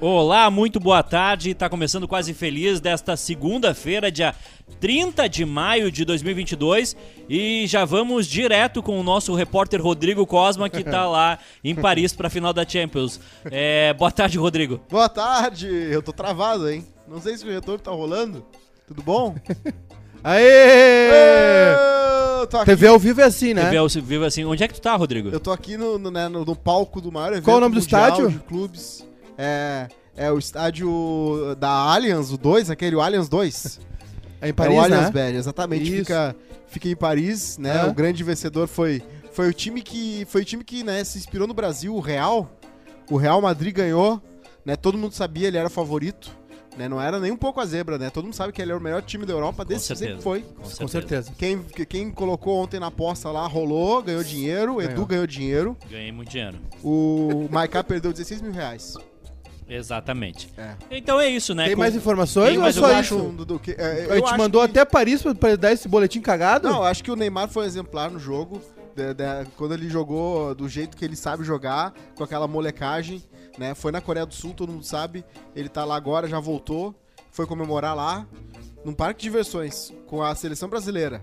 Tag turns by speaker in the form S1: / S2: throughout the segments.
S1: Olá, muito boa tarde. Tá começando quase feliz desta segunda-feira, dia 30 de maio de 2022, e já vamos direto com o nosso repórter Rodrigo Cosma que tá lá em Paris para a final da Champions. É, boa tarde, Rodrigo.
S2: Boa tarde, eu tô travado, hein? Não sei se o retorno tá rolando. Tudo bom?
S3: Aê!
S2: Eu tô aqui,
S3: TV ao vivo é assim, né?
S1: Vê ao vivo assim, onde é que tu tá, Rodrigo?
S2: eu tô aqui no, no, né, no- no palco do maior evento
S3: Qual o nome do
S2: mundial
S3: estádio?
S2: de clubes. É, é o estádio da Allianz, o 2, aquele o Allianz 2.
S3: É em
S2: é o
S3: Paris,
S2: Allianz
S3: né?
S2: Velho, exatamente.
S3: Isso.
S2: Fica, fica em Paris, né?
S3: É.
S2: O grande vencedor foi, foi o time que, foi o time que né, se inspirou no Brasil, o Real. O Real Madrid ganhou, né? Todo mundo sabia, ele era favorito. Né, não era nem um pouco a zebra, né? Todo mundo sabe que ele era o melhor time da Europa, desse sempre
S1: certeza.
S2: foi.
S3: Com certeza.
S2: Quem, quem colocou ontem na aposta lá rolou, ganhou dinheiro, o Edu
S3: Ganhou.
S2: ganhou dinheiro,
S1: Ganhei muito dinheiro.
S2: o Maiká perdeu 16 mil reais.
S1: Exatamente.
S2: É.
S1: Então é isso, né?
S3: Tem
S1: Com-
S3: mais informações
S1: Tem
S3: ou é
S1: mais
S2: eu
S3: só
S2: acho,
S3: isso?
S2: Dudu, que, é,
S3: A
S2: eu
S3: gente
S2: acho
S3: mandou
S2: que-
S3: até Paris pra, pra dar esse boletim cagado?
S2: Não, eu acho que o Neymar foi um exemplar no jogo. da- da- quando ele jogou do jeito que ele sabe jogar, com aquela molecagem, né? Foi na Coreia do Sul, todo mundo sabe. Ele tá lá agora, já voltou. Foi comemorar lá, num parque de diversões, com a seleção brasileira.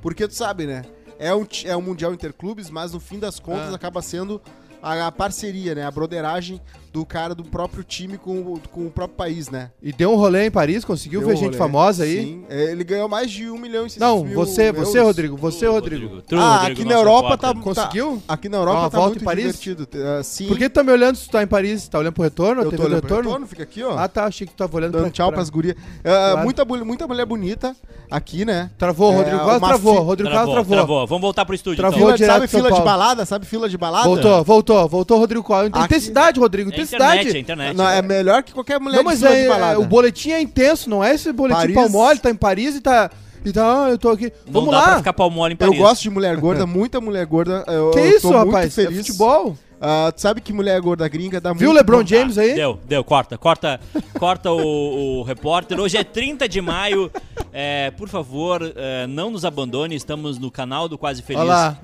S2: Porque tu sabe, né? É um, ti- é um Mundial Interclubes, mas no fim das contas
S3: Ah.
S2: acaba sendo a, a parceria, né? A broderagem do cara do próprio time com, o- com o próprio país, né?
S3: E deu um rolê em Paris, conseguiu
S2: Deu
S3: ver
S2: um
S3: gente
S2: rolê.
S3: famosa aí?
S2: Sim. É, Ele ganhou mais de 1 milhão e 600
S3: Não,
S2: mil
S3: você, você,
S2: euros.
S3: Rodrigo, você,
S1: Tu,
S3: Rodrigo.
S1: Tu,
S2: Ah,
S1: Rodrigo,
S2: aqui na
S1: nosso
S2: Europa
S1: repórter.
S2: tá-
S3: Conseguiu?
S2: Aqui na
S3: Dá
S2: Europa
S3: uma
S2: tá
S3: volta
S2: muito
S3: em Paris?
S2: divertido. Tá, Sim.
S3: Por que tu tá me olhando se tu tá em Paris? Tá olhando pro retorno?
S2: eu
S3: TV
S2: tô
S3: do
S2: olhando pro retorno? Fica aqui, ó.
S3: Ah, tá, achei que tu tava olhando
S2: dando
S3: pra...
S2: tchau
S3: pra-
S2: pras gurias. Ah, muita, bul- muita mulher bonita aqui, né?
S3: Travou,
S2: É,
S3: Rodrigo
S2: uma
S3: Quase travou,
S2: fi-
S3: Rodrigo Quase
S1: Travou,
S3: travou.
S1: travou. Vamos voltar pro estúdio,
S3: Travou.
S1: então.
S2: Fila de-
S3: direto
S2: sabe
S3: de São
S2: fila de
S3: Paulo.
S2: balada? Sabe fila de balada?
S3: Voltou, voltou, voltou, Rodrigo Quase. Intensidade, Rodrigo,
S1: É internet,
S3: intensidade.
S1: é internet.
S2: Não, é melhor que qualquer mulher
S3: Não, mas
S2: de fila
S3: é,
S2: de balada.
S3: o boletim é intenso, não é esse boletim
S2: Paris.
S3: pau mole, tá em Paris e tá. E tá, ah, eu tô aqui.
S1: Não
S3: Vamos
S1: dá pra
S3: lá.
S1: ficar pau mole em
S2: Eu
S1: Paris.
S2: gosto de mulher gorda, muita mulher gorda. Eu
S3: Que
S2: eu
S3: isso,
S2: tô muito
S3: rapaz? É
S2: Feliz.
S3: futebol?
S2: Ah, tu sabe que mulher gorda gringa dá
S3: Viu o
S2: muito...
S3: LeBron
S2: bom-
S3: James
S1: Ah,
S3: aí?
S1: Deu, deu, corta, corta, corta o, o repórter. Hoje é 30 de maio. É, por favor, é, não nos abandone. Estamos no canal do Quase Feliz
S3: Olha lá,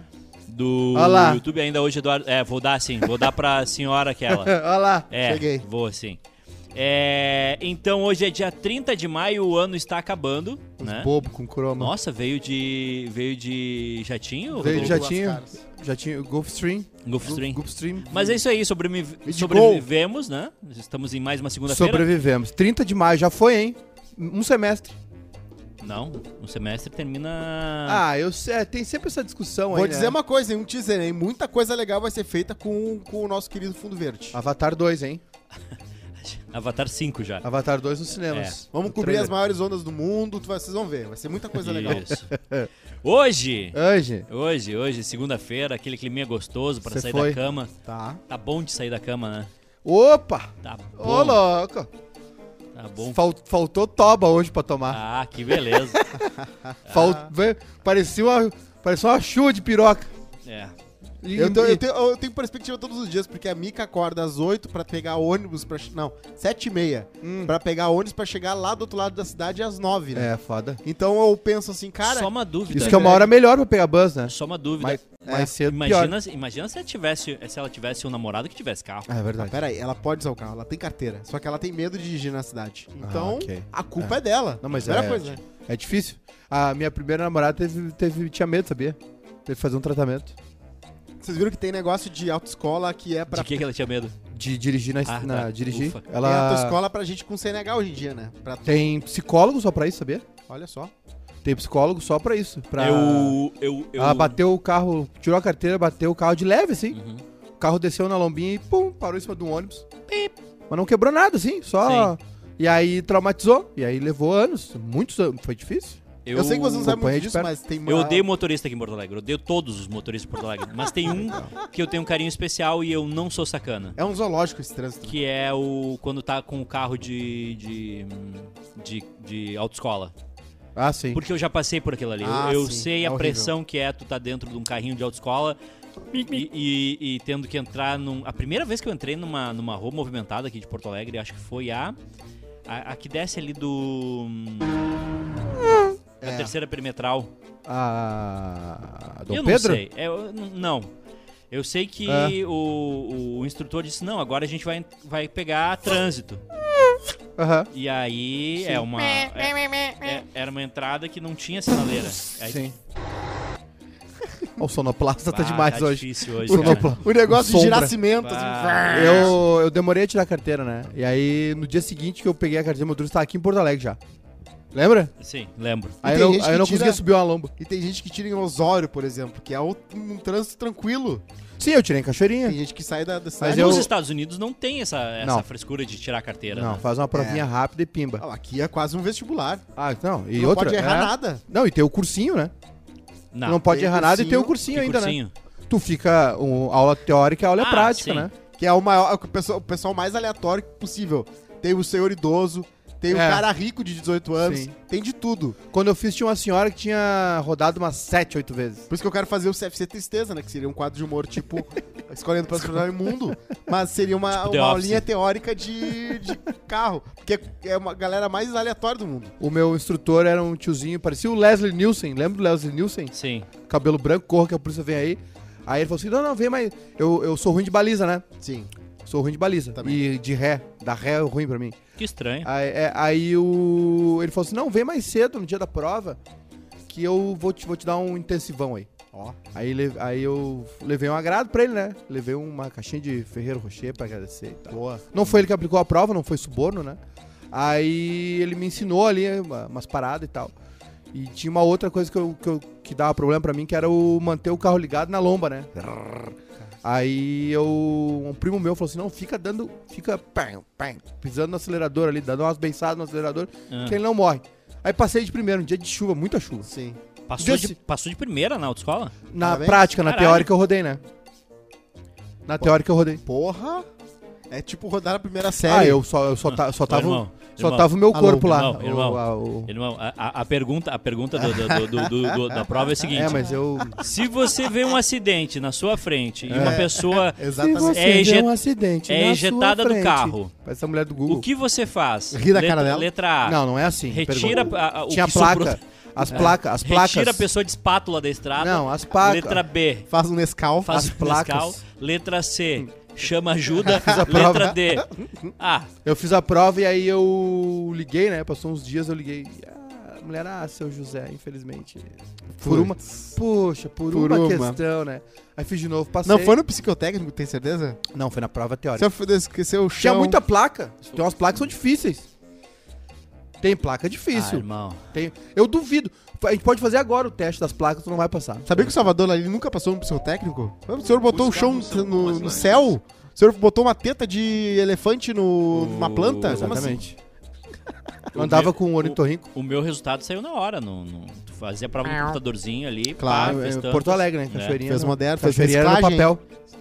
S1: do
S3: Olha lá.
S1: YouTube ainda hoje, Eduardo. É, vou dar sim, vou dar pra senhora aquela.
S3: olha lá.
S1: É,
S2: Cheguei.
S1: vou sim. É, então hoje é dia 30 de maio, o ano está acabando, né?
S3: Bobo com croma.
S1: Nossa, veio de. veio de jatinho?
S3: Veio
S1: Rodolfo?
S3: de
S2: Bobo
S3: jatinho.
S2: com as
S3: Jatinho, Gulfstream.
S1: Gulfstream.
S3: Gulfstream.
S1: Mas é isso aí, sobrevive-
S2: E de
S1: sobrevivemos, né? Estamos em mais uma segunda-feira.
S3: Sobrevivemos. 30 de maio, já foi, hein? Um semestre.
S1: Não, o semestre termina.
S3: Ah, eu sei, é, tem sempre essa discussão aí.
S2: Vou dizer
S3: né?
S2: uma coisa, hein? Um teaser, hein? Muita coisa legal vai ser feita com, com o nosso querido Fundo Verde.
S3: Avatar 2, hein?
S1: Avatar 5 já.
S3: Avatar 2 nos
S1: É.
S3: cinemas.
S2: Vamos
S3: No
S2: cobrir as
S3: trailer.
S2: maiores ondas do mundo, tu vai- vocês vão ver. Vai ser muita coisa legal.
S1: Isso. Hoje,
S3: Hoje.
S1: hoje, hoje, segunda-feira, aquele climinha gostoso pra
S3: Cê
S1: sair
S3: foi?
S1: da cama.
S2: Tá.
S1: Tá bom de sair da cama, né?
S3: Opa!
S1: Tá
S3: Ô,
S1: bom.
S3: louco!
S1: Tá bom.
S3: Fal- faltou toba hoje pra tomar.
S1: Ah, que beleza. Ah.
S3: Fal- ve- Parecia, uma, parecia uma chuva de piroca.
S1: É.
S3: E-
S2: Eu, tô-
S3: e-
S2: eu tenho, eu tenho perspectiva todos os dias, porque a Mica acorda às 8 pra pegar ônibus pra. che- Não, 7 e meia.
S3: Hum.
S2: Pra pegar ônibus pra chegar lá do outro lado da cidade às 9, né?
S3: É, foda.
S2: Então eu penso assim, cara.
S1: Só uma dúvida. né?
S3: Isso que é uma hora melhor pra pegar bus, né?
S1: Só uma dúvida.
S3: Mais, mais cedo, pior.
S1: imagina, se- imagina se ela tivesse, se ela tivesse um namorado que tivesse carro.
S3: Ah, é verdade.
S2: Pera aí, ela pode usar o carro, ela tem carteira. Só que ela tem medo de dirigir na cidade. Então,
S3: ok.
S2: a culpa é, dela.
S3: Não, mas
S2: Primeira
S3: é-
S2: coisa, né?
S3: É difícil. A minha primeira namorada teve, teve, tinha medo, sabia? Teve que fazer um tratamento.
S2: Vocês viram que tem negócio de autoescola que é pra.
S1: De que, que ela tinha medo?
S3: De dirigir na...
S1: Ah,
S3: na-
S1: tá.
S3: dirigir.
S1: Ufa.
S2: Tem
S3: Ela
S2: autoescola pra gente com CNH hoje em dia, né? Pra...
S3: tem psicólogo só pra isso, sabia?
S2: Olha só.
S3: Tem psicólogo só pra isso. Pra... Ah,
S1: Eu, eu, eu.
S3: Ela bateu o carro, tirou a carteira, bateu o carro de leve, assim.
S1: Uhum.
S3: O carro desceu na lombinha e pum, parou em cima de um ônibus. Pip. Mas não quebrou nada, assim, só. E aí traumatizou. E aí levou anos, muitos anos. Foi difícil.
S2: Eu, sei que vocês não sabem muito
S3: acompanhei de
S2: disso,
S3: perto.
S2: mas tem uma-
S1: Eu odeio motorista aqui em Porto Alegre. Eu odeio todos os motoristas de Porto Alegre. Mas tem um que eu tenho um carinho especial e eu não sou sacana.
S2: É um zoológico esse trânsito.
S1: Que é o. Quando tá com o carro de. de. de, de autoescola.
S3: Ah, sim.
S1: Porque eu já passei por aquilo ali. Eu-
S2: Ah,
S1: eu
S2: sim.
S1: sei
S2: É
S1: a
S2: horrível.
S1: pressão que é tu tá dentro de um carrinho de autoescola. E, e- e tendo que entrar num. A primeira vez que eu entrei numa, numa rua movimentada aqui de Porto Alegre, acho que foi a. A, a que desce ali do. A
S2: É.
S1: terceira perimetral.
S3: Ah. Dom
S1: eu
S3: Pedro?
S1: não sei. É, eu- n- não. Eu sei que
S3: É.
S1: o, o instrutor disse, não, agora a gente vai, vai pegar trânsito.
S3: Aham.
S1: E aí é uma. é- é- era uma entrada que não tinha sinaleira. Aí,
S3: Sim. Ó, o sonoplasta
S1: pá,
S3: tá demais
S1: tá
S3: hoje.
S1: difícil hoje,
S3: O
S1: cara.
S3: sonopla-
S2: O negócio de
S3: Sombra.
S2: girar cimento.
S1: Bah.
S2: Assim,
S3: Eu, eu demorei a tirar a carteira, né? E aí, no dia seguinte que eu peguei a carteira, meu Deus tava aqui em Porto Alegre já. Lembra?
S1: Sim, lembro.
S2: E
S3: Aí
S2: tem
S3: eu,
S2: gente
S3: aí eu
S2: que
S3: não
S2: tira-
S3: conseguia subir uma lomba.
S2: e tem gente que tira em Osório, por exemplo, que é outro- um trânsito tranquilo.
S3: Sim, eu tirei em Cachoeirinha.
S2: Tem gente que sai da, da
S1: Mas
S2: cidade.
S3: eu-
S1: nos Estados Unidos não tem essa, essa
S3: Não.
S1: frescura de tirar a carteira.
S3: Não,
S1: né?
S3: faz uma provinha rápida e pimba.
S2: Ah, aqui é quase um vestibular.
S3: Ah, não, e
S2: não
S3: outra.
S2: pode errar
S3: é-
S2: nada.
S3: Não, e tem o cursinho, né?
S1: não.
S3: não pode
S2: tem
S3: errar nada e tem o
S1: Que
S3: cursinho ainda,
S1: cursinho.
S3: né? Tu fica um, aula teórica e aula
S1: Ah,
S3: prática,
S1: sim.
S3: né?
S2: Que é o maior, o pessoal, o pessoal mais aleatório possível. Tem o senhor idoso, tem o
S3: É.
S2: cara rico de 18 anos,
S3: Sim.
S2: tem de tudo.
S3: Quando eu fiz, tinha uma senhora que tinha rodado umas 7, 8 vezes.
S2: Por isso que eu quero fazer o CFC Tristeza, né? Que seria um quadro de humor tipo Escolhendo para se tornar um imundo, mas seria uma,
S1: Tipo The
S2: uma
S1: Office.
S2: linha teórica de, de carro. Porque é uma galera mais aleatória do mundo.
S3: O meu instrutor era um tiozinho, parecia o Leslie Nielsen. Lembra do Leslie Nielsen?
S1: Sim.
S3: Cabelo branco, corra que a polícia vem aí. Aí ele falou assim: não, não, vem, mas eu, eu sou ruim de baliza, né?
S2: Sim.
S3: Sou ruim de baliza.
S2: Também.
S3: E de ré. Da ré é ruim pra mim.
S1: Que estranho.
S3: Aí, é, aí o, ele falou assim: não, vem mais cedo no dia da prova, que eu vou te, vou te dar um intensivão aí.
S2: Ó.
S3: Aí, le- aí eu levei um agrado pra ele, né? Levei uma caixinha de Ferreiro Rocher pra agradecer e tal.
S2: Boa.
S3: Não foi ele que aplicou a prova, não foi suborno, né? Aí ele me ensinou ali uma- umas paradas e tal. E tinha uma outra coisa que, eu, que, eu- que dava problema pra mim, que era o manter o carro ligado na lomba, né? Aí eu. Um primo meu falou assim: não, fica dando. Fica pam, pam, pisando no acelerador ali, dando umas beiçadas no acelerador,
S1: Ah.
S3: que ele não morre. Aí passei de primeiro, um dia de chuva, muita chuva.
S2: Sim.
S1: Passou,
S3: desse-
S1: de, passou de primeira na autoescola?
S3: Na
S2: Parabéns.
S3: prática, na
S1: Caralho.
S3: teórica eu rodei, né? Na teórica eu rodei.
S2: Porra! É tipo rodar a primeira série.
S3: Ah, eu só, eu só, ta- só
S1: Ô,
S3: tava. um-
S1: irmão,
S3: Só
S1: irmão,
S3: tava um- o meu
S2: Alô,
S3: corpo lá.
S1: irmão,
S3: o-
S1: irmão.
S3: a- o-
S1: Irmão, a, a- a pergunta, a pergunta do- do- do- do- do- da prova é a seguinte:
S3: É, mas eu.
S1: se você vê um acidente na sua frente e
S3: É.
S1: uma pessoa
S2: Exatamente.
S3: Se você
S1: É
S3: vê
S1: eje-
S3: um acidente
S1: é
S3: na
S1: ejetada
S3: sua
S1: do
S3: frente,
S1: carro.
S3: Parece a mulher do Google.
S1: o que você faz?
S2: Ri da cara
S1: Letra-
S2: dela.
S1: Letra A.
S3: Não, não é assim.
S1: Retira
S3: pergunta.
S1: a- a- o
S3: Tinha
S1: que sobrou. É.
S3: placa. As placas, as placas.
S1: Retira a pessoa de espátula da estrada.
S3: Não, as placas.
S1: Letra B.
S2: Faz um Nescau.
S1: Faz
S3: As
S1: o
S3: placas.
S1: fiscal. Letra C. Chama ajuda.
S3: prova.
S1: Letra D. Ah,
S3: Eu fiz a prova e aí eu liguei, né? Passou uns dias, eu liguei. Ah, a mulher, ah, seu José, infelizmente. Por uma. Puxa, por,
S2: Por
S3: uma,
S2: uma.
S3: questão, né? Aí fiz de novo, passei.
S2: Ah, Não foi no psicotécnico, tem certeza?
S3: Não, foi na prova teórica.
S1: é um
S2: Você foi- esqueceu o chão.
S3: Tinha muita placa. Tem umas placas que são difíceis. Tem placa
S1: Ah,
S3: difícil.
S1: irmão.
S3: Tem- Eu duvido. A gente pode fazer agora o teste das placas, tu não vai passar.
S2: Sabia que o Salvador ali nunca passou no psicotécnico? O senhor botou o chão no, no céu? O senhor botou uma teta de elefante no, numa planta? Como assim?
S3: Exatamente. Eu andava com um ornitorrinco.
S1: O meu resultado saiu na hora. No, no- tu fazia a prova no computadorzinho ali.
S2: Claro,
S1: pá,
S3: É,
S1: Ah, fez tanto.
S3: Porto Alegre, né?
S1: É.
S3: Cachoeirinha.
S2: Fez
S3: não.
S2: moderno, fez
S3: Cachoeirinha era no
S2: reciclagem.
S3: papel.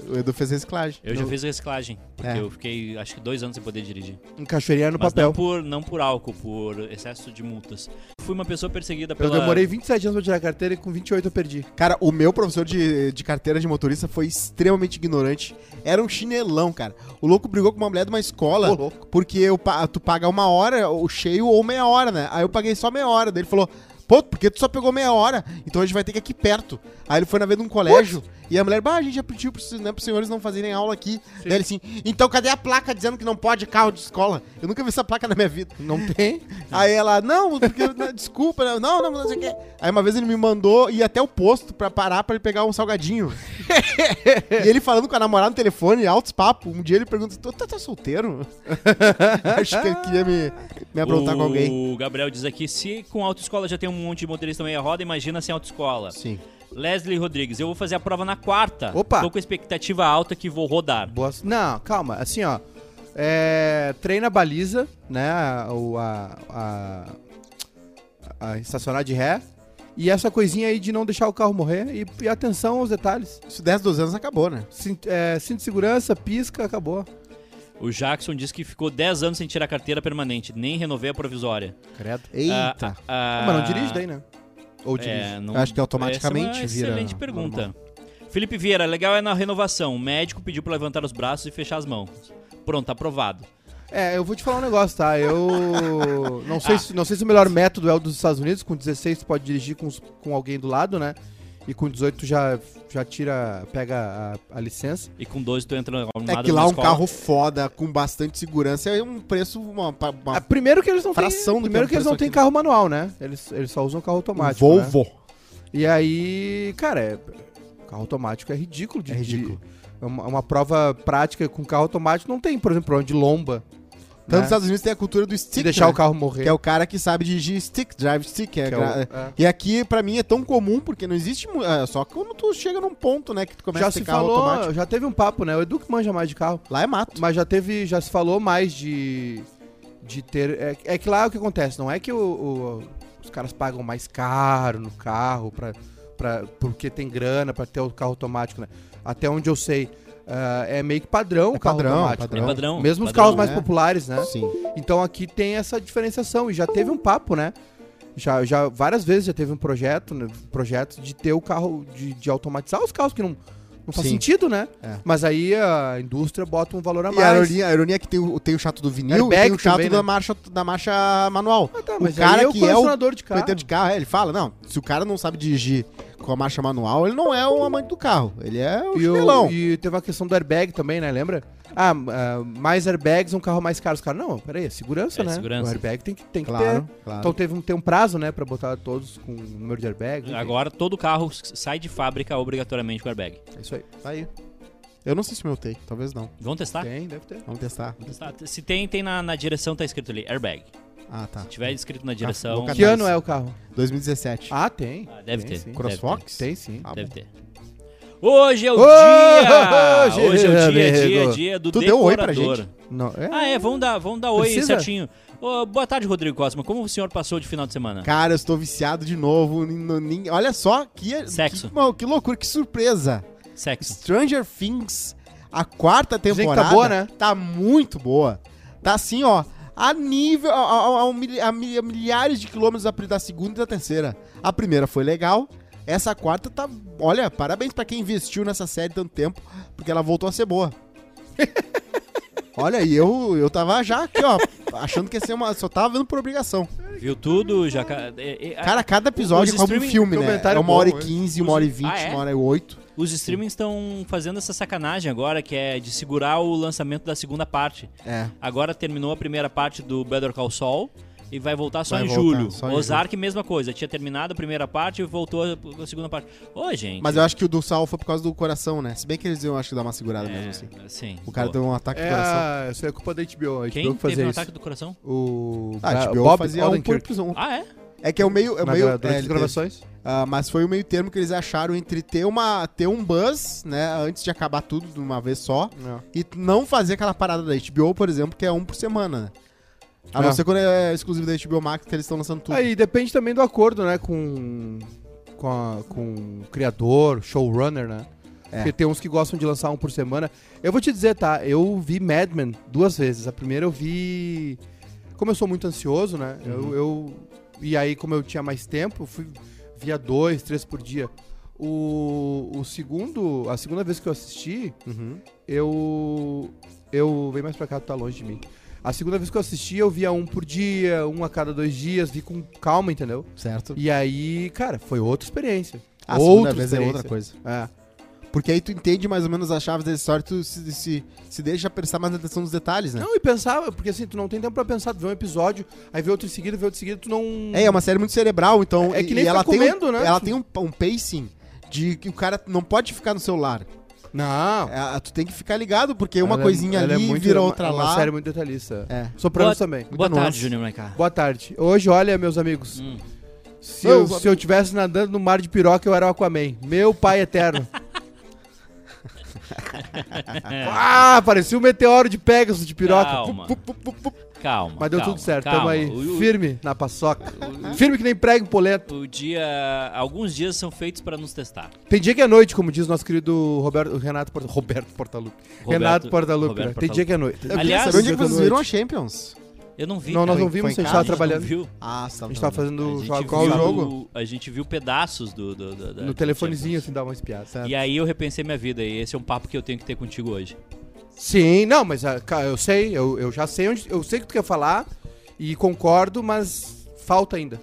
S2: O Edu fez reciclagem.
S1: Eu já
S2: No-
S1: fiz reciclagem. Porque
S2: É.
S1: eu fiquei, acho que dois anos sem poder dirigir.
S3: Em Cachoeirinha era no
S1: Mas
S3: papel.
S1: não por, não por álcool, por excesso de multas. Fui uma pessoa perseguida
S3: Eu
S1: pela...
S3: demorei 27 anos pra tirar a carteira e com 28 eu perdi.
S2: Cara, o meu professor de, de carteira de motorista foi extremamente ignorante. Era um chinelão, cara. O louco brigou com uma mulher de uma escola.
S3: Ô, louco.
S2: Porque eu, pa- tu paga uma hora, ou cheio, ou meia hora, né? Aí eu paguei só meia hora. Daí ele falou, pô, porque tu só pegou meia hora? Então a gente vai ter que ir aqui perto. Aí ele foi na vez de um colégio, e a mulher, bah, a gente já pediu pros, né, pros senhores não fazerem aula aqui. Daí ele assim, então cadê a placa dizendo que não pode carro de escola? Eu nunca vi essa placa na minha vida.
S3: Não tem?
S2: Aí ela, não, porque, não, desculpa, né, não, não, não sei o quê. Aí uma vez ele me mandou ir até o posto pra parar pra ele pegar um salgadinho. e ele falando com a namorada no telefone, altos papo. Um dia ele pergunta, tu tá, tá solteiro? Acho que ele queria me, me aprontar
S1: o...
S2: com alguém.
S1: Gabriel diz aqui, se com autoescola já tem um monte de motorista meia roda, imagina sem autoescola.
S2: Sim.
S1: Leslie Rodrigues, eu vou fazer a prova na quarta.
S3: Opa.
S1: Tô com expectativa alta que vou rodar.
S3: Boas... Não, calma. Assim, ó. É, treina a baliza, né? A, o- a, a- a estacionar de ré. E essa coisinha aí de não deixar o carro morrer. E, e atenção aos detalhes.
S2: Isso 10, 12 anos acabou, né?
S3: Cinto, é, cinto de segurança, pisca, acabou.
S1: O Jackson disse que ficou 10 anos sem tirar a carteira permanente, nem renovei a provisória.
S3: Credo.
S2: Eita.
S1: Ah, ah,
S3: Mas não dirige daí, né? Ou dirige.
S1: É, não-
S2: Eu acho que automaticamente
S1: Essa é uma
S2: vira
S1: Excelente pergunta. Felipe Vieira, legal é na renovação. O médico pediu pra levantar os braços e fechar as mãos. Pronto, aprovado.
S3: É, eu vou te falar um negócio, tá? Eu
S2: Ah.
S3: não sei, se, não sei se o melhor método é o dos Estados Unidos, com 16 tu pode dirigir com, os- com alguém do lado, né? e com 18 tu já, já tira, pega a, a licença.
S1: E com 12 tu entra arrumado
S2: É que lá um
S1: numa escola.
S2: carro foda, com bastante segurança, é um preço, uma, uma,
S3: Ah,
S2: uma
S3: primeiro que eles não têm,
S2: fração do
S3: primeiro
S2: que é um
S3: que eles não
S2: preço
S3: têm
S2: aqui.
S3: carro manual, né? Eles, eles só usam carro automático. né?
S2: Volvo.
S3: E aí, cara, é- carro automático é ridículo. De,
S2: É ridículo.
S3: de- é uma, uma prova prática com carro automático não tem, por exemplo, problema de lomba.
S2: Tanto nos
S3: né?
S2: Estados Unidos tem a cultura do stick,
S3: Se deixar
S2: né?
S3: o carro morrer.
S2: que é o cara que sabe dirigir stick, drive stick. que é
S3: que é o-
S2: gra-
S3: é.
S2: E aqui, pra mim, é tão comum, porque não existe... mu- é, só quando tu chega num ponto, né, que tu começa
S3: Já
S2: a ter
S3: se
S2: carro
S3: falou,
S2: automático.
S3: já teve um papo, né? O Edu que manja mais de carro.
S2: Lá é mato.
S3: Mas já teve, já se falou mais de, de ter. É, é que lá é o que acontece, não é que o- o- os caras pagam mais caro no carro pra, pra, porque tem grana pra ter o carro automático, né? Até onde eu sei, ah, é meio que padrão o carro
S2: padrão,
S3: automático.
S2: padrão.
S3: né?
S1: É padrão,
S3: Mesmo os
S1: padrão,
S3: carros mais
S2: né?
S3: populares, né?
S2: Sim.
S3: Então aqui tem essa diferenciação e já teve um papo, né? Já, já várias vezes já teve um projeto, né? projeto de ter o carro de, de automatizar os carros que não, não faz
S2: Sim.
S3: sentido, né?
S2: É.
S3: Mas aí a indústria bota um valor a
S2: E a
S3: mais.
S2: ironia, a ironia é que tem o, tem o chato do vinil e
S3: Airbag
S2: tem o chato
S3: também,
S2: da,
S3: né?
S2: marcha, da marcha manual.
S3: Ah, tá,
S2: o
S3: mas
S2: cara
S3: aí é o
S2: que é o
S3: colecionador de carro.
S2: Proprietário de carro, é, ele fala, não, se o cara não sabe dirigir com a marcha manual, ele não é o amante do carro, ele é o
S3: E, o-
S2: chinelão.
S3: e teve a questão do airbag também, né? Lembra? Ah, m- ah, mais airbags, um carro mais caro. Os caras, não, peraí, é segurança,
S1: É,
S3: né?
S1: segurança.
S3: O airbag tem que, tem que
S2: Claro,
S3: ter.
S2: claro.
S3: Então teve um, tem um prazo, né, pra botar todos com o número de airbags. enfim.
S1: Agora todo carro s- sai de fábrica obrigatoriamente com airbag.
S3: É isso aí.
S2: Tá Aí. Eu não sei se o meu tem, talvez não.
S1: Vamos testar?
S3: Tem, deve ter.
S2: Vamos testar.
S1: Vamos testar. Se tem, tem na, na direção, tá escrito ali, airbag.
S2: Ah, tá.
S1: Se tiver escrito na direção,
S2: vou
S3: Que
S2: Mas-
S3: ano é o carro?
S2: 2017.
S3: Ah, tem.
S1: Ah, deve
S3: Tem,
S1: ter.
S3: sim.
S2: Crossfox?
S3: Tem sim.
S2: Ah,
S1: deve ter. Hoje é o dia!
S3: Hoje,
S1: Hoje é o dia, dia,
S3: amigo.
S1: dia do
S2: Tu deu oi pra
S1: decorador.
S3: Não, é.
S1: Ah, é, vamos dar, vamos dar oi
S3: Precisa?
S1: certinho. Ô, boa tarde, Rodrigo Cosma. Como o senhor passou de final de semana?
S2: Cara, eu estou viciado de novo. nin- no- nin- Olha só que.
S1: Sexo.
S2: Que, mano, que loucura, que surpresa.
S1: Sexo.
S2: Stranger Things, a quarta
S3: Dizem que tá
S2: temporada.
S3: boa, né?
S2: tá muito boa. Tá assim, ó. A nível. A, a- a um mili- a mili- a milhares de quilômetros da, pri- da segunda e da terceira. A primeira foi legal. Essa quarta tá. Olha, parabéns pra quem investiu nessa série tanto tempo, porque ela voltou a ser boa. Olha, e eu, eu tava já aqui, ó, achando que ia ser uma. Só tava vendo por obrigação.
S1: Viu tudo? Já... ca- é, é, a-
S2: Cara, cada
S1: Os
S2: episódio é como um
S1: streaming-
S2: filme, né?
S3: comentário
S2: É uma hora e
S3: bom, hein?
S2: quinze, uma hora e vinte,
S1: Ah, é?
S2: uma hora e oito.
S1: Os streamings estão fazendo essa sacanagem agora, que é de segurar o lançamento da segunda parte.
S2: É.
S1: Agora terminou a primeira parte do Better Call Saul e vai voltar só
S2: Vai
S1: em
S2: voltar,
S1: julho.
S2: só em
S1: Ozark, mesma coisa. Tinha terminado a primeira parte e voltou a a segunda parte. Ô, gente.
S3: é
S2: Mas eu acho que o do Sal foi por causa do coração, né? Se bem que eles iam, acho que dar uma segurada mesmo, assim.
S1: é, sim.
S2: O cara
S1: boa.
S2: deu um ataque
S3: É,
S2: do coração.
S3: a- isso é culpa da HBO. A
S1: Quem
S3: HBO que
S1: teve
S3: fazia
S1: um
S3: isso.
S1: ataque do coração?
S3: O
S2: Ah,
S3: Bra-
S2: HBO
S3: Bob
S2: fazia um por
S3: Odenkirk.
S2: episódio.
S1: Ah, é?
S2: É que é o meio. É o
S3: Na,
S2: meio
S3: durante
S2: é,
S3: as
S2: ele teve.
S3: gravações.
S2: Ah, mas foi o meio termo que eles acharam entre ter uma ter um buzz, né, antes de acabar tudo de uma vez só, e não fazer aquela parada da HBO, por exemplo, que é um por semana, né? A não
S3: É.
S2: ser quando é exclusivo da HBO Max, que eles estão lançando tudo.
S3: Aí depende também do acordo, né, com com, a- com o criador, showrunner, né?
S2: É.
S3: Porque tem uns que gostam de lançar um por semana. Eu vou te dizer, tá? Eu vi Mad Men duas vezes. A primeira eu vi. Como eu sou muito ansioso, né? Eu, eu- E aí, como eu tinha mais tempo, eu fui via dois, três por dia. O, o segundo. A segunda vez que eu assisti,
S2: Uhum.
S3: eu. Eu. Vem mais pra cá, tu tá longe de mim. A segunda vez que eu assisti, eu via um por dia, um a cada dois dias, vi com calma, entendeu?
S2: Certo.
S3: E aí, cara, foi outra experiência.
S2: A segunda
S3: Outra
S2: vez é outra
S3: experiência.
S2: coisa.
S3: É.
S2: Porque aí tu entende mais ou menos as chaves da história, tu se, se, se deixa prestar mais atenção nos detalhes, né?
S3: Não, e pensava, porque assim, tu não tem tempo pra pensar, tu vê um episódio, aí vê outro em seguida, vê outro em seguida, tu não.
S2: É, é uma série muito cerebral, então.
S3: É
S2: e-
S3: que nem
S2: e
S3: ficar
S2: ela tem um,
S3: comendo, né?
S2: Ela tem um, um pacing de que o cara não pode ficar no celular.
S3: Não.
S2: É, tu tem que ficar ligado, porque uma
S3: Ela é-
S2: coisinha
S3: ela é
S2: ali
S3: muito-
S2: vira
S3: é uma-
S2: outra
S3: é uma
S2: lá.
S3: série muito detalhista.
S2: É.
S3: Sopranos
S1: Boa-
S3: também.
S1: Boa
S2: nuance.
S1: tarde, Júnior Maiká.
S3: Boa tarde. Hoje, olha, meus amigos.
S1: Hum.
S3: Se,
S2: Meu
S3: eu, se eu tivesse nadando no mar de piroca, eu era o Aquaman. Meu pai eterno. ah, parecia um meteoro de Pegasus de piroca.
S1: Calma,
S2: Pup, pup, pup, pup.
S1: calma.
S3: Mas deu
S1: calma,
S3: tudo certo,
S1: calma.
S3: tamo aí.
S1: O- o-
S3: Firme na paçoca. Firme que nem prego em poleto.
S1: O dia. Alguns dias são feitos pra nos testar.
S3: Tem dia que é noite, como diz nosso querido Roberto, Renato, Porta- Roberto Portaluppi.
S1: Roberto-
S3: Renato Portaluppi,
S1: Roberto
S3: né? Tem
S1: Portaluppi.
S3: dia que é noite.
S2: Eu
S1: Aliás,
S2: queria saber onde é que
S3: Jogo à
S2: vocês viram a
S3: noite.
S2: Champions.
S1: Eu não vi.
S3: Não, nós
S1: cara.
S3: não
S2: foi
S3: vimos,
S2: em
S3: a
S2: casa,
S3: gente
S1: A
S3: tava
S1: gente não
S3: trabalhando.
S1: viu.
S2: Ah, você
S3: A gente tava fazendo um
S1: A
S3: jogo-
S1: gente
S3: qual o
S1: viu-
S3: jogo?
S1: A gente viu pedaços do. do- do- da-
S3: No
S1: da-
S3: telefonezinho, assim, dá uma espiada.
S1: E aí eu repensei minha vida e esse é um papo que eu tenho que ter contigo hoje.
S3: Sim, não, mas ah, ca- eu sei, eu, eu já sei onde. Eu sei o que tu quer falar e concordo, mas falta ainda.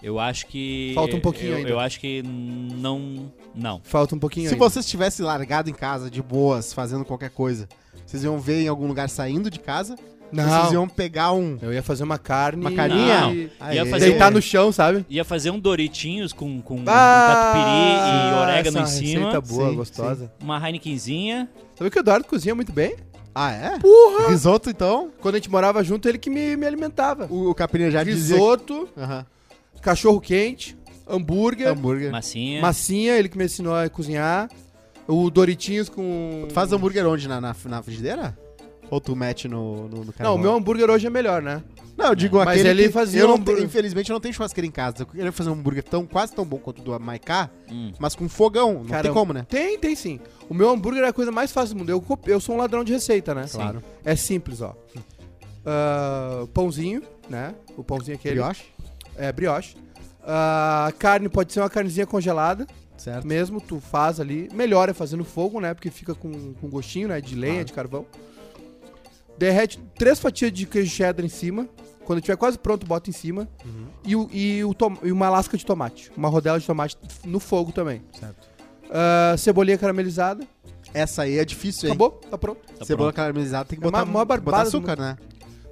S1: Eu acho que.
S3: Falta um pouquinho
S1: eu,
S3: ainda.
S1: Eu acho que não. Não.
S3: Falta um pouquinho
S2: Se
S3: ainda.
S2: vocês tivessem largado em casa, de boas, fazendo qualquer coisa, vocês iam ver em algum lugar saindo de casa? Vocês
S3: Não,
S2: iam pegar um.
S3: eu ia fazer uma carne.
S2: Uma carninha?
S1: Não.
S3: e-
S2: Aê.
S1: Ia fazer
S3: Deitar
S1: um-
S3: no chão, sabe?
S1: Ia fazer um Doritinhos com, com,
S3: Ah,
S1: com catupiry e orégano em
S3: essa
S1: cima.
S3: Receita boa,
S2: Sim,
S3: gostosa.
S1: Uma Heinekenzinha.
S3: Sabe que o Eduardo cozinha muito bem?
S2: Ah, é?
S3: Porra!
S2: Risoto, então?
S3: Quando a gente morava junto, ele que me, me alimentava.
S2: O, o Capirinha já dizia.
S3: Risoto,
S2: Aham.
S3: cachorro quente, hambúrguer,
S2: Hambúrguer.
S1: Massinha.
S3: massinha, ele que me ensinou a cozinhar. O Doritinhos com.
S2: Tu faz hambúrguer onde? Na, na, na frigideira? Ou tu mete no, no, no
S3: Não,
S2: carvão?
S3: o meu hambúrguer hoje é melhor, né?
S2: Não, eu digo
S3: Mas
S2: aquele.
S3: ele
S2: que-
S3: fazia
S2: eu
S3: um
S2: não te-
S3: hambúrguer.
S2: Infelizmente eu não tenho churrasqueira em casa. Eu queria fazer um hambúrguer tão, quase tão bom quanto o do Maiká,
S1: Hum.
S2: mas com fogão. Não
S3: Cara,
S2: tem como, né?
S3: Tem, tem sim. O meu hambúrguer é a coisa mais fácil do mundo. Eu, cop- eu sou um ladrão de receita, né?
S1: Sim. Claro.
S3: É simples, ó. Ah, pãozinho, né? O pãozinho aquele.
S2: Brioche?
S3: É, brioche. Ah, carne pode ser uma carnezinha congelada,
S2: Certo.
S3: mesmo, tu faz ali. Melhor é fazer no fogo, né? Porque fica com, com gostinho, né? De lenha,
S2: Claro.
S3: de carvão. Derrete três fatias de queijo cheddar em cima. Quando tiver quase pronto, bota em cima.
S2: Uhum.
S3: E, o- e o tom- e uma lasca de tomate. Uma rodela de tomate no fogo também.
S2: Certo.
S3: Ah, cebolinha caramelizada.
S2: Essa aí é difícil, hein?
S3: Acabou? Tá pronto.
S1: Tá
S2: Cebola
S1: pronto.
S2: caramelizada tem que
S3: É
S2: botar,
S3: uma- uma
S2: botar
S3: barbada do
S2: açúcar, né?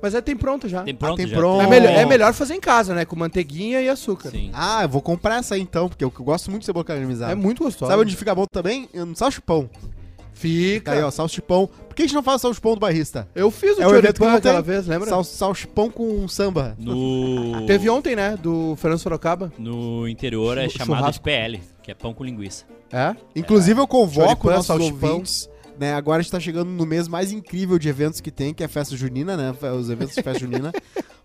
S3: Mas aí tem pronto já.
S1: Tem pronto
S2: tem
S1: já.
S2: pronto.
S3: É,
S2: bom.
S3: melhor, é melhor fazer em casa, né? Com manteiguinha e açúcar.
S1: Sim.
S2: Ah, eu vou comprar essa aí então, porque eu, eu gosto muito de cebola caramelizada.
S3: É muito gostoso.
S2: Sabe onde fica bom também? No salchipão.
S3: Fica.
S2: Tá aí, ó, salchipão. Por que a gente não faz salchipão do barrista?
S3: Eu fiz o
S2: É um evento que
S3: choripan
S2: não
S3: aquela
S2: tem.
S3: vez, lembra?
S2: Sal, salchipão com samba.
S1: No...
S3: Teve ontem, né? Do Fernando Sorocaba.
S1: No interior é
S3: Chu-
S1: chamado de
S3: churrasco.
S1: PL, que é pão com linguiça.
S3: É?
S2: Inclusive, eu convoco
S3: Choripã,
S2: nossos
S3: salchipão.
S2: ouvintes. Né, agora a gente tá chegando no mês mais incrível de eventos que tem, que é a festa junina, né? Os eventos de festa junina.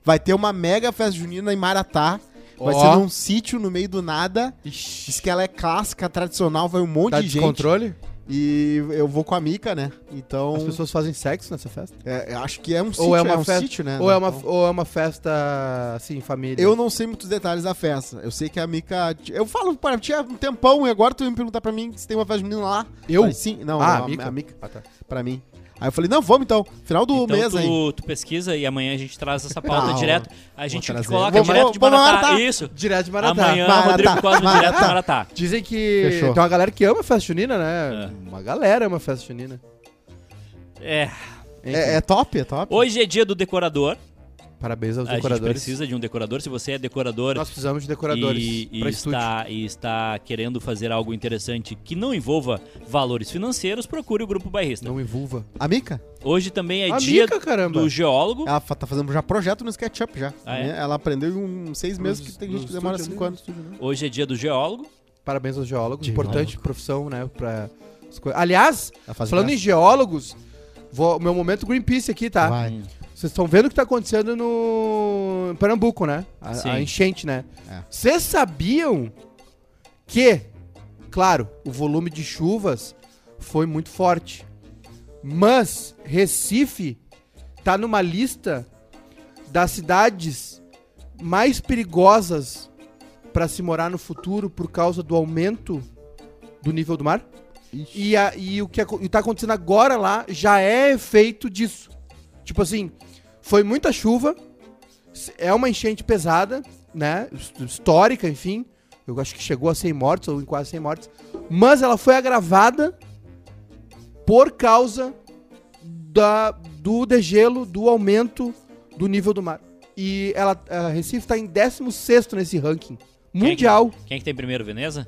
S2: Vai ter uma mega festa junina em Maratá. Vai
S3: Ó.
S2: ser num sítio no meio do nada.
S3: Ixi.
S2: Diz que ela é clássica, tradicional, vai um monte
S3: Tá
S2: de
S3: de
S2: gente.
S3: descontrole?
S2: E eu vou com a Mica, né? Então,
S3: As pessoas fazem sexo nessa festa?
S2: é, eu acho que é um sítio,
S3: Ou é uma
S2: um
S3: festa-
S2: sítio, né?
S3: ou, é uma,
S2: Então-
S3: ou é uma festa, assim, família?
S2: Eu não sei muitos detalhes da festa. Eu sei que a Mica. Eu falo para ti há um tempão e agora tu vem me perguntar pra mim se tem uma festa junina lá.
S3: Eu?
S2: Falei, Sim, não,
S3: Ah,
S2: não,
S3: a Mica.
S2: a Mica
S3: Ah, tá.
S2: pra mim. Aí eu falei, não, vamos então. Final do
S1: então
S2: mês aí.
S1: tu, tu pesquisa e amanhã a gente traz essa pauta
S2: Não,
S1: direto. A gente
S2: trazer.
S1: coloca
S2: Vou-
S1: direto
S2: vou-
S1: de
S2: vou
S1: Maratá.
S2: Maratá.
S1: Isso.
S3: Direto de Maratá.
S1: Amanhã
S2: Maratá.
S1: Rodrigo Cosmo direto de
S2: Maratá.
S1: Maratá.
S3: Dizem que
S2: Fechou.
S3: tem uma galera que ama festa junina, né?
S1: É.
S3: Uma galera ama festa junina.
S1: É.
S2: É, é top, é top.
S1: Hoje é dia do decorador.
S3: Parabéns aos
S1: a gente
S3: decoradores.
S1: precisa de um decorador. Se você é decorador
S3: Nós precisamos de decoradores
S1: e, e
S3: pra estúdio.
S1: está, e está querendo fazer algo interessante que não envolva valores financeiros, procure o Grupo Bairrista.
S3: Não envolva.
S2: A Mica,
S1: Hoje também é
S3: A
S1: dia
S3: Mica, caramba.
S1: do geólogo.
S2: ela fa- tá fazendo já projeto no SketchUp já.
S1: Ah, é?
S2: né? Ela aprendeu em uns seis meses que tem gente que demora cinco anos.
S1: Hoje é dia do geólogo.
S3: Parabéns aos geólogos.
S2: Geólogo.
S3: Importante profissão, né? Pra... as coi- Aliás,
S2: Ela faz
S3: falando em geólogos, vou... meu momento Greenpeace aqui, tá?
S2: Vai.
S3: Vocês estão vendo o que tá acontecendo no em Pernambuco, né?
S1: Sim.
S3: A, a enchente, né?
S2: É.
S3: Vocês sabiam que, claro, o volume de chuvas foi muito forte. Mas Recife tá numa lista das cidades mais perigosas para se morar no futuro por causa do aumento do nível do mar?
S2: Ixi.
S3: E, a- e o que aco- e tá acontecendo agora lá já é efeito disso. Tipo assim, foi muita chuva, s- é uma enchente pesada, né? his- Histórica, enfim. Eu acho que chegou a 100 mortes, ou em quase 100 mortes. Mas ela foi agravada por causa da, do degelo, do aumento do nível do mar. E ela, a Recife tá em 16º nesse ranking mundial.
S1: Quem é que tem primeiro, Veneza?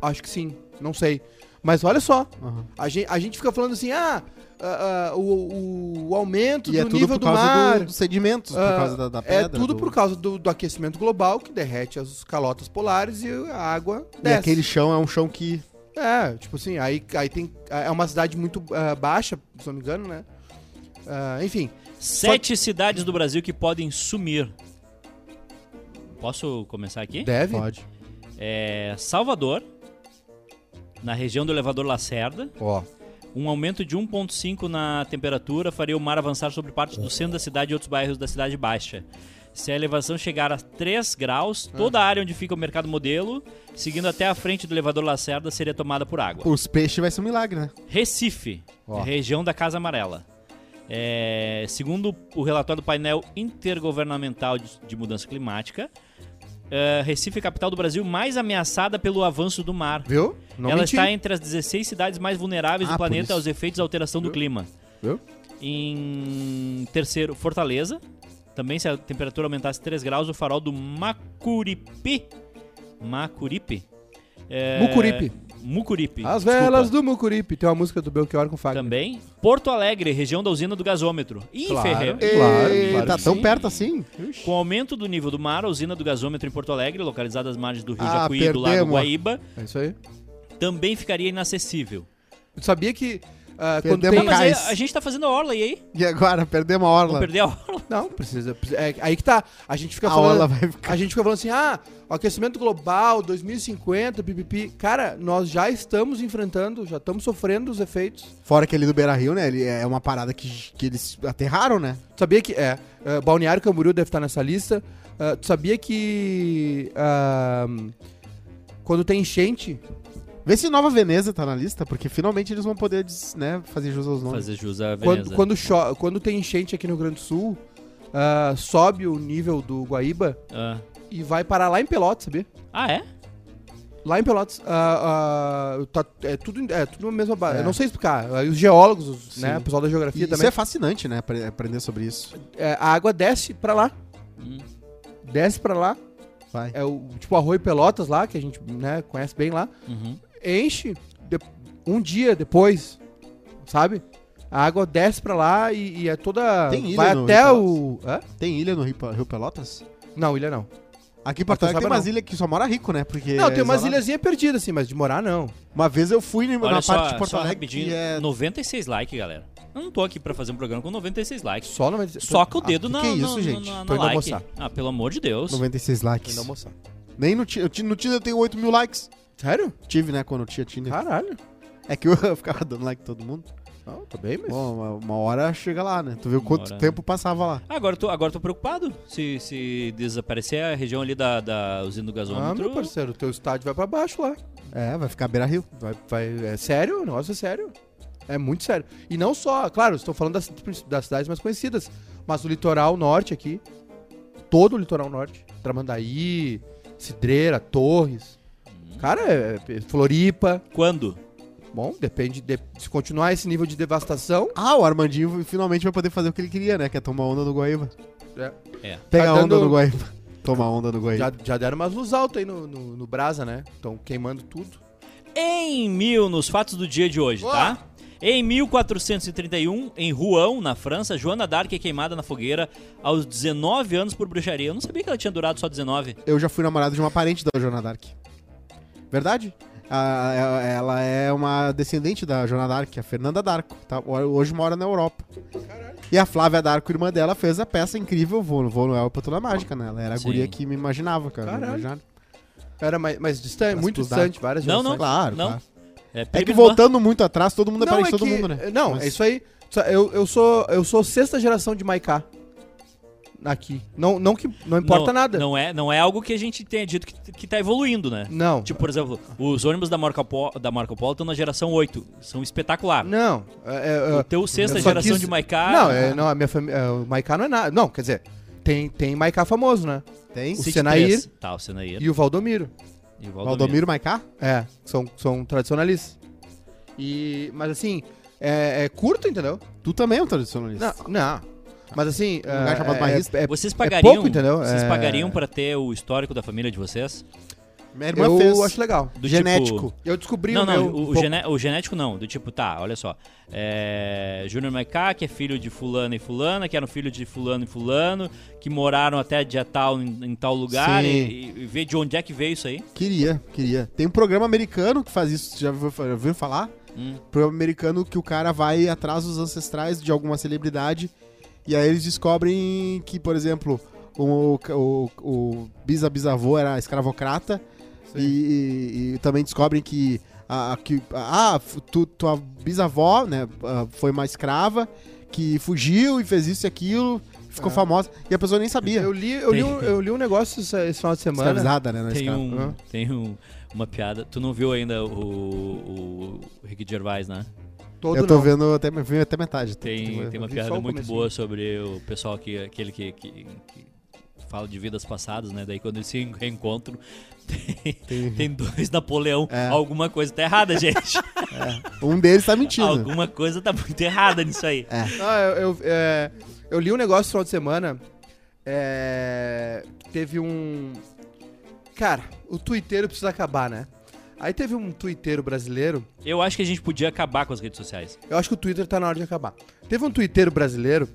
S3: Acho que sim, não sei. Mas olha só,
S2: Aham.
S3: a gen- a gente, fica falando assim, ah, ah, ah, o, o- o aumento
S2: E é
S3: do
S2: tudo por
S3: nível do
S2: causa
S3: mar.
S2: do- dos sedimentos, por
S3: ah,
S2: causa da, da
S3: é
S2: pedra.
S3: tudo
S2: do-
S3: por causa do, do aquecimento global que derrete as calotas polares e a água
S2: E
S3: desce.
S2: aquele chão é um chão que.
S3: É, tipo assim, aí, aí tem. É uma cidade muito ah, baixa, se não me engano, né? Ah, enfim,
S1: Sete cidades do Brasil que podem sumir. Posso começar aqui?
S3: deve.
S2: Pode.
S1: É Salvador, na região do elevador Lacerda.
S3: Ó.
S1: Um aumento de 1,5 na temperatura faria o mar avançar sobre partes do centro da cidade e outros bairros da cidade baixa. Se a elevação chegar a 3 graus, toda a área onde fica o mercado modelo, seguindo até a frente do elevador Lacerda, seria tomada por água.
S2: Os peixes vai ser um milagre, né?
S1: Recife,
S2: Ó.
S1: região da Casa Amarela. É, segundo o relatório do painel intergovernamental de, de mudança climática, eh, Recife, capital do Brasil, mais ameaçada pelo avanço do mar.
S3: Viu? Não
S1: Ela
S3: menti.
S1: está entre as 16 cidades mais vulneráveis
S3: Ah,
S1: do
S3: por
S1: planeta
S3: isso.
S1: aos efeitos da alteração do
S3: Viu?
S1: clima.
S3: Viu?
S1: Em terceiro, Fortaleza. Também, se a temperatura aumentasse 3 graus, o farol do Macuripi. Macuripe? É,
S3: Mucuripe.
S1: Mucuripe.
S3: As
S1: desculpa.
S3: velas do Mucuripe. Tem uma música do Belchior com Fagner.
S1: Também. Porto Alegre, região da usina do gasômetro. Ih,
S3: Claro.
S1: Ferreira.
S3: Claro, claro
S2: Ei,
S3: que
S2: tá tão
S1: sim.
S2: perto assim?
S1: Com o aumento do nível do mar, a usina do gasômetro em Porto Alegre, localizada às margens do Rio
S2: Ah,
S1: Jacuí e do Lago
S2: perdemos.
S1: Guaíba,
S3: É isso aí.
S1: também ficaria inacessível.
S3: Tu sabia que ah, quando
S2: Perdemos
S3: tem...
S1: Tá, mas aí,
S2: Cais.
S1: a gente tá fazendo a orla, e aí?
S2: E agora, perdemos a orla.
S1: Vamos perder a orla?
S3: Não, precisa. precisa- É, aí que tá. A gente fica
S2: A
S3: falando.
S2: orla vai ficar-
S3: A gente fica falando assim: ah, o aquecimento global, 2050, pipipi. Cara, nós já estamos enfrentando, já estamos sofrendo os efeitos.
S2: Fora aquele do Beira Rio, né? Ele é uma parada que, que eles aterraram, né?
S3: Sabia que. É, é, Balneário Camboriú deve estar nessa lista. Ah, tu sabia que. ah, quando tem enchente,
S2: Vê se Nova Veneza tá na lista, porque finalmente eles vão poder des- né, fazer jus aos nomes.
S1: Fazer jus à
S3: quando,
S1: Veneza.
S3: quando, cho- quando tem enchente aqui no Rio Grande do Sul, ah, sobe o nível do Guaíba
S1: Ah.
S3: e vai parar lá em Pelotas, sabia?
S1: Ah, é?
S3: Lá em Pelotas, ah, ah, tá- é, tudo, é tudo na mesma base.
S2: É.
S3: Eu não sei explicar. Aí Os geólogos, os, né, o pessoal da
S2: E
S3: geografia
S2: isso
S3: também.
S2: é fascinante, né? apre- Aprender sobre isso.
S3: É, a água desce pra lá.
S1: Hum.
S3: Desce pra lá.
S2: Vai.
S3: É o tipo Arroio Pelotas lá, que a gente né, conhece bem lá.
S1: Uhum.
S3: Enche de- um dia depois, sabe? A água desce pra lá e, e é toda.
S2: Tem ilha
S3: vai
S2: no
S3: até
S2: Rio
S3: o. Hã?
S2: Tem ilha no Rio, Pe- Rio Pelotas?
S3: Não, ilha não. É,
S2: Aqui em Porto
S3: Ah, tu
S2: Alegre tem
S3: sabe
S2: umas ilhas que só mora rico, né? Porque
S3: não, tem umas
S2: isolado.
S3: ilhazinhas perdidas, assim, mas de morar não.
S2: Uma vez eu fui na
S1: Olha
S2: parte
S1: só,
S2: de Porto
S1: só
S2: Alegre
S1: rapidinho,
S2: que é...
S1: 96 likes, galera. Eu não tô aqui pra fazer um programa com 96 likes.
S3: Só não
S1: Soca o
S3: Ah,
S1: dedo
S2: que
S1: na,
S2: que é
S1: na-
S2: isso,
S1: na-
S2: gente?
S1: na- na
S3: Tô indo
S1: like.
S3: almoçar.
S1: Ah, pelo amor de Deus.
S2: 96
S3: Tô
S2: likes.
S3: indo almoçar.
S2: Nem no, Ti- eu ti- no Tinder eu tenho 8 mil likes.
S3: Sério?
S2: Tive, né, quando eu tinha Tinder.
S3: Caralho.
S2: É que eu, eu ficava dando like em todo mundo.
S3: Não, tá bem, mas.
S2: Bom, uma, uma hora chega lá, né? Tu viu
S1: Uma
S2: quanto
S1: hora,
S2: tempo passava lá.
S1: Agora eu tô, agora eu tô preocupado se, se desaparecer a região ali da, da usina do
S3: Ah,
S1: gasômetro.
S3: meu parceiro, teu estádio vai pra baixo lá.
S2: É, vai ficar Beira Rio.
S3: Vai, vai- é sério, o negócio é sério. É muito sério. E não só, claro, estou falando das, das cidades mais conhecidas, mas o litoral norte aqui, todo o litoral norte, Tramandaí, Cidreira, Torres,
S2: Uhum.
S3: cara, é, é Floripa,
S1: Quando?
S3: bom, depende, de- se continuar esse nível de devastação,
S2: Ah, o Armandinho finalmente vai poder fazer o que ele queria, né? Que é tomar onda no Guaíba.
S3: é,
S1: É.
S2: Pega
S3: Tá
S2: a onda
S3: dando-
S2: no Guaíba. Toma onda no Guaíba.
S3: já, já deram umas luz alta aí no, no, no Brasa, né? Estão queimando tudo.
S1: Em mil, nos fatos do dia de hoje, tá? Em 1431, em Rouen, na França, Joana d'Arc é queimada na fogueira aos 19 anos por bruxaria. Eu não sabia que ela tinha durado só 19.
S2: Eu já fui namorado de uma parente da Joana Dark. Verdade? Ah, é- ela é uma descendente da Joana Dark, a Fernanda Darco. Tá? Hoje mora na Europa. E a Flávia Darco, irmã dela, fez a peça incrível Vou, Vou Noel pra toda mágica, né? Ela era a
S1: Sim.
S2: guria que me imaginava, cara.
S3: Caralho.
S2: Me imaginava.
S3: Era mais, mais distante,
S2: Mas
S3: muito
S2: tudo dá.
S3: distante, várias
S1: Não, não.
S3: gerações.
S2: Claro,
S1: Não.
S2: claro. É
S1: prima
S2: que
S1: irmã.
S2: voltando muito atrás, todo mundo é parente de todo
S3: que-
S2: mundo, né?
S3: Não,
S2: Mas-
S3: é isso aí. Só- Eu, eu, sou, eu sou sexta geração de Maiká. Aqui. Não, não que não importa
S1: não,
S3: nada. Não.
S1: Não é, não é algo que a gente tenha dito que, que tá evoluindo, né?
S3: Não.
S1: Tipo, por exemplo, os ônibus da Marco, Polo, da Marco Polo estão na geração 8. São espetacular.
S3: É, é,
S1: O
S3: é,
S1: teu sexta
S3: eu só
S1: geração
S3: quis-
S1: de Maiká.
S3: não, é, não, a minha família. é, O Maiká não é nada. Não, quer dizer, tem, tem Maiká famoso, né?
S2: é, Tem?
S3: o
S1: City
S3: Senair.
S1: 3. Tá, o Senair.
S3: E o Valdomiro.
S1: E o
S2: Valdomiro Maiká?
S3: É, são, são tradicionalistas. E, mas assim, é, é curto, entendeu?
S2: Tu também é um tradicionalista.
S3: Não, não. Mas assim.
S2: Um lugar
S3: é,
S2: chamado
S3: é-
S2: Barrista.
S3: é-
S1: Vocês
S3: é
S1: pagariam,
S3: pouco, entendeu?
S1: Vocês
S3: É,
S1: pagariam pra ter o histórico da família de vocês?
S2: Minha irmã
S3: Eu
S2: fez.
S3: acho legal.
S1: Do
S2: Genético.
S1: Tipo...
S3: Eu descobri
S1: Não,
S3: o meu.
S1: não, o, o
S3: um pouco-
S1: gene- o genético não. Do tipo, tá, olha só. É, Júnior Maiká, que é filho de fulano e fulana, que eram filho de fulano e fulano, que moraram até dia tal em, em tal lugar,
S2: Sim.
S1: e, e- e ver de onde é que veio isso aí.
S2: Queria, queria. Tem um programa americano que faz isso, já ouviu, já ouviu falar?
S1: Hum.
S2: Programa americano que o cara vai atrás dos ancestrais de alguma celebridade e aí eles descobrem que, por exemplo, o, o, o bisabisavô era escravocrata e, e- e também descobrem que a, a- que, a, ah, fu- tu- tua bisavó né, ah, foi uma escrava que fugiu e fez isso e aquilo, ficou
S3: Ah.
S2: famosa e a pessoa nem sabia.
S3: Eu li, eu li, um, eu li um negócio essa- esse final de semana.
S2: Escravizada, né? não é
S1: Tem,
S2: escrava.
S1: um,
S3: Hã?
S1: tem um- uma piada. Tu não viu ainda o, o Rick Gervais, né?
S3: Todo
S2: eu tô
S3: não.
S2: vendo até, vi
S4: tá?
S2: até metade.
S4: Tipo,
S1: Tem, tem uma
S3: vi
S1: piada
S3: só o
S1: muito
S3: comecinho.
S1: boa sobre o pessoal que. aquele que. que- que fala de vidas passadas, né? Daí quando eles se reencontram, tem, tem dois Napoleão.
S3: É.
S1: Alguma coisa tá errada, gente.
S4: Um deles tá mentindo.
S1: Alguma coisa tá muito errada nisso aí.
S3: Ah, eu, eu, é, eu li um negócio no final de semana. é, que teve um. Cara, o tuiteiro precisa acabar, né? Aí teve um tuiteiro brasileiro.
S1: Eu acho que a gente podia acabar com as redes sociais.
S3: Eu acho que o Twitter tá na hora de acabar. Teve um tuiteiro brasileiro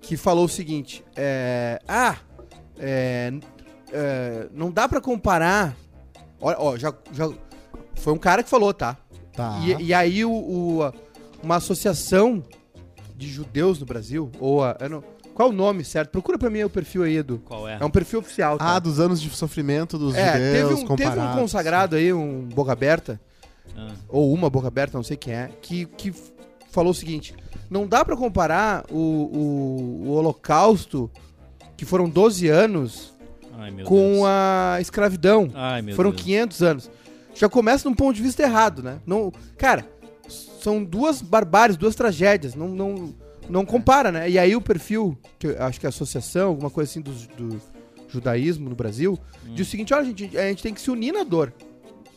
S3: que falou o seguinte: é, Ah, é, é, não dá pra comparar. Olha, ó, já, já- Foi um cara que falou, tá?
S4: Tá.
S3: E, e aí o, o- a- uma associação de judeus no Brasil, ou a. eu não- qual é o nome certo? Procura pra mim aí o perfil aí, Edu.
S1: Qual é?
S3: É um perfil oficial. tá?
S4: Ah, dos anos de sofrimento dos
S3: é,
S4: judeus
S3: teve um, teve um
S4: comparados.
S3: consagrado aí, um boca aberta,
S1: Ah.
S3: ou uma boca aberta, não sei quem é, que, que f- falou o seguinte: não dá pra comparar o, o- o Holocausto, que foram 12 anos,
S1: Ai, meu
S3: um com
S1: Deus.
S3: a escravidão.
S1: Ai, meu
S3: Foram
S1: Deus.
S3: 500 anos. Já começa num ponto de vista errado, né? Não, cara, são duas barbáries, duas tragédias. Não, não, não compara, né? E aí o perfil, que eu acho que é a associação, alguma coisa assim do, do judaísmo no Brasil, diz
S1: Hum.
S3: o seguinte: olha, gente, a gente tem que se unir na dor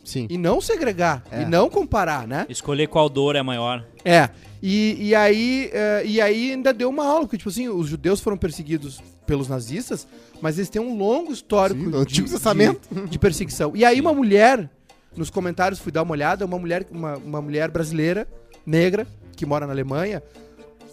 S4: Sim.
S3: e não segregar e não comparar, né?
S1: Escolher qual dor é maior.
S3: É. E, e, aí, eh, e aí ainda deu uma aula, porque, tipo assim, os judeus foram perseguidos pelos nazistas, mas eles têm um longo histórico
S4: Sim, no Antigo Testamento.
S3: de- de perseguição. E aí uma mulher, nos comentários fui dar uma olhada, uma mulher, uma, uma mulher brasileira, negra, que mora na Alemanha,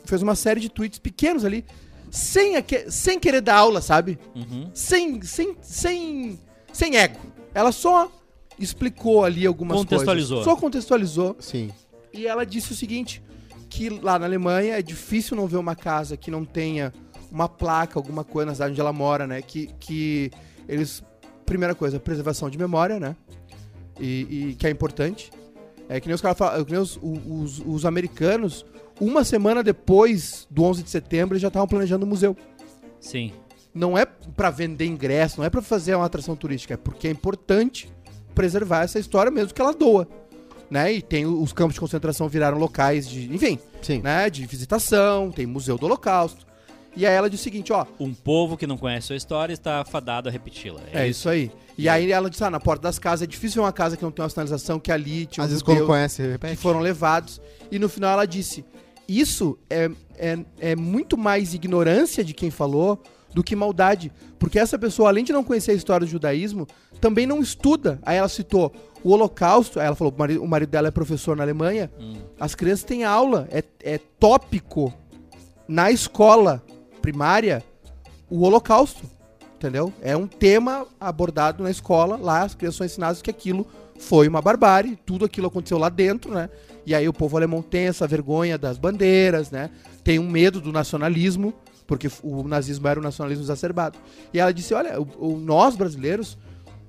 S3: fez uma série de tweets pequenos ali, sem, aque- sem querer dar aula, sabe?
S1: Uhum.
S3: Sem, sem, sem, sem ego. Ela só explicou ali algumas
S1: Contextualizou.
S3: coisas. Só contextualizou.
S4: Sim.
S3: E ela disse o seguinte: que lá na Alemanha é difícil não ver uma casa que não tenha uma placa, alguma coisa na cidade onde ela mora, né? Que, que eles. Primeira coisa, preservação de memória, né? E, e que é importante. É que nem os caras falam, que nem os, o- os- os americanos, uma semana depois do 11 de setembro, eles já estavam planejando o museu.
S1: Sim.
S3: Não é pra vender ingresso, não é pra fazer uma atração turística, é porque é importante preservar essa história mesmo que ela doa, né? E tem o- os campos de concentração viraram locais de, enfim,
S4: Sim.
S3: né, de visitação, tem museu do Holocausto. E aí ela diz o seguinte, ó,
S1: Um povo que não conhece sua história está fadado a repeti-la.
S3: é,
S1: isso.
S3: isso aí. E aí ela diz, ah, na porta das casas é difícil ver uma casa que não tem uma sinalização que ali tinha um
S4: Às vezes
S3: judeu
S4: quando conhece,
S3: que
S4: repete.
S3: foram levados. E no final ela disse: Isso é, é, é muito mais ignorância de quem falou do que maldade. Porque essa pessoa, além de não conhecer a história do judaísmo, também não estuda. Aí ela citou o Holocausto. Aí ela falou: o marido, o marido dela é professor na Alemanha. As crianças têm aula. É, é tópico na escola primária o Holocausto. Entendeu? É um tema abordado na escola. Lá as crianças são ensinadas que aquilo foi uma barbárie, tudo aquilo aconteceu lá dentro, né? E aí o povo alemão tem essa vergonha das bandeiras, né? Tem um medo do nacionalismo, porque f- o nazismo era um nacionalismo exacerbado. E ela disse: olha, o- o- nós brasileiros,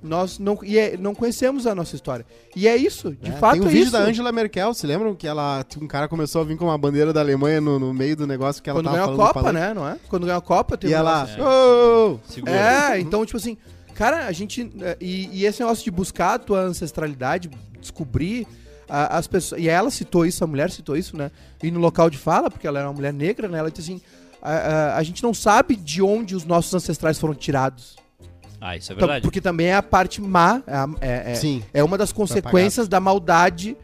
S3: nós não, e é- não conhecemos a nossa história. E é isso, de
S4: É,
S3: fato
S4: Tem um
S3: é
S4: vídeo
S3: isso.
S4: da Angela Merkel, se lembram que ela, um cara começou a vir com uma bandeira da Alemanha no, no meio do negócio que ela
S3: Quando
S4: tava
S3: ganhou a
S4: falando,
S3: Copa,
S4: falando.
S3: né? Não é? Quando ganhou a Copa, tem
S4: E
S3: um
S4: ela,
S3: negócio-
S4: "Oh, oh, oh."
S1: Segura.
S3: É, então, tipo assim, cara, a gente. eh, E, e esse negócio de buscar a tua ancestralidade, descobrir a- as pessoas. E ela citou isso, a mulher citou isso, né? E no local de fala, porque ela era uma mulher negra, né? Ela disse assim: a, a- a gente não sabe de onde os nossos ancestrais foram tirados.
S1: Ah, isso é
S3: Tam-
S1: verdade.
S3: Porque também é a parte má, é, a- é- é-
S4: Sim.
S3: é uma das consequências da maldade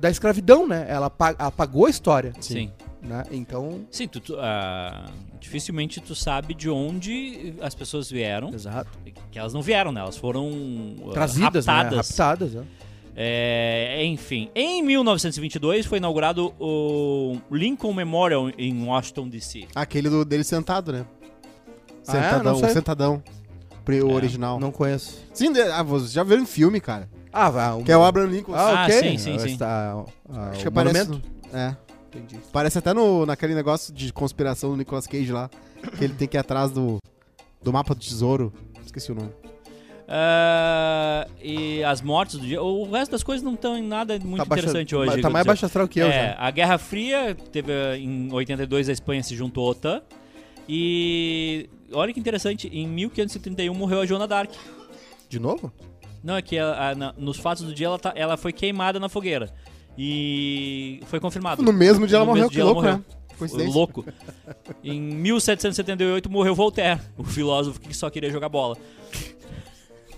S3: da escravidão, né? Ela apa- apagou a história,
S1: Sim.
S3: né? Então.
S1: Sim, tu, tu- ah, dificilmente tu sabe de onde as pessoas vieram.
S3: Exato.
S1: Que elas não vieram, né? Elas foram ah,
S3: Trazidas, né?
S1: raptadas.
S3: Raptadas, né?
S1: É, enfim, em 1922 foi inaugurado o Lincoln Memorial em Washington, D.C.
S4: Aquele do, dele sentado, né?
S3: Ah,
S4: Sentadão,
S3: é? Não sei. É,
S4: sentadão. Pri- O original.
S3: Não conheço.
S4: Sim, de- ah, vocês já viram em filme, cara.
S3: Ah, vai. um-
S4: Que é o Abraham Lincoln.
S1: Ah,
S3: Ah, ok.
S1: sim, sim, sim.
S3: Está, ah,
S4: Acho
S3: o
S4: que aparece.
S3: monumento?
S4: no- É.
S3: Entendi.
S4: Parece até no, naquele negócio de conspiração do Nicolas Cage lá. Que ele tem que ir atrás do, do mapa do tesouro. Esqueci o nome.
S1: Ah, e as mortes do dia. O resto das coisas não estão em nada é muito
S3: Tá baixa-
S1: interessante
S3: ba-
S1: hoje.
S3: Tá
S1: quer
S3: mais
S1: dizer.
S3: baixo astral que eu
S1: é,
S3: já.
S1: a Guerra Fria teve eh, em 82 a Espanha se juntou à OTAN e olha que interessante, em 1531 morreu a Joana d'Arc.
S3: De novo?
S1: Não é que ela- a- na- nos fatos do dia ela, tá- ela foi queimada na fogueira e foi confirmado.
S4: No mesmo dia ela morreu,
S1: mesmo
S4: que louco,
S1: morreu.
S4: né?
S5: Coincidência.
S1: louco. Em 1778 morreu Voltaire, o filósofo que só queria jogar bola.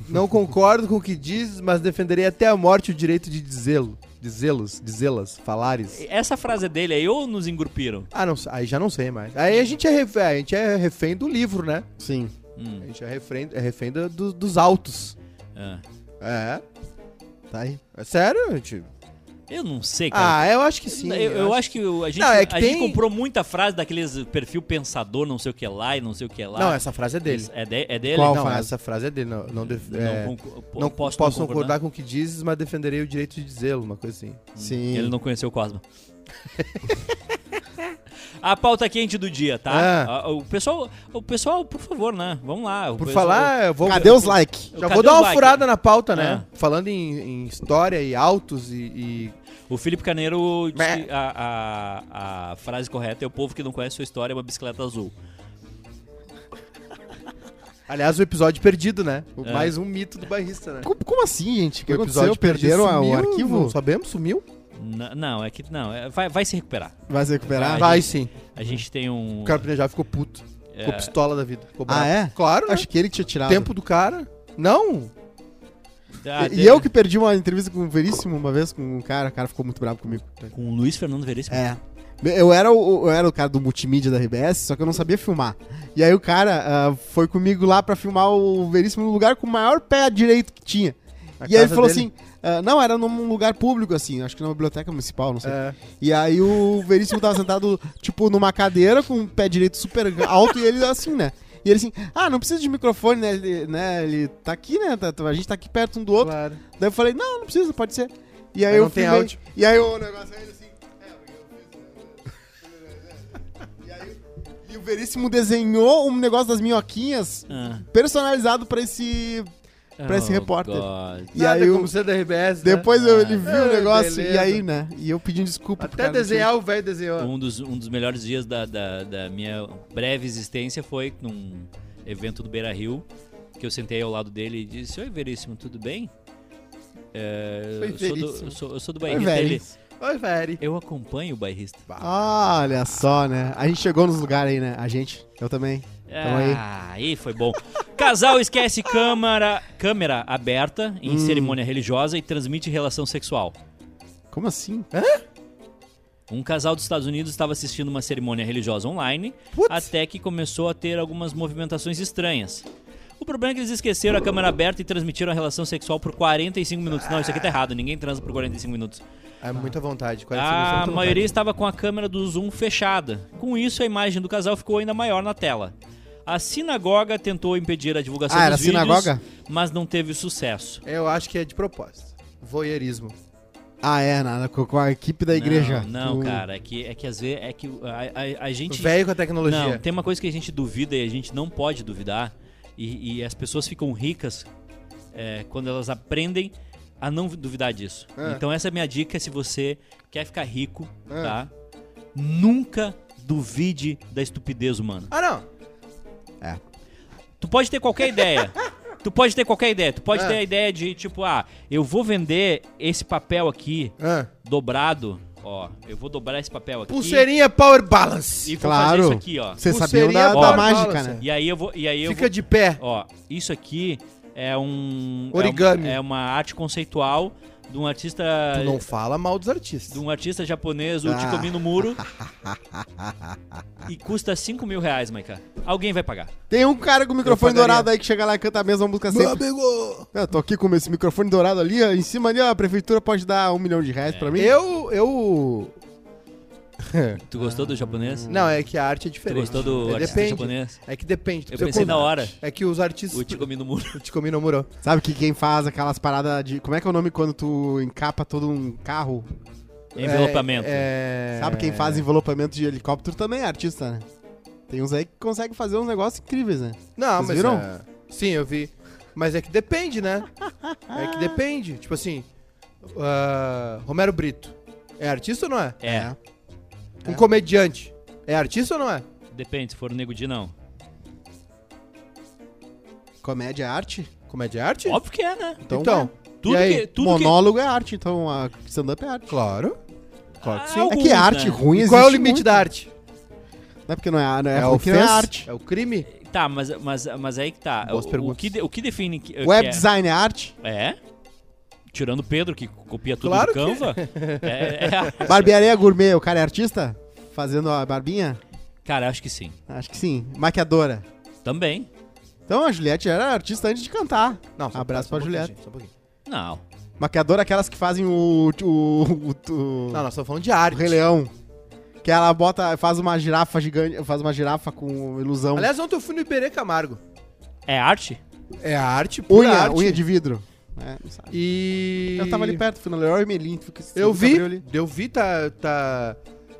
S3: Não concordo com o que diz, mas defenderei até a morte o direito de dizê-lo. Dizê-los, dizê-las, falares.
S1: Essa frase dele aí, ou nos engrupiram?
S3: Ah, não, aí já não sei mais. Aí a gente é refém, a gente é refém do livro, né?
S2: Sim.
S1: Hum,
S3: A gente é refém, é refém do- do- dos autos.
S1: é.
S3: É,
S2: Tá aí.
S3: é sério, gente.
S1: Eu não sei, cara.
S3: Ah, eu acho que sim.
S1: eu, eu acho que o- a, gente,
S3: Não, é que
S1: a gente
S3: tem-
S1: comprou muita frase daqueles perfil pensador, não sei o que lá e não sei o que lá.
S3: Não, essa frase é dele.
S1: Isso, É, de- é dele?
S2: Qual
S3: não,
S2: frase?
S3: essa frase é dele. Não, não, def-
S1: Não,
S3: é,
S1: concu- po-
S3: não
S1: posso
S3: posso,
S1: não
S3: concordar com o que dizes, mas defenderei o direito de dizê-lo, uma coisa assim.
S2: Sim.
S1: Ele não conheceu o Cosma. A pauta quente do dia, tá?
S3: Ah.
S1: Ah, O pessoal, o pessoal, por favor, né? Vamos lá. O
S3: Por
S1: pessoal-
S3: falar, eu vou.
S2: Cadê os likes?
S3: Já
S1: é. Cadê
S3: vou dar
S1: o É.
S3: uma
S1: like?
S3: furada na pauta, né? Falando em, em história e autos e, e-
S1: O Felipe Carneiro disse
S3: Bé.
S1: que a, a- a frase correta é o povo que não conhece sua história é uma bicicleta azul.
S3: Aliás, o episódio perdido, né? O-
S1: É.
S3: Mais um mito do barrista, né?
S2: Como, como assim, gente? O que
S3: O
S2: aconteceu? Perderam a- o
S3: sumiu,
S2: arquivo?
S3: Não sabemos, sumiu?
S1: N- não, é que. Não, é- vai, vai se recuperar.
S2: Vai se recuperar?
S1: Ah,
S3: Vai sim.
S1: A gente tem um.
S3: O cara já ficou puto.
S1: É.
S3: Ficou pistola da vida. Ficou
S2: Ah,
S3: bravo.
S2: é?
S3: Claro, né?
S2: Acho que ele tinha tirado.
S3: Tempo do cara. Não.
S1: Ah,
S2: E-
S1: tem-
S2: e eu que perdi uma entrevista com o Veríssimo uma vez com um cara, o cara ficou muito bravo comigo.
S1: Com o Luiz Fernando Veríssimo.
S2: É. Eu era, o, eu era o cara do multimídia da RBS, só que eu não sabia filmar. E aí o cara ah, foi comigo lá pra filmar o Veríssimo no lugar com o maior pé direito que tinha.
S3: Na
S2: e aí ele
S3: casa
S2: falou
S3: dele.
S2: assim: ah, não, era num lugar público, assim, acho que numa biblioteca municipal, não sei.
S3: É.
S2: E aí o Veríssimo tava sentado, tipo, numa cadeira com o pé direito super alto e ele assim, né? E ele assim, ah, não precisa de microfone, né? Ele, né? ele tá aqui, né? Tá- a gente tá aqui perto um do outro.
S3: Claro.
S2: Daí eu falei, não, não precisa, pode ser. E aí
S3: Mas
S2: eu
S3: não tem
S2: filmei,
S3: áudio.
S2: E aí o negócio é ele assim, é, porque eu fiz, né, né, né, né. E aí e o Veríssimo desenhou um negócio das minhoquinhas
S1: Ah.
S2: personalizado pra esse. Pra esse
S1: Oh,
S2: repórter.
S1: God.
S2: E aí
S3: como
S2: o-
S3: ser da RBS, né?
S2: depois eu- ele viu
S3: É,
S2: o negócio e
S3: beleza.
S2: aí, né? E eu pedindo desculpa. pro
S3: Até
S2: cara, não sei.
S3: desenhar o velho desenhou.
S1: Um dos, um dos melhores dias da, da, da minha breve existência foi num evento do Beira Rio, que eu sentei ao lado dele e disse: Oi, Veríssimo, tudo bem? É, eu,
S3: Oi,
S1: sou do,
S3: Veríssimo.
S1: eu sou- eu sou do
S2: Oi,
S1: bairrista. Ele,
S2: É, velho.
S3: Oi, velho.
S1: eu acompanho o bairrista.
S2: Ah, olha só, né? A gente chegou nos lugares aí, né? A gente, eu também. Tamo aí.
S1: Ah, aí foi bom. Casal esquece câmera, câmera aberta em cerimônia religiosa e transmite relação sexual.
S2: Como assim?
S1: Um casal dos Estados Unidos estava assistindo uma cerimônia religiosa online, até que começou a ter algumas movimentações estranhas. O problema é que eles esqueceram a câmera aberta e transmitiram a relação sexual por 45 minutos. Não, isso aqui tá errado, ninguém transa por 45 minutos.
S3: É muita vontade.
S2: é
S1: A maioria estava com a câmera do Zoom fechada. Com isso, a imagem do casal ficou ainda maior na tela. A sinagoga tentou impedir a divulgação
S2: Ah,
S1: dos
S2: era
S1: vídeos,
S2: sinagoga?
S1: mas não teve sucesso.
S3: Eu acho que é de propósito. Voyeurismo.
S2: Ah, é, nada, com com a equipe da igreja. Tipo,
S1: Não, não,
S2: Tu-
S1: cara, é que, é que às vezes é que a, a- a gente
S3: Velho com a tecnologia.
S1: Não, tem uma coisa que a gente duvida e a gente não pode duvidar, e, e as pessoas ficam ricas é, quando elas aprendem a não duvidar disso.
S3: Ah.
S1: Então essa é a minha dica se você quer ficar rico,
S3: Ah.
S1: tá? Nunca duvide da estupidez humana.
S3: Ah, não.
S1: Tu pode ter qualquer ideia. Tu pode ter qualquer ideia. Tu pode
S3: Ah.
S1: ter a ideia de, tipo, ah, eu vou vender esse papel aqui
S3: Ah.
S1: dobrado. Ó, eu vou dobrar esse papel aqui.
S3: Pulseirinha Power Balance.
S1: E vou
S2: Claro.
S1: fazer isso aqui, ó.
S2: Vocês sabiam
S3: Pulseirinha
S2: da, da
S3: Power
S2: mágica,
S3: Balance.
S2: né?
S1: E aí eu vou. E aí eu
S3: Fica
S1: vou-
S3: de pé.
S1: Ó, isso aqui é um.
S3: Origami.
S1: É, um- é uma arte conceitual de um artista.
S3: Tu não fala mal dos artistas.
S1: De um artista japonês, o
S2: Ah.
S1: Chikomi no Muro. e custa 5 mil reais, Maika. Alguém vai pagar.
S2: Tem um cara com o microfone
S3: pagaria.
S2: dourado aí que chega lá e canta a mesma música sempre.
S3: amigo!
S2: Eu tô aqui com esse microfone dourado ali, ó, em cima ali, ó, a prefeitura pode dar um milhão de reais
S1: É.
S2: pra mim.
S3: Eu, eu...
S1: Tu gostou do japonês?
S3: Não, é que a arte é
S1: Tu
S3: diferente.
S1: gostou do
S3: É,
S1: artista
S3: depende.
S1: japonês?
S3: É que depende.
S1: Eu
S3: Tu
S1: pensei
S3: precisa-
S1: na hora.
S3: É que os artistas...
S1: O Chikomi no Muro.
S3: O Chikomi no Muro.
S2: Sabe que quem faz aquelas paradas de. Como é que é o nome quando tu encapa todo um carro?
S1: Envelopamento.
S3: É, é-
S2: Sabe quem faz envelopamento de helicóptero também é artista, né? Tem uns aí que conseguem fazer uns negócios incríveis, né?
S3: Não,
S2: Vocês
S3: mas
S2: viram?
S3: é- Sim, eu vi. Mas é que depende, né? É que depende. Tipo assim, ah, Romero Brito é artista ou não é?
S1: É,
S3: Um comediante é artista ou não é?
S1: depende, se for o Nego Di, não.
S2: Comédia é arte?
S3: Comédia é arte?
S1: Óbvio que é, né?
S2: Então,
S3: Então,
S1: Tudo
S3: e aí?
S1: que. Tudo que...
S2: monólogo é arte, então a stand-up é arte.
S3: Claro. Claro que sim.
S1: Ah,
S2: É que arte
S1: né?
S2: ruim
S3: E qual é o
S2: existe
S3: limite
S2: muito.
S3: da arte?
S2: Não é porque não é, a- não é,
S3: a
S2: porque não é
S3: ofensa?
S2: arte.
S3: É o crime?
S1: Tá, mas, mas, mas aí que tá.
S3: Boas
S1: O- o,
S3: perguntas.
S1: que, de- o que define que, que
S2: Web
S1: é?
S2: design é arte?
S1: É? Tirando o Pedro, que copia tudo
S3: Claro
S1: do Canva. É, é-
S2: Barbearia gourmet, o cara é artista? Fazendo a barbinha?
S1: Cara, acho que sim.
S2: Acho que sim. Maquiadora.
S1: Também.
S2: Então a Juliette era artista antes de cantar.
S3: Não, só-
S2: Abraço
S3: só um
S2: pra
S3: pouquinho,
S2: Juliette.
S3: gente, só um pouquinho.
S1: Não.
S2: Maquiadora é aquelas que fazem o. o, o, o-
S3: Não, nós estamos falando de
S2: o
S3: arte.
S2: Rei Leão. Que ela bota. faz uma girafa gigante. Faz uma girafa com ilusão.
S3: Aliás, ontem eu fui no Iberê Camargo.
S1: É arte?
S3: É arte, pura
S2: unha,
S3: arte.
S2: unha de vidro. É, não sabe.
S3: E...
S2: Eu tava ali perto, fui no Leroy Merlin. fui-
S3: Eu
S2: fui
S3: vi,
S2: abrir ali.
S3: eu vi, tá, tá,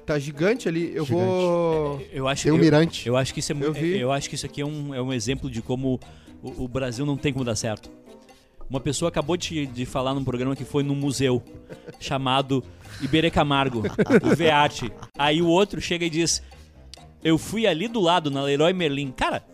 S3: tá gigante ali. Eu
S2: Gigante.
S3: vou...
S1: Eu acho
S2: Tem o
S1: eu-
S2: Mirante.
S1: Eu acho que isso é
S3: Eu
S1: muito.
S3: vi.
S1: Eu acho que isso aqui é um, é um exemplo de como o, o Brasil não tem como dar certo. Uma pessoa acabou de, de falar num programa que foi num museu chamado Iberê Camargo, UV Arte. Aí o outro chega e diz: Eu fui ali do lado, na Leroy Merlin. Cara,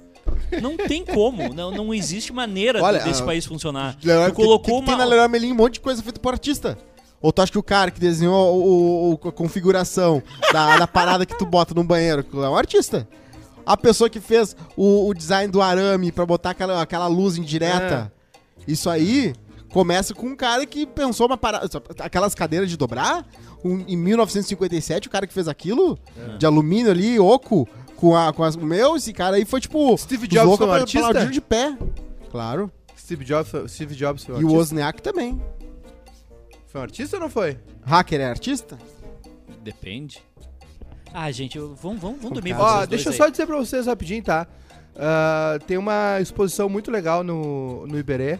S1: não tem como, não, não existe maneira
S2: Olha,
S1: desse
S2: ah,
S1: país funcionar.
S2: Leroy-
S1: Tu colocou
S2: tem, tem,
S1: uma.
S2: Tem na Leroy Merlin um monte de coisa feita por artista. Ou tu acha que o cara que desenhou o, o- a configuração da, da parada que tu bota no banheiro é um artista? A pessoa que fez o, o design do arame pra botar aquela, aquela luz indireta.
S3: É.
S2: Isso aí começa com um cara que pensou uma parada. Aquelas cadeiras de dobrar? um- em 1957, o cara que fez aquilo,
S3: É.
S2: de alumínio ali, oco, com, a, com as. Meu, esse cara aí foi tipo.
S3: Steve
S2: usou
S3: Jobs foi um
S2: pra- pra
S3: artista?
S2: aplaudir de pé. Claro.
S3: Steve Jobs, foi- Steve Jobs foi um
S2: E o
S3: artista.
S2: Wozniak também.
S3: Foi um artista ou não foi?
S2: Hacker é artista?
S1: Depende. Ah, gente, eu- vamos, vamos, vamos dormir.
S3: Ó,
S1: vocês
S3: deixa eu
S1: dois
S3: só
S1: aí.
S3: dizer pra vocês rapidinho, tá? Ah, tem uma exposição muito legal no, no Iberê.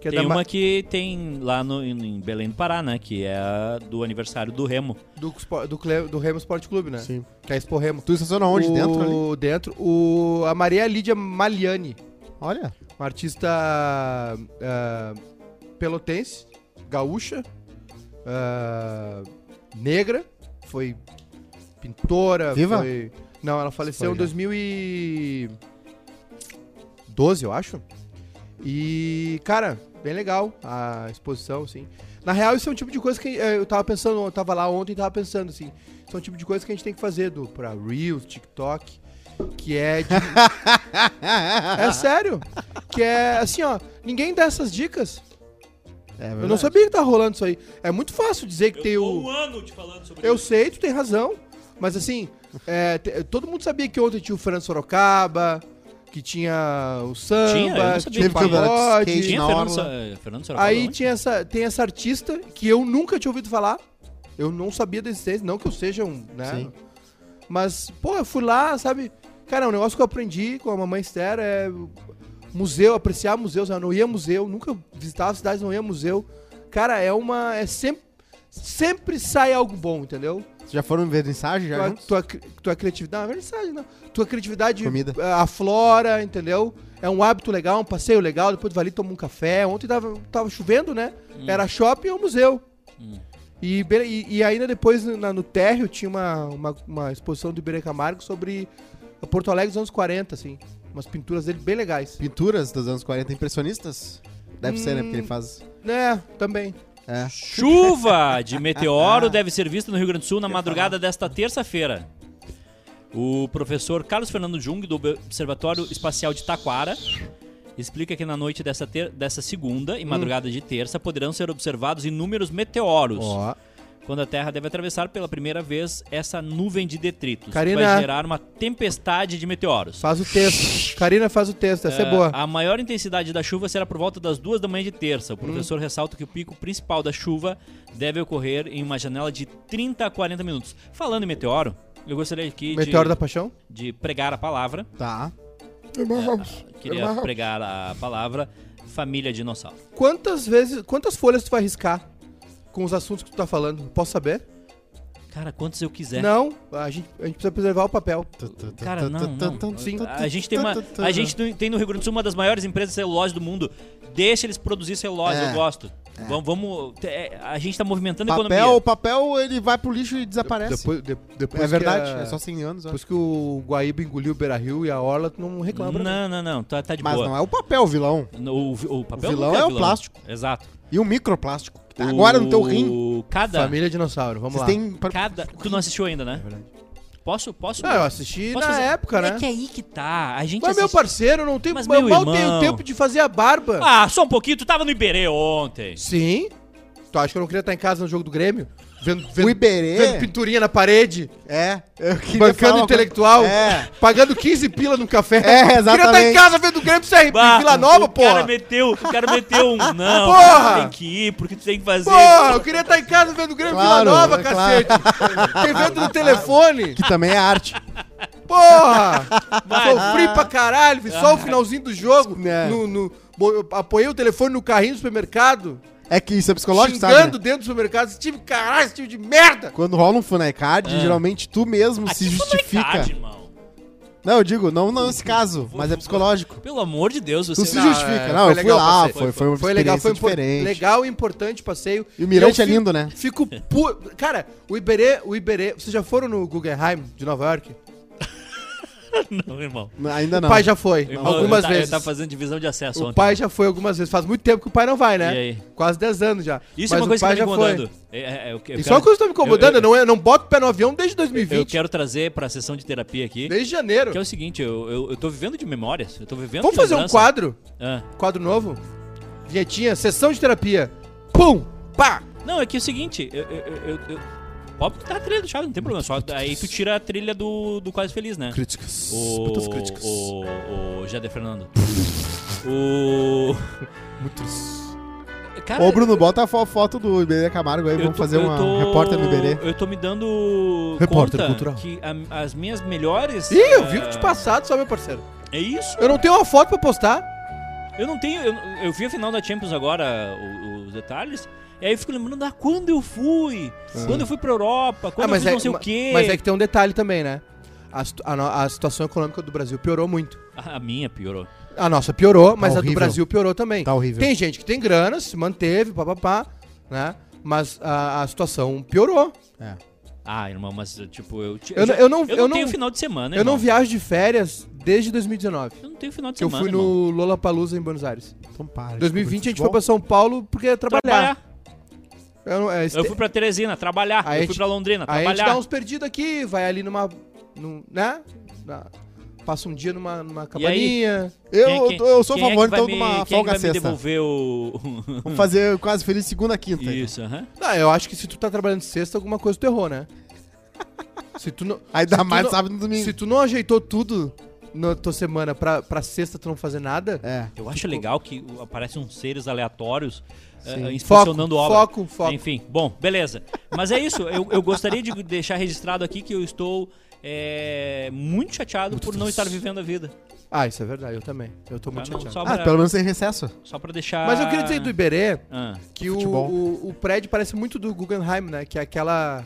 S3: Que é
S1: Tem
S3: da Ma-
S1: uma que tem lá no, em Belém do Pará, né? Que é a do aniversário do Remo.
S3: do, Spo- do, Cle- do Remo Sport Clube, né?
S2: Sim.
S3: Que é a Expo Remo.
S2: Tu estacionou onde?
S3: O-
S2: Dentro ali?
S3: Dentro. O, a Maria Lídia Maliani,
S2: Olha.
S3: uma Um artista ah, pelotense, gaúcha, ah, negra, foi pintora.
S2: Viva?
S3: foi- Não, ela faleceu
S2: Foi
S3: em
S2: já.
S3: 2012, eu acho. E, cara, bem legal a exposição, assim. Na real, isso é um tipo de coisa que eh, eu tava pensando, eu tava lá ontem e tava pensando, assim. Isso é um tipo de coisa que a gente tem que fazer, do pra Reels, TikTok, que é de é sério. Que é assim, ó. Ninguém dá essas dicas.
S2: É
S3: Eu não sabia que tá rolando isso aí. É muito fácil dizer que tem o.
S1: um ano te falando sobre
S3: Eu sei, tu tem razão. Mas assim, é, te- todo mundo sabia que ontem tinha o Fran Sorocaba, que tinha o samba,
S1: Tinha? Eu não
S3: que
S1: sabia
S3: tinha o
S1: que tinha.
S3: pagode.
S2: Skate.
S1: Tinha
S2: na
S1: Fernando,
S2: orla.
S1: Sa- eh, Fernando Sorocaba?
S3: Aí
S1: ontem?
S3: tinha essa, tem essa artista que eu nunca tinha ouvido falar. Eu não sabia da existência, não que eu seja um, né?
S2: Sim.
S3: Mas, pô, eu fui lá, sabe? Cara, um negócio que eu aprendi com a mamãe Esther é museu, apreciar museus. Eu não ia a museu, nunca visitava cidades, não ia a museu. Cara, é uma. É sempre. Sempre sai algo bom, entendeu?
S2: Vocês já foram ver mensagem? Já
S3: Tua,
S2: juntos?
S3: tua, cri- tua criatividade. Não, é verdade, não. Tua criatividade
S2: Comida.
S3: eh, aflora, entendeu? É um hábito legal, um passeio legal. Depois tu vai ali toma um café. Ontem tava, tava chovendo, né? Era shopping ou museu. E, be- e, e ainda depois na- no térreo tinha uma, uma, uma exposição do Iberê Camargo sobre a Porto Alegre dos anos 40, assim. Umas pinturas dele bem legais.
S2: Pinturas dos anos 40 impressionistas? Deve ser, né? Porque ele faz.
S3: É, também.
S2: É.
S1: Chuva de meteoro deve ser vista no Rio Grande do Sul na madrugada desta terça-feira. O professor Carlos Fernando Jung, do Observatório Espacial de Taquara, explica que na noite dessa, ter- dessa segunda
S3: Hum.
S1: e madrugada de terça poderão ser observados inúmeros meteoros.
S3: Ó.
S1: quando a Terra deve atravessar pela primeira vez essa nuvem de detritos,
S3: Karina.
S1: que vai gerar uma tempestade de meteoros.
S3: Faz o texto. Karina faz o texto, essa é, boa.
S1: Ah, A maior intensidade da chuva será por volta das duas da manhã de
S3: Hum.
S1: terça. O professor ressalta que o pico principal da chuva deve ocorrer em uma janela de 30 a 40 minutos. Falando em meteoro, eu gostaria aqui de,
S3: Meteoro da Paixão?
S1: de pregar a palavra.
S2: Tá.
S1: Queria pregar a palavra família dinossauro.
S3: Quantas vezes, quantas folhas tu vai riscar com os assuntos que tu tá falando? Posso saber?
S1: Cara, quantos eu quiser.
S3: Não, a gente, a gente precisa preservar o papel.
S1: Cara, não, não.
S3: Sim.
S1: A gente tem uma, a gente tá tem- tem no Rio Grande do Sul uma das maiores empresas de celulose do mundo. Deixa eles produzir celulose,
S2: É.
S1: eu gosto. Vamos, vamos- é, a gente tá movimentando a
S2: Papel,
S1: economia.
S2: papel, ele vai pro lixo e desaparece.
S3: Depois, de- depois
S2: é verdade,
S3: que a-
S2: é só 100 anos. ó.
S3: Depois que o Guaíba engoliu o Beira Rio e a Orla, tu não reclama. né?
S1: Não, não, não, tá, tá de
S2: Mas
S1: boa.
S2: não é o papel, vilão.
S1: O, o papel
S2: vilão
S1: nunca
S2: é o plástico.
S1: Exato.
S2: E o microplástico. que tá agora no teu rim.
S1: O- Cada,
S3: Família Dinossauro, vamos
S2: Vocês
S3: lá.
S2: têm.
S1: cada. Tu não assistiu ainda, né? Posso, posso.
S3: Ah, É eu assisti
S1: posso
S3: na
S1: fazer-
S3: época,
S1: é
S3: né?
S1: que é aí que tá. A gente
S3: Mas é meu
S1: assistiu-
S3: parceiro, não tem,
S1: Mas,
S3: eu
S1: meu
S3: mal
S1: irmão.
S3: tenho tempo de fazer a barba.
S1: Ah, só um pouquinho. Tu tava no Iberê ontem.
S3: Sim. Tu acha que eu não queria estar em casa no jogo do Grêmio? Vendo, vendo,
S2: O Iberê?
S3: vendo pinturinha na parede,
S2: É, eu queria falar
S3: bancando
S2: uma coisa-
S3: intelectual,
S2: É.
S3: pagando 15 pila no café.
S2: É, exatamente.
S3: Queria estar em casa vendo o Grêmio CRB,
S1: Bah,
S3: Vila Nova,
S1: o Cara
S3: porra.
S1: meteu, o cara meteu um. Não,
S3: Porra!
S1: tu tem que ir, porque tu tem que fazer.
S3: Porra, eu queria estar em casa vendo o Grêmio
S2: Claro,
S3: Vila Nova,
S2: é
S3: cacete. Vendo no telefone.
S2: Que também é arte.
S3: Porra!
S1: Vai.
S3: Sofri pra caralho, vi só o finalzinho do jogo.
S2: É.
S3: No, no- bo- eu apoiei o telefone no carrinho do supermercado,
S2: É que isso é psicológico, sabe?
S3: xingando
S2: né?
S3: dentro do supermercado. Esse time, caralho, esse time de merda!
S2: Quando rola um Funecard,
S3: Ah.
S2: geralmente tu mesmo
S1: Aqui
S2: se
S1: foi
S2: justifica.
S1: molecagem, é irmão.
S2: Não, eu digo, não nesse caso, mas é psicológico.
S1: Pelo amor de Deus,
S2: Tu
S1: você.
S2: se
S3: Não,
S2: justifica.
S3: é,
S2: Não,
S3: foi
S2: eu fui
S3: legal,
S2: lá,
S3: parceiro,
S2: foi, foi uma
S3: Foi legal, foi impor-
S2: diferente.
S3: legal e importante o passeio.
S2: E o Mirante
S3: Eu
S2: é
S3: fico-
S2: lindo, né?
S3: Fico pu... Cara, o Iberê, o Iberê, vocês já foram no Guggenheim de Nova York?
S1: Não, irmão.
S2: Ainda não.
S3: O pai já foi,
S1: Irmão, ele
S3: algumas
S1: tá-
S3: vezes.
S1: Ele tá fazendo divisão de acesso
S3: O
S1: ontem.
S3: pai já foi algumas vezes. Faz muito tempo que o pai não vai, né?
S1: E aí?
S3: Quase 10 anos já.
S1: Isso
S3: Mas
S1: é uma
S3: o
S1: coisa
S3: pai
S1: que tá me
S3: já foi.
S1: incomodando. É, é, é, eu, eu
S3: Isso é
S1: quero-
S3: uma coisa que tá me incomodando.
S1: eu-
S3: Eu, não, eu não boto o pé no avião desde
S1: Eu,
S3: 2020.
S1: quero trazer pra sessão de terapia aqui.
S3: Desde janeiro.
S1: Que é o seguinte, eu, eu, eu tô vivendo de memórias. Eu tô vivendo
S3: Vamos
S1: de
S3: fazer um
S1: lembrança.
S3: quadro?
S1: Ah.
S3: Quadro novo? Vinhetinha, sessão de terapia. Pum! Pá!
S1: Não, é que é o seguinte, eu. eu, eu, eu- Pode botar a trilha do Chaves, não tem problema. Só aí tu tira a trilha do, do Quase Feliz, né?
S3: Críticas.
S1: O,
S3: Muitas críticas.
S1: O, o Jader Fernando. O.
S3: Muitas.
S1: Cara,
S2: Ô, Bruno, bota a fo- foto do Iberê Camargo aí,
S1: eu
S2: vamos
S1: tô-
S2: fazer
S1: eu
S2: uma
S1: tô-
S2: repórter no Iberê.
S1: Eu tô me dando.
S3: Repórter
S1: conta
S3: cultural.
S1: Que a- as minhas melhores.
S3: Ih, eu
S1: eh,
S3: vivo de passado, só meu parceiro.
S1: É isso?
S3: Eu não tenho uma foto pra postar.
S1: Eu não tenho. Eu, eu vi a final da Champions agora, o- os detalhes. E aí eu fico lembrando, ah, quando eu fui? Quando eu fui pra Europa? Quando
S3: Ah, mas
S1: eu fiz
S3: é-
S1: não sei
S3: ma-
S1: o quê?
S3: Mas é que tem um detalhe também, né? A, situ- a no- a situação econômica do Brasil piorou muito.
S1: Ah, A minha piorou.
S3: A nossa piorou, mas a do
S2: Tá horrível.
S3: Brasil piorou também.
S2: Tá horrível.
S3: Tem gente que tem grana, se manteve, papapá, né? Mas a, a situação piorou.
S1: Ah, irmão, mas tipo, eu, ti-
S3: Eu não- eu não-
S1: eu
S3: eu não-
S1: tenho final de semana,
S3: Eu
S1: irmão.
S3: não viajo de férias desde 2019.
S1: Eu não tenho final de
S3: Que eu
S1: semana.
S3: fui
S1: irmão.
S3: no Lollapalooza em Buenos Aires.
S2: Então para.
S3: 2020 a gente foi pra São Paulo porque ia trabalhar.
S1: trabalhar.
S3: Eu não- é, este-
S1: Eu fui pra Teresina trabalhar.
S3: Aí
S1: eu fui
S3: a gente-
S1: pra Londrina
S3: Aí a gente
S1: trabalhar.
S3: dá um uns perdidos aqui, vai ali numa... num- né? Na- passa um dia numa, numa
S1: E aí?
S3: cabaninha.
S2: Eu,
S1: Quem é que-
S2: eu, eu sou a
S1: quem é que
S2: favor,
S1: vai
S2: então,
S1: me-
S2: de uma
S1: quem é que
S2: folga
S1: vai me
S2: sexta.
S1: devolver o...
S2: Vamos fazer quase feliz segunda, quinta. então.
S1: Isso, aham.
S3: Ah, eu acho que se tu tá trabalhando sexta, alguma coisa tu errou, né? Se tu não,
S2: Aí dá
S3: tu
S2: mais
S3: não-
S2: sábado e domingo.
S3: se tu não ajeitou tudo na tua semana pra, pra sexta tu não fazer nada,
S2: É.
S1: Eu acho legal que o- aparecem uns seres aleatórios eh,
S3: Foco,
S1: inspecionando obra.
S3: foco, foco.
S1: Enfim, bom, beleza. Mas é isso, eu, eu gostaria de deixar registrado aqui que eu estou eh, muito chateado por não estar vivendo a vida.
S3: Ah, isso é verdade, eu também. Eu tô
S1: tá?
S3: muito
S1: Não,
S3: chateado.
S1: só,
S2: Ah,
S1: pra,
S2: pelo menos tem recesso.
S1: só pra deixar...
S3: Mas eu queria dizer do Iberê
S1: Ah,
S3: que o,
S2: Futebol.
S3: o, o prédio parece muito do Guggenheim, né? Que é aquela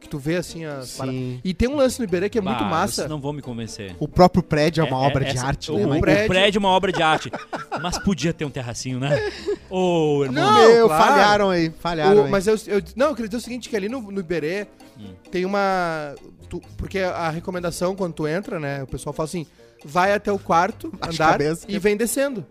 S3: que tu vê assim as
S2: Sim.
S3: paradas. E tem um lance no Iberê que é muito
S1: bah,
S3: massa.
S1: vocês não vão me convencer.
S2: O próprio prédio é uma
S1: É,
S2: obra de
S1: essa-
S2: arte,
S1: o,
S2: né?
S1: o
S2: Mas-
S3: Um prédio-
S1: prédio... é uma obra de arte. Mas podia ter um terracinho, né? Ô, irmão.
S3: Não,
S2: Meu,
S3: claro.
S2: falharam aí,
S1: é
S2: falharam
S3: O-
S2: aí.
S3: mas eu, eu- Não, eu queria dizer o seguinte: que ali no, no Iberê
S1: Hum.
S3: tem uma. tu- porque a recomendação quando tu entra, né? O pessoal fala assim: vai até o quarto
S2: Baixa a
S3: andar
S2: cabeça.
S3: e vem descendo.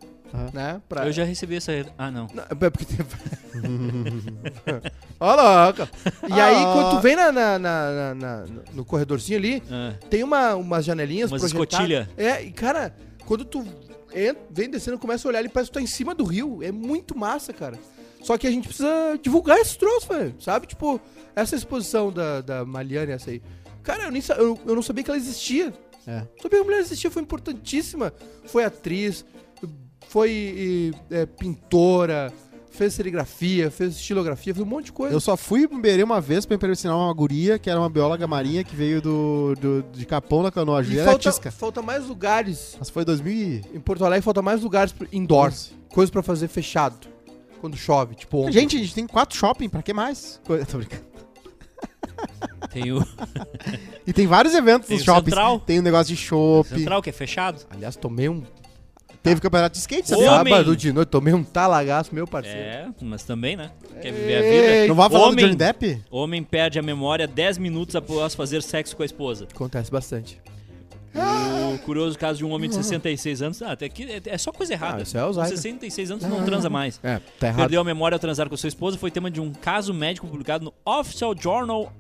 S3: Né? Pra...
S1: Eu já recebi essa... Ah, não.
S3: Não, é porque tem. Olha lá, cara. E aí,
S2: Ah.
S3: quando tu vem na, na- na- na- na- no corredorzinho ali,
S1: Ah.
S3: tem uma, umas janelinhas
S1: Umas
S3: projetadas.
S1: escotilha.
S3: É, e cara, quando tu en- vem descendo, começa a olhar ali, parece que tu tá em cima do rio. É muito massa, cara. Só que a gente precisa divulgar esses troços, velho. Sabe? Tipo, essa exposição da, da Maliane, essa aí. Cara, eu, nem sa- eu, eu não sabia que ela existia.
S2: É.
S3: Sabia que a mulher existia, foi importantíssima. Foi atriz, foi e, é, pintora, fez serigrafia, fez estilografia, fez um monte de coisa.
S2: Eu só fui em Iberê uma vez pra impressionar uma guria, que era uma bióloga marinha, que veio do, do- de Capão da Canoa.
S3: e
S2: Juliana
S3: falta,
S2: Tisca.
S3: falta mais lugares.
S2: Mas foi 2000 e...
S3: Em Porto Alegre falta mais lugares pro- indoor.
S2: Isso.
S3: Coisa pra fazer fechado. Quando chove, tipo ontem.
S2: Gente, a gente tem quatro shopping, pra que mais? Co- Tô brincando.
S1: Tem o
S2: E tem vários eventos
S1: Tem
S2: nos
S1: o
S2: shoppings.
S1: Central.
S2: Tem o negócio de shopping.
S1: central que é fechado.
S3: Aliás, tomei um
S2: Teve campeonato de skate,
S1: Ô,
S2: sabia?
S1: Homem.
S3: sábado de noite, tomei um talagaço, meu parceiro.
S1: É, mas também, né? Quer viver a vida?
S2: Não vai falar
S1: Homem.
S2: do Johnny Depp?
S1: Homem perde a memória 10 minutos após fazer sexo com a esposa.
S3: Acontece bastante.
S1: O curioso caso de um homem de 66 anos. Ah, até aqui é- é só coisa errada.
S3: Ah, isso é Alzheimer.
S1: Com 66 anos não transa mais.
S3: É, tá errado.
S1: Perdeu a memória ao transar com sua esposa foi tema de um caso médico publicado no Official Journal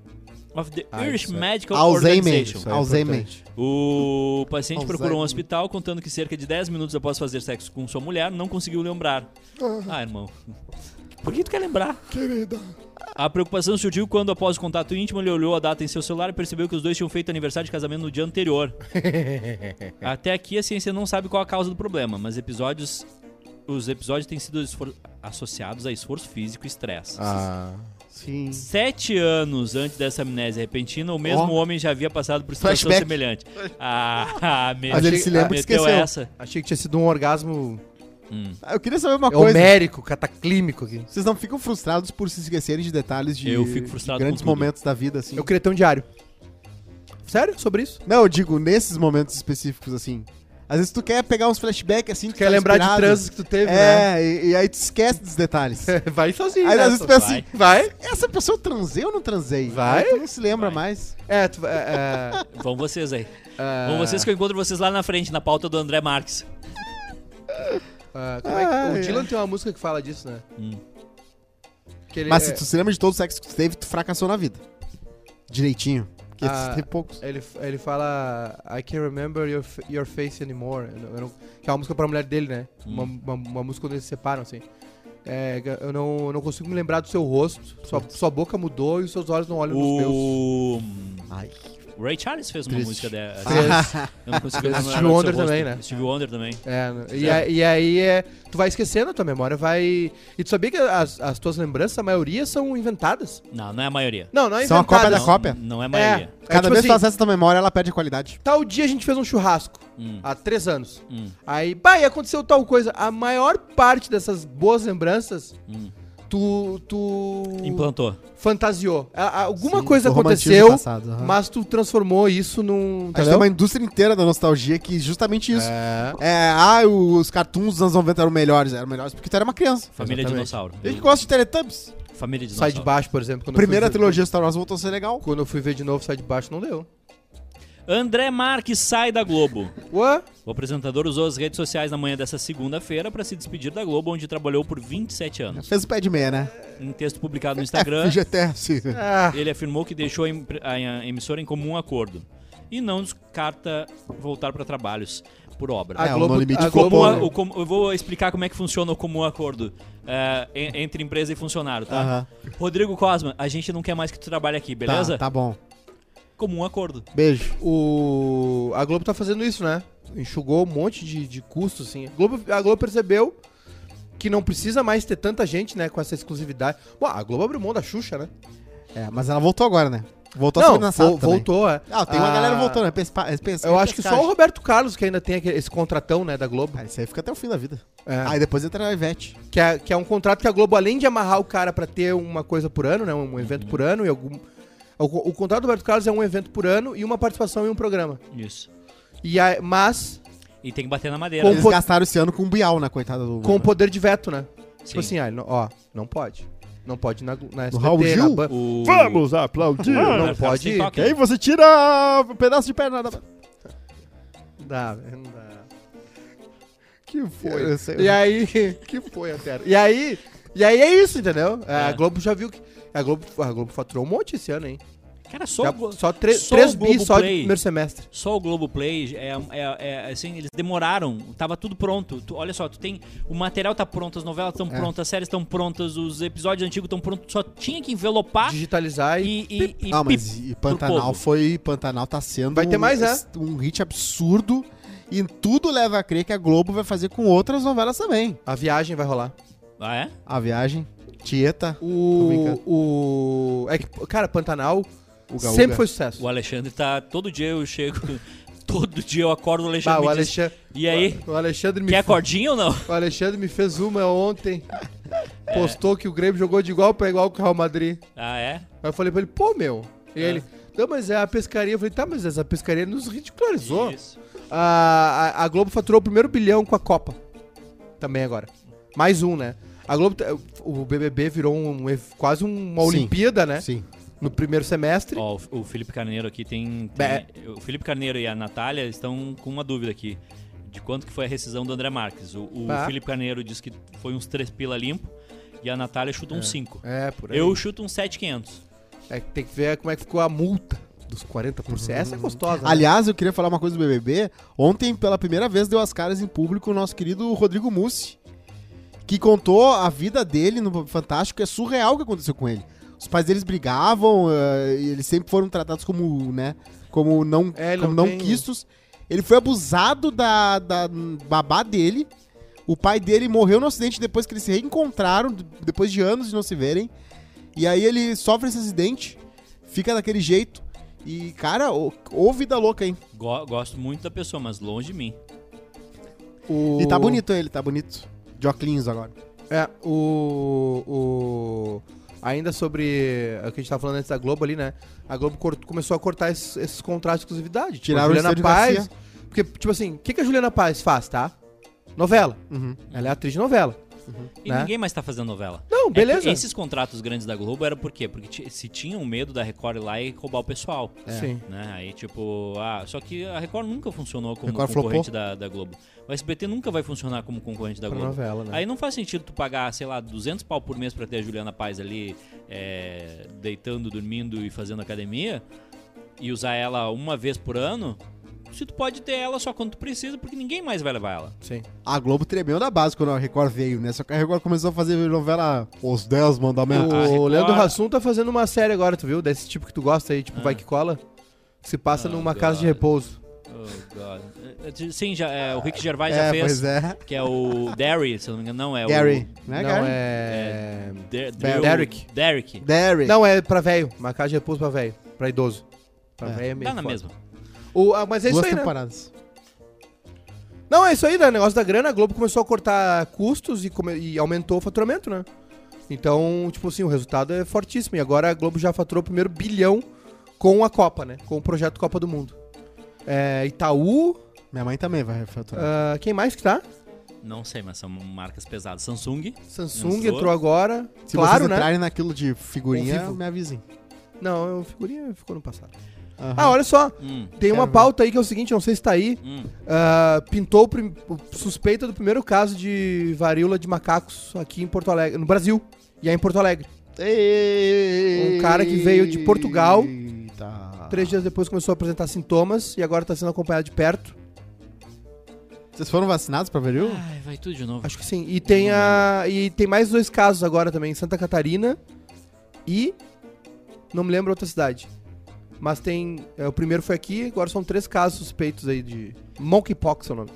S1: of the
S3: Ah,
S1: Irish
S3: isso é-
S1: Medical
S2: Alzheimer.
S1: Organization.
S3: aí é
S2: Alzheimer.
S3: importante.
S1: O paciente procurou um
S2: Alzheimer.
S1: hospital contando que cerca de 10 minutos após fazer sexo com sua mulher, não conseguiu lembrar. Ah, irmão. Por que tu quer lembrar?
S3: Querida.
S1: A preocupação surgiu quando, após o contato íntimo, ele olhou a data em seu celular e percebeu que os dois tinham feito aniversário de casamento no dia anterior. Até aqui a ciência não sabe qual a causa do problema, mas episódios. Os episódios têm sido esfor- associados a esforço físico e estresse.
S3: Ah.
S2: Sim.
S1: Sete anos antes dessa amnésia repentina, o mesmo
S2: Ó.
S1: homem já havia passado por situação
S2: Flashback.
S1: semelhante. Ah, meteu,
S3: Mas ele se lembra
S2: e
S1: meteu
S2: esqueceu.
S1: essa.
S3: Achei que tinha sido um orgasmo
S1: Hum.
S2: Ah, Eu queria saber uma coisa.
S3: homérico, cataclímico aqui.
S2: Vocês não ficam frustrados por se esquecerem de detalhes de,
S1: Eu fico frustrado
S2: de grandes
S1: com tudo.
S2: momentos da vida, assim?
S3: Eu queria ter um diário. Sério? Sobre isso?
S2: Não, eu digo nesses momentos específicos, assim. Às vezes tu quer pegar uns flashbacks, assim, tu
S3: Quer
S2: tá
S3: lembrar
S2: inspirado.
S3: de transes que tu teve, né?
S2: É, e, e aí tu esquece dos detalhes. aí
S3: Vai sozinho.
S2: às
S3: né?
S2: vezes tu pensa assim,
S3: Vai.
S2: essa pessoa eu transei ou não transei?
S3: Vai.
S2: Aí tu não se lembra
S1: Vai.
S2: mais.
S3: É, tu, é, é,
S1: Vão vocês aí.
S3: é,
S1: Vão vocês que eu encontro vocês lá na frente, na pauta do André Marques.
S3: é, como é que-
S2: Ah,
S3: o
S2: é.
S3: Dylan tem uma música que fala disso, né?
S1: Hum.
S3: Que ele,
S2: Mas
S3: é,
S2: se tu se lembra de todo o sexo que tu teve, tu fracassou na vida. Direitinho. Porque
S3: Ah.
S2: tu teve
S1: É,
S2: poucos.
S3: ele, ele fala I can't remember your, f- your face anymore. Eu não- eu não- que é uma música pra mulher dele, né? Uma, uma, uma música quando eles se separam, assim. É, eu, não, eu não consigo me lembrar do seu rosto. Sua, sua boca mudou e os seus olhos não olham nos meus.
S1: O.
S2: Ai.
S3: É
S1: o Ray Charles fez uma
S3: Triste.
S1: música dessa.
S3: Três.
S1: Eu não consigo lembrar
S3: Stevie
S1: do seu
S3: Wonder
S1: rosto.
S3: também, né?
S1: Stevie Wonder também.
S3: É, e, a- e aí é, tu vai esquecendo, a tua memória vai. E tu sabia que as, as tuas lembranças, a maioria, são inventadas?
S1: Não, não é a maioria.
S3: Não, não é
S2: São a cópia
S3: inventadas.
S2: da cópia?
S1: Não é a
S3: É,
S1: maioria.
S3: é
S2: Cada
S3: tipo
S2: vez que tu
S3: assim,
S2: acessa tua memória, ela perde a qualidade.
S3: tal dia a gente fez um churrasco,
S1: Hum,
S3: há três anos.
S1: hum,
S3: Aí, pai, aconteceu tal coisa. A maior parte dessas boas lembranças,
S1: hum.
S3: tu. tu
S1: Implantou.
S3: fantasiou. A- a- alguma
S2: Sim,
S3: coisa
S2: tu romantiza o
S3: aconteceu,
S2: passado, aham.
S3: mas tu transformou isso num.
S2: A gente tem uma indústria inteira da nostalgia que justamente isso.
S3: É.
S2: É, ah, os cartoons dos anos 90 eram melhores. Eram melhores porque tu era uma criança.
S1: Família
S3: Exatamente.
S1: Dinossauro.
S2: Eu que gosto de Teletubbies.
S1: Família Dinossauro.
S3: Sai de baixo, por exemplo. Quando eu
S2: Primeira
S3: fui ver-
S2: trilogia Star Wars voltou a ser legal.
S3: Quando eu fui ver de novo, sai de baixo, não deu.
S1: André Marques sai da Globo.
S3: Ué?
S1: O apresentador usou as redes sociais na manhã dessa segunda-feira para se despedir da Globo, onde trabalhou por 27 anos.
S2: Fez o pé de meia, né?
S1: Em texto publicado no Instagram,
S2: FGTS.
S1: É.
S3: Ah,
S1: ele afirmou que deixou a, impre- a emissora em comum acordo e não descarta voltar para trabalhos por obra.
S3: a
S2: É, o
S3: Globo,
S2: No Limite
S3: a
S2: ficou
S3: Globo,
S1: Comum a-
S2: bom, né?
S1: o com- eu vou explicar como é que funciona o comum acordo é, en- entre empresa e funcionário, tá? Rodrigo Cosma, a gente não quer mais que tu trabalhe aqui, beleza?
S2: Tá, tá bom.
S1: Comum acordo.
S2: Beijo.
S3: o- a Globo tá fazendo isso, né? Enxugou um monte de, de custos, assim. A Globo, a Globo percebeu que não precisa mais ter tanta gente, né? Com essa exclusividade. Ué, a Globo abriu mão da Xuxa, né?
S2: É, mas ela voltou agora, né? Voltou a
S3: não,
S2: subir na sala
S3: vo-
S2: também.
S3: voltou, é.
S2: Ah, tem uma
S3: Ah,
S2: galera voltando. É pespa, é pes-
S3: Eu
S2: é
S3: acho que só o
S2: pescagem.
S3: Roberto Carlos que ainda tem aquele- esse contratão, né, da Globo.
S2: Ah, isso aí fica até o fim da vida.
S3: É.
S2: Aí depois entra a Ivete.
S3: Que é, que é um contrato que a Globo, além de amarrar o cara pra ter uma coisa por ano, né?
S1: Uhum.
S3: Um evento por ano e algum. O, o contrato do Roberto Carlos é um evento por ano e uma participação em um programa.
S1: Isso.
S3: E a- mas
S1: E tem que bater na madeira.
S3: Com-
S1: né?
S2: Eles
S3: po-
S2: gastaram esse ano com o Bial, na coitada do...
S3: com o poder de veto, né? Tipo
S1: Uhum. Sim.
S3: assim, ah, ele não- ó, não pode. Não pode na, na SBT,
S2: Raul
S3: na
S2: Gil?
S3: Band.
S1: O-
S2: aplaudir!
S1: o Roberto
S3: não
S1: Carlos
S3: pode
S1: tem
S3: ir.
S1: toque.
S2: aí você tira um pedaço de perna da...
S3: Dá, velho, não dá.
S2: Que foi?
S3: E aí.
S2: que foi, Antero?
S3: E aí. E aí é isso, entendeu? A
S1: É.
S3: Globo já viu que. A Globo, a Globo faturou um monte esse ano, hein?
S1: Cara, só,
S3: Já-
S1: o Glo-
S3: só tre-
S1: só
S3: três
S1: o
S3: bi só de
S1: Globoplay.
S3: primeiro semestre.
S1: só o Globoplay, é, é, é, assim, eles demoraram, tava tudo pronto. Tu- olha só, tu tem. O material tá pronto, as novelas
S3: É.
S1: estão prontas, as séries estão prontas, os episódios antigos estão prontos, só tinha que envelopar e.
S3: Digitalizar e.
S1: e, e,
S2: Ah,
S1: pip,
S2: mas e
S1: pro
S2: Pantanal
S1: povo.
S2: foi. Pantanal tá sendo.
S3: Vai ter mais,
S2: um,
S3: né?
S2: Um hit absurdo. E tudo leva a crer que a Globo vai fazer com outras novelas também.
S3: A viagem vai rolar.
S1: Ah, é?
S2: A Viagem, Tieta, Tô brincando.
S3: O, o. É que, cara, Pantanal
S2: Uga
S3: sempre
S2: Uga.
S3: foi sucesso.
S1: O Alexandre tá. Todo dia eu chego. Todo dia eu acordo o Alexandre.
S3: Bah, o,
S1: me diz,
S3: Alexandre,
S1: e aí?
S3: o, Alexandre me
S1: Quer cordinha ou não?
S3: o Alexandre me fez uma ontem. Postou que o Grêmio jogou de igual pra igual com o Real Madrid.
S1: Ah, é?
S3: Aí eu falei pra ele, pô, meu. E ele, não, mas é a pescaria. Eu falei, tá, mas essa pescaria nos ridicularizou.
S1: Isso.
S3: A, a, a Globo faturou o primeiro bilhão com a Copa. Também agora. Mais um, né? A Globo. O BBB virou um, ev- quase uma
S2: Sim.
S3: Olimpíada, né?
S2: Sim.
S3: No primeiro semestre.
S1: Ó, o, o Felipe Carneiro aqui tem. tem-
S3: Bé.
S1: o Felipe Carneiro e a Natália estão com uma dúvida aqui. De quanto que foi a rescisão do André Marques? O, o
S3: Tá.
S1: Felipe Carneiro diz que foi uns 3 pila limpo e a Natália chuta uns 5.
S3: É, por aí.
S1: Eu chuto uns 7,500.
S3: É, que tem que ver como é que ficou a multa dos 40%. Essa é gostosa. né?
S2: Aliás, eu queria falar uma coisa do BBB. Ontem, pela primeira vez, deu as caras em público o nosso querido Rodrigo Mussi, que contou a vida dele no Fantástico. É surreal o que aconteceu com ele. Os pais deles brigavam, eh, e eles sempre foram tratados como, né, como não,
S3: É, ele
S2: como
S3: não
S2: não,
S3: tem-
S2: quistos. Ele foi abusado da, da babá dele. O pai dele morreu no acidente depois que eles se reencontraram, d- depois de anos de não se verem. E aí ele sofre esse acidente, fica daquele jeito. E, cara, ô, ô vida louca, hein?
S1: Go- gosto muito da pessoa, mas longe de mim.
S3: O-
S2: E tá bonito ele, tá bonito. De óculos agora.
S3: É, o, o. Ainda sobre o que a gente tava falando antes da Globo ali, né? A Globo cort- começou a cortar esses, esses contratos de exclusividade. Tipo,
S2: Tiraram
S3: a
S2: o
S3: Juliana
S2: Estúdio
S3: Paz.
S2: Garcia.
S3: Porque, tipo assim, o que, que a Juliana Paz faz, tá? Novela.
S2: Uhum.
S3: Ela é atriz de novela.
S1: E
S3: Né?
S1: ninguém mais tá fazendo novela.
S3: Não,
S1: É
S3: beleza.
S1: que esses contratos grandes da Globo eram por quê? Porque ti- se tinham medo da Record ir lá e roubar o pessoal.
S3: Sim.
S1: Né? Aí, tipo, ah, só que a Record nunca funcionou como
S2: Record
S1: concorrente da, da Globo. O SBT nunca vai funcionar como concorrente da
S3: Pra
S1: Globo.
S3: novela, né?
S1: Aí não faz sentido tu pagar, sei lá, 200 pau por mês pra ter a Juliana Paz ali é, deitando, dormindo e fazendo academia e usar ela uma vez por ano. Se tu pode ter ela só quando tu precisa, porque ninguém mais vai levar ela.
S3: Sim.
S2: A Globo tremeu da base quando a Record veio, né? Só que a Record começou a fazer novela Os 10 Mandamentos.
S1: a
S3: O
S1: Record-
S3: Leandro Rassum tá fazendo uma série agora, tu viu? Desse tipo que tu gosta aí, tipo Vai Que Cola. Que se passa
S1: Ah,
S3: numa casa de
S1: God.
S3: repouso.
S1: Oh, God. É, é, Sim, já, é, o Rick Gervais já
S2: é,
S1: fez.
S2: pois é.
S1: Que é o Derry, se eu não me engano. Não, é
S2: Gary.
S3: Não,
S2: Né, Gary?
S3: é...
S1: o. Der-
S3: Derrick.
S1: Derrick. Derrick.
S2: Derry.
S3: Não, é pra velho. Uma casa de repouso pra velho. Pra idoso. Pra
S2: É.
S3: velho é meio
S1: Dá Tá na
S3: foda.
S1: mesma.
S3: O- ah, mas é isso
S2: Duas
S3: aí, né?
S2: temporadas.
S3: Não, é isso aí, né? O negócio da grana, a Globo começou a cortar custos e, come- e aumentou o faturamento, né? Então, tipo assim, o resultado é fortíssimo. E agora a Globo já faturou o primeiro bilhão com a Copa, né? Com o projeto Copa do Mundo. É, Itaú,
S2: Minha mãe também vai faturar.
S3: ah, quem mais que tá?
S1: Não sei, mas são marcas pesadas. Samsung.
S2: É.
S3: Samsung
S1: Entrou.
S3: entrou agora.
S2: Se
S3: claro,
S2: vocês
S3: né?
S2: entrarem naquilo de figurinha,
S3: Convivo.
S2: me avisem.
S3: Não, eu- figurinha ficou no passado.
S2: Aham.
S3: Ah, olha só.
S1: Hum,
S3: Tem uma
S2: Quero ver.
S3: pauta aí que é o seguinte, não sei se tá aí.
S1: hum.
S3: Ah, pintou o, prim- o suspeita do primeiro caso de varíola de macacos aqui em Porto Alegre, no Brasil. E é em Porto Alegre. Um cara que veio de Portugal.
S2: Eita.
S3: Três dias depois começou a apresentar sintomas e agora tá sendo acompanhado de perto.
S2: Vocês foram vacinados pra veril?
S1: Ai, vai tudo de novo.
S3: Acho que sim. E tem a. E tem mais dois casos agora também, em Santa Catarina e. Não me lembro outra cidade. Mas tem. é, o primeiro foi aqui, agora são três casos suspeitos aí de. Monkeypox é o nome.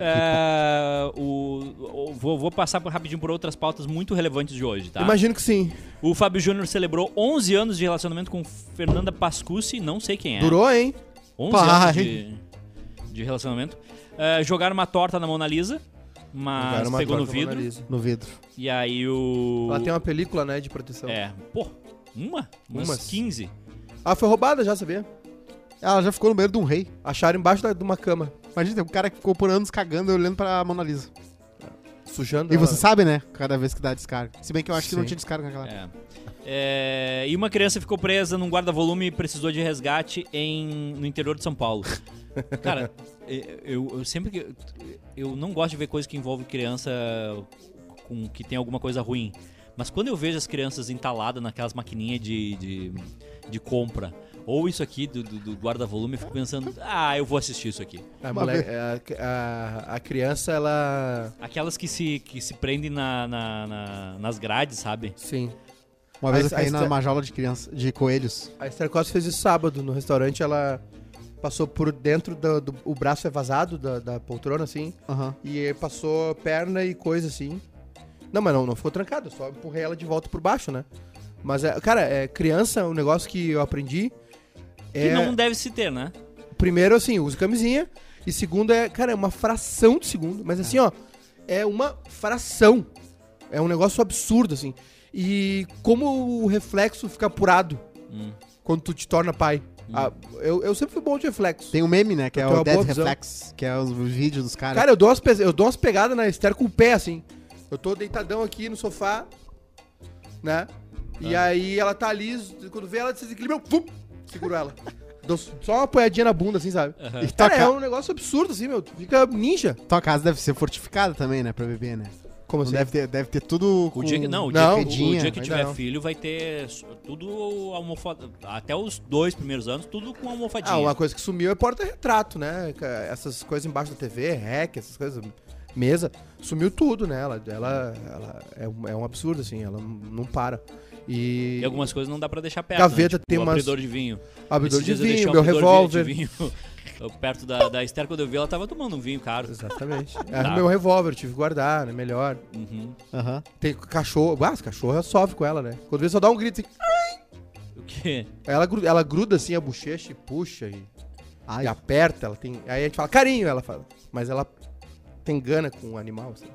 S1: É, o, o- vou, vou passar por- rapidinho por outras pautas muito relevantes de hoje, tá?
S3: Imagino que sim.
S1: O Fábio Júnior celebrou 11 anos de relacionamento com Fernanda Pascucci, não sei quem é.
S3: Durou, hein?
S1: 11
S3: Pai.
S1: anos de, de relacionamento. É, jogaram uma torta na Mona Lisa, mas
S3: Jogaram uma
S1: pegou no
S3: torta na Mona
S1: Ah, vidro.
S3: Lisa.
S2: No vidro.
S1: E aí o...
S3: Ela tem uma película, né, de proteção.
S1: É, pô, uma? Umas,
S3: Umas.
S1: 15.
S3: Ah, foi roubada já, sabia?
S2: Ela já ficou no meio de um rei.
S3: Acharam embaixo da- de uma cama.
S2: Imagina, tem um cara que ficou por anos cagando e olhando pra Mona Lisa.
S3: Sujando.
S2: E
S3: ela.
S2: você sabe, né? Cada vez que dá descarga. Se bem que eu acho que não
S3: Sim.
S2: tinha descarga naquela.
S1: É. É, e uma criança ficou presa num guarda-volume e precisou de resgate em, no interior de São Paulo. Cara, eh, eu, eu sempre que. Eu não gosto de ver coisa que envolve criança com que tem alguma coisa ruim. Mas quando eu vejo as crianças entaladas naquelas maquininhas de, de, de compra, ou isso aqui do, do- do guarda-volume, eu fico pensando, ah, eu vou assistir isso aqui.
S3: A, moleque- a- a- a criança, ela.
S1: Aquelas que se, que se prendem na- na- na- nas grades, sabe?
S3: Sim.
S2: Uma vez
S3: A-
S2: eu caí
S3: a
S2: na
S3: estra-
S2: numa jaula de criança, de coelhos.
S3: A Esther Costa fez isso sábado no restaurante. Ela passou por dentro do. do- o braço é vazado da, da poltrona, assim.
S2: Aham.
S3: E passou perna e coisa assim. Não, mas não, não ficou trancada. Só empurrei ela de volta por baixo, né? Mas, é, cara, é, criança, um negócio que eu aprendi.
S1: Que
S3: É,
S1: não deve se ter, né?
S3: Primeiro, assim, usa camisinha. E segundo, é, cara, é uma fração de segundo. Mas assim, ó, é uma fração. É um negócio absurdo, assim. E como o reflexo fica apurado
S1: Hum.
S3: quando tu te torna pai. Ah, eu, eu sempre fui bom de reflexo.
S2: Tem um meme, né? Que é
S3: Eu tenho
S2: o
S3: Então uma
S2: Dead
S3: boa visão.
S2: Reflex, que é os vídeos dos caras.
S3: Cara, eu dou, umas pes- eu dou umas pegadas na Esther com o pé, assim. Eu tô deitadão aqui no sofá, né? E
S1: Ah.
S3: aí ela tá ali, quando vê ela desequilibra, eu pum, seguro ela. Dou só uma apoiadinha na bunda, assim, sabe?
S2: E tua,
S3: Cara,
S2: ca-
S3: é um negócio absurdo, assim, meu. Tu fica ninja.
S2: tua casa deve ser fortificada também, né? Pra beber, né?
S3: Como assim?
S2: Deve ter, deve ter tudo.
S1: O dia que, não, o dia,
S3: Não,
S1: que- o
S2: pedinha,
S1: dia que tiver
S3: ainda não.
S1: filho vai ter s- tudo almofada. Até os dois primeiros anos, tudo com almofadinha.
S3: Ah, uma coisa que sumiu é porta-retrato, né? Ca- Essas coisas embaixo da TV, rec, essas coisas, mesa, sumiu tudo, né? Ela, ela, ela é, um, é um absurdo, assim, ela não para. E,
S1: E algumas coisas não dá pra deixar perto.
S3: Gaveta
S1: né? Tipo,
S3: tem
S1: o
S3: umas-
S1: abridor de vinho.
S3: abridor
S1: Esses
S3: de
S1: dias eu deixei
S3: vinho,
S1: um
S3: meu
S1: abridor de-
S3: revólver.
S1: de vinho perto da, da Esther, quando eu vi, ela tava tomando um vinho caro.
S3: Exatamente. É,
S1: Tá.
S3: Meu revólver, tive que guardar, né? Melhor.
S1: Uhum.
S2: Aham.
S3: Tem cachorro. Ah, os cachorros sofre com ela, né? Quando vê, só dá um grito assim.
S1: O quê?
S3: Ela gruda, ela gruda assim a bochecha e puxa e,
S2: Ai.
S3: e aperta. Ela tem, aí a gente fala, carinho, ela fala. Mas ela tem gana com o animal, assim.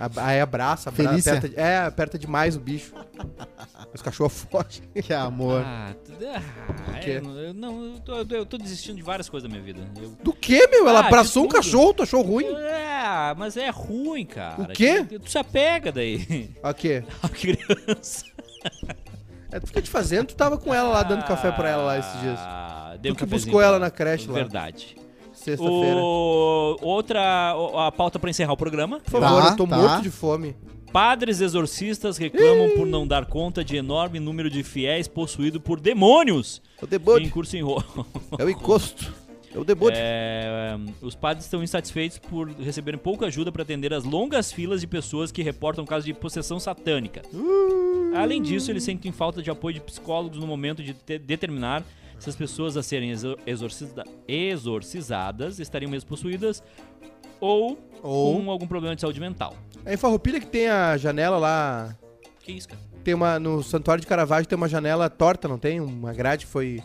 S3: A- Aí abraça, abra-
S2: Felícia.
S3: aperta, é, aperta demais o bicho. é Os cachorros fogem.
S2: Que amor.
S1: Ah, tudo. Ah,
S3: quê?
S1: é, eu, não, eu tô, eu tô desistindo de várias coisas da minha vida. Eu-
S3: Do que, meu? Ela
S1: Ah,
S3: abraçou um
S1: de tudo.
S3: cachorro, tu achou ruim?
S1: É, mas é ruim, cara.
S3: O quê?
S1: Tu, tu se apega daí.
S3: O quê?
S1: A criança.
S3: É, tu fica te fazendo, tu tava com ela lá dando café pra ela lá esses dias.
S1: Ah, dei
S3: Tu
S1: um
S3: que
S1: cafezinho
S3: buscou
S1: pra
S3: ela na creche lá.
S1: Verdade.
S3: Sexta-feira.
S1: O... Outra o- a pauta pra encerrar o programa.
S3: Por favor,
S2: Tá,
S3: eu tô
S2: tá.
S3: morto de fome.
S1: Padres exorcistas reclamam por não dar conta de enorme número de fiéis possuído por demônios
S3: É o debut,
S1: em curso em Roma.
S3: é o encosto. É o debut.
S1: É, os padres estão insatisfeitos por receberem pouca ajuda para atender as longas filas de pessoas que reportam casos de possessão satânica.
S2: Uh.
S1: Além disso, eles sentem falta de apoio de psicólogos no momento de te- determinar se as pessoas a serem exor- exorcida- exorcizadas estariam mesmo possuídas ou,
S3: Ou-
S1: com algum problema de saúde mental.
S3: É em Farroupilha que tem a janela lá.
S1: Que isso, cara?
S3: Tem uma. No Santuário de Caravaggio tem uma janela torta, não tem? Uma grade que foi.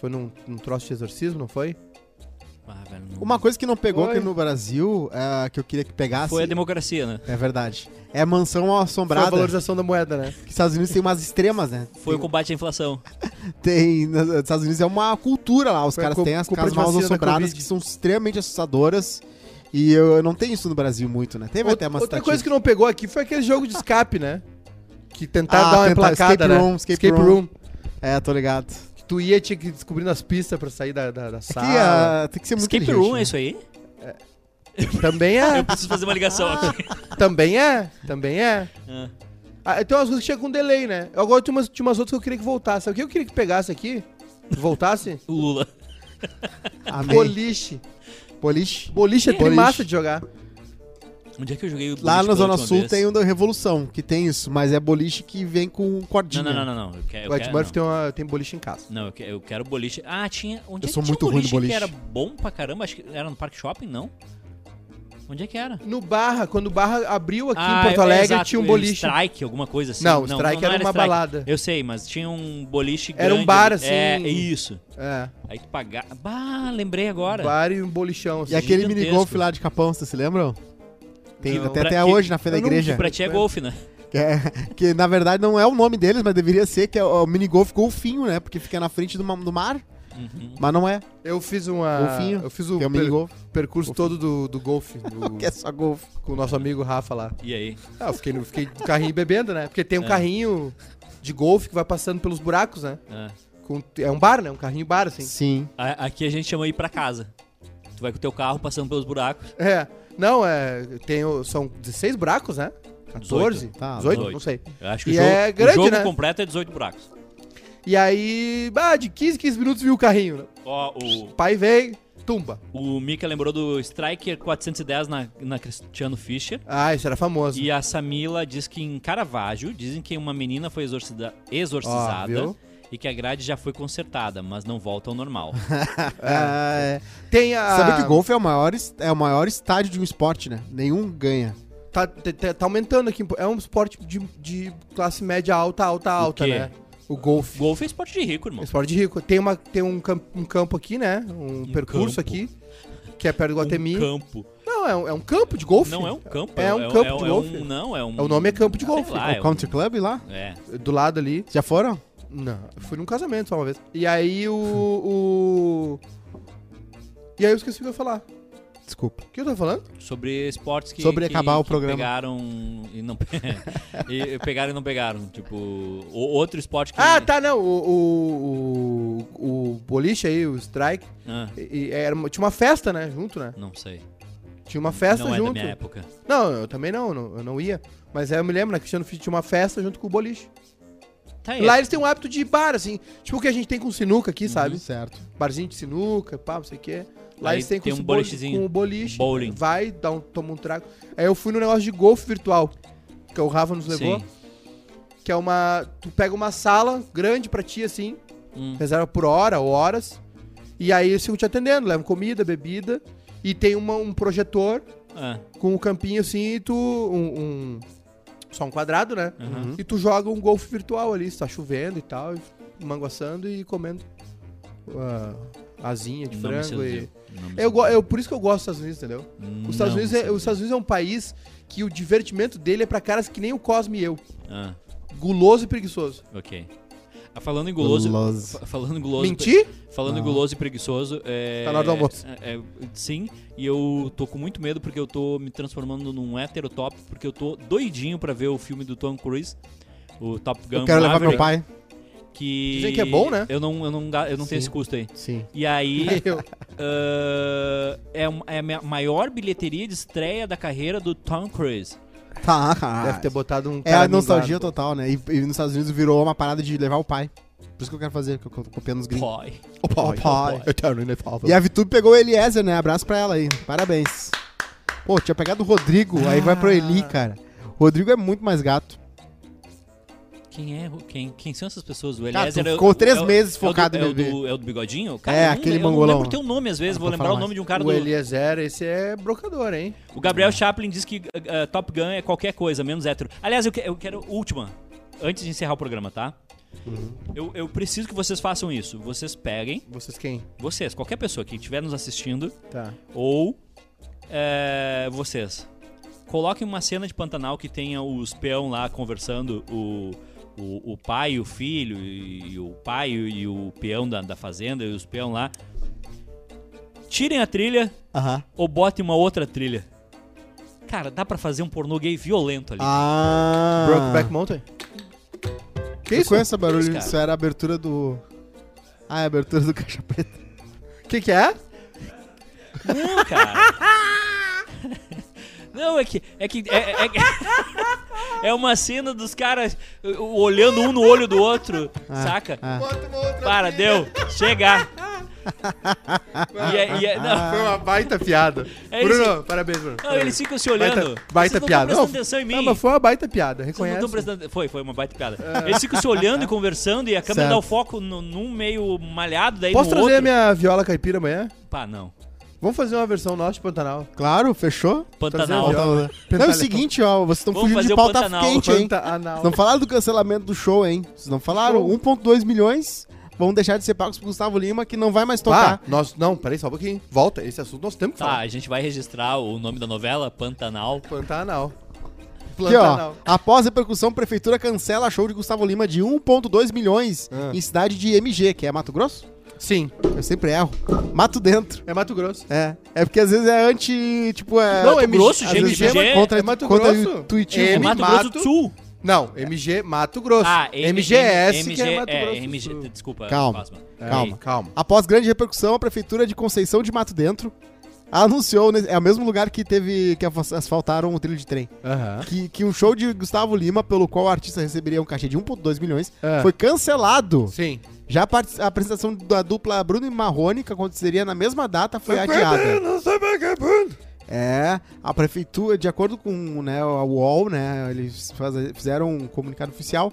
S3: Foi num, num troço de exorcismo, não foi?
S1: Ah, velho, não-
S2: Uma coisa que não pegou
S3: Oi.
S2: aqui no Brasil, é, que eu queria que pegasse.
S1: Foi a democracia, né?
S2: É verdade. É mansão
S3: Foi a
S2: assombrada. Que
S3: valorização da moeda, né?
S2: os Estados Unidos tem umas extremas, né?
S1: Foi o combate à inflação.
S2: Tem. Nos Estados Unidos é uma cultura lá. Os
S3: Foi
S2: caras
S3: co-
S2: têm as
S3: compra
S2: casas
S3: de
S2: mal
S3: vacina da
S2: assombradas
S3: Covid.
S2: que são extremamente assustadoras. E eu, eu não tenho isso no Brasil muito, né? Teve até
S3: Outra,
S2: umas
S3: outra
S2: tentativas.
S3: coisa que não pegou aqui foi aquele jogo de escape, né? Que tentaram
S2: Ah,
S3: dar uma
S2: tentar-
S3: emplacada,
S2: escape
S3: né?
S2: room, escape room. É, tô ligado.
S3: Que tu ia tinha que ir descobrindo as pistas pra sair da, da, da
S2: É que,
S3: sala.
S2: ah, tem que ser muito
S1: Escape
S2: inteligente,
S1: room
S2: né?
S1: é isso aí?
S3: Também é,
S1: Eu preciso fazer uma ligação aqui.
S3: também é, também é.
S1: Ah.
S3: Ah, tem umas coisas que chegam com delay, né? Eu agora tinha umas, tinha umas outras que eu queria que voltasse. Sabe o que eu queria que pegasse aqui? Que Voltasse?
S1: O Lula.
S2: Amém.
S3: Boliche.
S2: Boliche.
S3: Boliche é
S2: Boliche.
S3: massa de jogar.
S1: Onde é que eu joguei o boliche
S2: Lá na
S1: pela
S2: Zona
S1: última
S2: Sul
S1: vez?
S2: tem o da Revolução, que tem isso, mas é boliche que vem com
S1: Não,
S2: cordinha.
S1: não, não, não, não. Eu quero,
S3: O
S1: eu
S3: Ed
S1: quero,
S3: Murphy
S1: não.
S3: tem, um uma, tem boliche em casa.
S1: Não, eu que- eu quero boliche. Ah, tinha. Onde é que
S2: Eu sou
S1: tinha
S2: muito
S1: um
S2: ruim no
S1: boliche,
S2: boliche.
S1: que era bom pra caramba? Acho que era no Parque Shopping, não? Onde é que era?
S3: No Barra, quando o Barra abriu aqui
S1: Ah,
S3: em Porto
S1: é,
S3: Alegre,
S1: exato,
S3: tinha um
S1: é,
S3: boliche.
S1: Strike, alguma coisa assim.
S3: Não, Strike era uma balada.
S1: Eu sei, mas tinha um boliche grande.
S3: Era um bar,
S1: ali.
S3: assim.
S1: É, isso.
S3: É,
S1: Aí tu pagava. Bah, lembrei agora.
S3: um bar e um bolichão. assim.
S2: E aquele
S1: Gigantesco.
S2: minigolf lá de Capão, vocês se lembram? Tem
S1: Não.
S2: até,
S1: Pra-
S2: até
S1: que-
S2: hoje na frente da
S3: eu não-
S2: igreja.
S1: Pra ti é golfe, né?
S2: Que, é- que, na verdade não é o nome deles, mas deveria ser, que é o o minigolf golfinho, né? Porque fica na frente do, ma- do mar,
S1: Uhum.
S2: mas não é.
S3: Eu fiz uma.
S2: Golfinho,
S3: eu fiz o
S2: que é o
S3: per-
S2: minigolf.
S3: percurso todo do, do golfe do-
S2: Que é só golfe.
S3: com o nosso amigo Rafa lá.
S1: E aí?
S3: Ah, eu fiquei no, fiquei no carrinho bebendo, né? Porque tem um carrinho de golfe que vai passando pelos buracos, né?
S1: Ah.
S3: Com- é um bar, né? Um carrinho bar, assim.
S2: Sim.
S1: A- Aqui a gente chama ir pra casa. Tu vai com o teu carro passando pelos buracos.
S3: É. Não, é. Tem, o- são 16 buracos, né? 14?
S1: 18.
S2: Tá,
S3: 18?
S1: louco.
S3: Não sei.
S1: Eu acho que
S3: E
S1: o jogo,
S3: é
S1: o
S3: grande,
S1: jogo
S3: né?
S1: completo é 18 buracos.
S3: E aí, bah, de 15, 15 minutos viu o carrinho. né?
S1: Ó, o,
S3: Pai veio, tumba.
S1: O Mika lembrou do Striker 410 na, na Cristiano Fischer.
S3: Ah, isso era famoso.
S1: E a Samila diz que em Caravaggio, dizem que uma menina foi exorcida-
S3: Ó,
S1: exorcizada
S3: viu?
S1: e que a grade já foi consertada, mas não volta ao normal.
S2: É,
S3: Tem a.
S2: Sabe que golfe é o, maior, es- é o maior estádio de um esporte, né? Nenhum ganha.
S3: Tá, tá- tá- tá aumentando aqui. É um esporte de, de classe média alta, alta, alta,
S1: quê?
S3: né? O golfe.
S1: Golfe é esporte de rico, irmão.
S3: Esporte de rico. Tem, uma, tem um, camp- um campo aqui, né? Um,
S1: Um
S3: percurso
S1: campo.
S3: aqui. Que é perto do Guatemi.
S1: Um campo.
S3: Não, é um, é um campo de golfe.
S1: Não é um campo.
S3: É um campo de
S1: é
S3: golfe.
S1: um- não, é um...
S3: O nome é campo de
S1: sei
S3: golfe.
S1: lá,
S2: É
S1: é
S2: o
S1: um-
S2: Country Club lá?
S1: É.
S3: Do lado ali.
S2: Já foram?
S3: Não, eu fui num casamento só uma vez. E aí o. o... E aí eu esqueci o que eu ia falar.
S2: Desculpa.
S3: O que eu tava falando?
S1: Sobre esportes que...
S2: Sobre
S1: que-
S2: acabar o
S1: que
S2: programa.
S1: pegaram e não... e pegaram e não pegaram. Tipo, o- outro esporte que...
S3: Ah, tá, não. O, o, o, o boliche aí, o strike.
S1: Ah,
S3: e- e era, uma- tinha uma festa, né? Junto, né?
S1: não sei.
S3: Tinha Tinha uma festa
S1: não é da
S3: junto.
S1: minha época.
S3: não, eu também não, não- eu não ia. Mas aí eu me lembro, na Cristiano Fit tinha uma festa junto com o boliche.
S1: Tá
S3: Lá eles têm um hábito de bar, assim. Tipo o que a gente tem com sinuca aqui, sabe?
S2: Certo.
S3: Barzinho de sinuca, pá, não sei o quê. Lá
S1: Aí
S3: eles têm com,
S1: tem um
S3: esse
S1: bolichezinho.
S3: com o boliche.
S1: Bowling.
S3: Vai, dá um, toma um trago. Aí eu fui no negócio de golfe virtual, que o Rafa nos levou.
S1: Sim.
S3: Que é uma... Tu pega uma sala grande pra ti, assim.
S1: Hum.
S3: Reserva por hora ou horas. E aí eles ficam te atendendo. Levam comida, bebida. E tem uma- um projetor
S1: Ah,
S3: com um campinho assim e tu. Um, um- só um quadrado, né?
S1: Uhum.
S3: E tu joga um golfe virtual ali, se tá chovendo e tal, e manguaçando e comendo. ah, asinha de
S1: não me
S3: frango e.
S1: seduziu. Não me
S3: Eu, go-
S1: seduziu.
S3: eu, por isso que eu gosto dos Estados Unidos, entendeu?
S1: Não
S3: Os Estados, Unidos
S1: me
S3: é, os Estados Unidos é um país que o divertimento dele é pra caras que nem o Cosme e eu.
S1: seduziu. Ah,
S3: Guloso e preguiçoso.
S1: ok. Ah, falando em guloso...
S2: Guloso.
S1: fa- Falando em guloso...
S3: Mentir?
S1: Falando em
S2: Não.
S1: guloso e preguiçoso... É,
S3: Tá na hora do almoço.
S1: é- é- sim, e eu tô com muito medo porque eu tô me transformando num hétero top, porque eu tô doidinho pra ver o filme do Tom Cruise, o Top Gun
S2: Eu quero levar meu
S1: Maverick,
S2: pai.
S1: Que...
S3: Dizem que é bom, né?
S1: Eu não, eu não, ga- eu não tenho esse custo aí.
S2: Sim.
S1: E aí...
S3: Eu.
S1: Ah, é, um- é a minha maior bilheteria de estreia da carreira do Tom Cruise.
S2: Tá, cara.
S3: Deve ter botado um.
S2: É a
S3: caramingado.
S2: nostalgia total, né? E, e nos Estados Unidos virou uma parada de levar o pai. Por isso que eu quero fazer, que eu tô copiando os gringos.
S1: Boy.
S3: Ô, pai, ô, pai.
S2: Pai.
S3: Eu tenho um inefável.
S2: E a Vitube pegou o Eliezer, né? Abraço pra ela aí. Parabéns. Pô, tinha pegado o Rodrigo, aí vai pro Eli, cara. O Rodrigo é muito mais gato.
S1: Quem é? Quem, quem são essas pessoas? O
S2: Cara,
S1: Eliezer
S2: Tá,
S1: é
S2: tu
S1: o-
S2: ficou
S1: é o-
S2: três
S1: é o-
S2: meses focado
S1: é o,
S2: no
S1: do- é
S2: bebê.
S1: o do, é o do bigodinho? Cara,
S2: É,
S1: eu não
S2: aquele
S1: lembro- Eu
S2: mongolão.
S1: não lembro o teu nome às vezes,
S2: Ah,
S1: vou
S2: vou
S1: lembrar
S2: falar
S1: o nome
S2: mais.
S1: de um cara
S3: o
S1: do...
S3: Eliezer, esse é brocador, hein?
S1: O Gabriel Chaplin diz que ah, ah, Top Gun é qualquer coisa, menos hétero. Aliás, eu, que- eu quero última, antes de encerrar o programa, tá?
S2: Uhum.
S1: Eu, eu preciso que vocês façam isso. Vocês peguem,
S3: Vocês quem?
S1: vocês, qualquer pessoa que estiver nos assistindo,
S3: Tá.
S1: ou é, vocês coloquem uma cena de Pantanal que tenha os peão lá conversando o, o, o pai e o filho e, e o pai e o peão da, da fazenda e os peão lá tirem a trilha
S2: Aham.
S1: ou botem uma outra trilha cara dá pra fazer um pornô gay violento ali
S2: Ah.
S3: Brokeback Mountain? Que
S2: Eu
S3: isso?
S2: conheço esse
S1: Isso,
S2: barulho,
S1: cara.
S2: isso era a abertura do... Ah, é a abertura do Caixa Preta.
S3: Que que é?
S1: não cara não é que é que é, é- é que- é uma cena dos caras uh, uh, olhando um no olho do outro saca
S2: ah.
S3: Bota uma outra
S1: Para, deu. Chega. E é- e é- não,
S3: Foi uma baita piada.
S1: É
S3: Bruno,
S1: isso.
S3: parabéns, Bruno.
S1: não, eles ficam se olhando.
S3: Baita, baita
S1: Vocês não
S3: piada.
S1: Estão prestando atenção em mim.
S3: Não, mas foi É. uma baita piada,
S1: Vocês não
S3: reconhece.
S1: estão prestando... Foi, foi uma baita piada. Eles ficam se olhando e conversando e a câmera
S2: Certo.
S1: dá o foco no, num meio malhado, daí
S3: Posso
S1: no
S3: trazer
S1: um outro.
S3: a minha viola caipira amanhã?
S1: Pá, não.
S3: Vamos fazer uma versão nossa de Pantanal.
S2: Claro, fechou?
S1: Pantanal.
S3: Trazer a viola.
S2: Não, é o seguinte, ó, vocês estão
S1: Vamos
S2: fugindo
S1: fazer
S2: de
S1: o
S2: pauta
S1: Pantanal.
S2: quente, hein?
S3: Pantanal.
S2: Vocês Não falaram do cancelamento do show, hein? Vocês não falaram? 1.2 milhões vão deixar de ser pagos pro Gustavo Lima, que não vai mais
S3: Ah,
S2: tocar.
S3: nós, não, peraí, só um pouquinho. Volta, esse assunto nós temos que
S1: Tá,
S3: falar.
S1: a gente vai registrar o nome da novela, Pantanal.
S3: Pantanal.
S2: Aqui,
S3: Pantanal.
S2: ó, após repercussão, prefeitura cancela show de Gustavo Lima de 1.2 milhões
S3: Ah.
S2: em cidade de MG, que é Mato Grosso?
S3: Sim,
S2: Eu sempre erro. Mato dentro.
S3: é Mato Grosso.
S2: É. É porque às vezes é anti. Tipo, é.
S1: Mato Grosso,
S2: às vezes
S1: MG,
S2: é contra,
S3: é Mato
S2: contra
S3: Grosso.
S2: intuitivo.
S1: É
S3: M-
S1: Mato,
S3: Mato-
S1: Grosso do Sul.
S3: Não, MG Mato Grosso.
S1: Ah, M-
S3: MGS
S1: M-
S3: que é
S1: MG
S3: Mato
S1: é,
S3: Grosso. do
S1: MG
S3: Sul.
S1: Desculpa,
S2: Calma.
S1: Cosma.
S2: Calma.
S3: calma.
S2: Após grande repercussão, a prefeitura de Conceição de Mato Dentro anunciou. né, É o mesmo lugar que teve. que as- asfaltaram o trilho de trem.
S3: Aham.
S2: que, que um show de Gustavo Lima, pelo qual o artista receberia um cachê de 1,2 milhões,
S3: É.
S2: foi cancelado.
S3: Sim.
S2: Já a, parti- a apresentação da dupla Bruno e Marrone, que aconteceria na mesma data, foi
S3: Tá
S2: adiada.
S3: Não sei vagabundo.
S2: É, a prefeitura, de acordo com né, a UOL, né, eles faz- fizeram um comunicado oficial.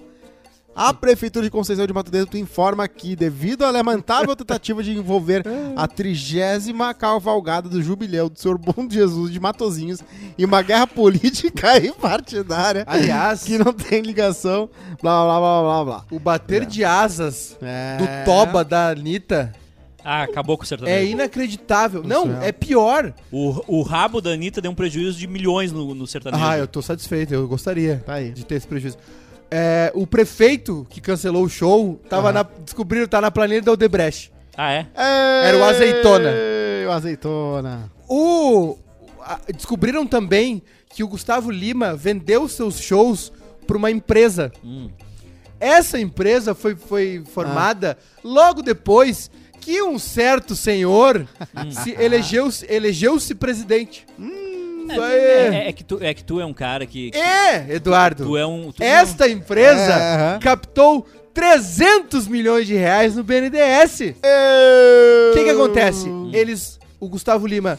S2: A Prefeitura de Conceição de Mato Dentro informa que, devido à lamentável tentativa de envolver a trigésima cavalgada do jubileu do Senhor Bom Jesus de Matozinhos em uma guerra política e partidária,
S3: Aliás,
S2: que não tem ligação, blá blá blá blá blá.
S3: o bater de asas
S2: É.
S3: do Toba da Anitta
S1: Ah, acabou com o sertanejo.
S3: é inacreditável. Não,
S2: Nossa,
S3: é pior.
S1: O, o rabo da Anitta deu um prejuízo de milhões no, no sertanejo.
S3: Ah, eu tô satisfeito, eu gostaria
S2: Tá aí.
S3: de ter esse prejuízo. É, o prefeito que cancelou o show tava na, descobriram que tá na planilha da Odebrecht.
S1: Ah, é?
S2: Era
S3: o Azeitona.
S2: O azeitona.
S3: O, a- descobriram também que o Gustavo Lima vendeu seus shows pra uma empresa.
S1: Hum.
S3: Essa empresa foi, foi formada logo depois que um certo senhor
S1: Hum.
S3: se elegeu- elegeu-se presidente. Isso aí.
S1: É, é que tu, é que tu é um cara que. que
S3: É, Eduardo.
S1: tu é um. Tu
S3: Esta empresa
S2: É, aham.
S3: captou 300 milhões de reais no BNDES. O É. que, que acontece?
S2: Hum.
S3: Eles, o Gustavo Lima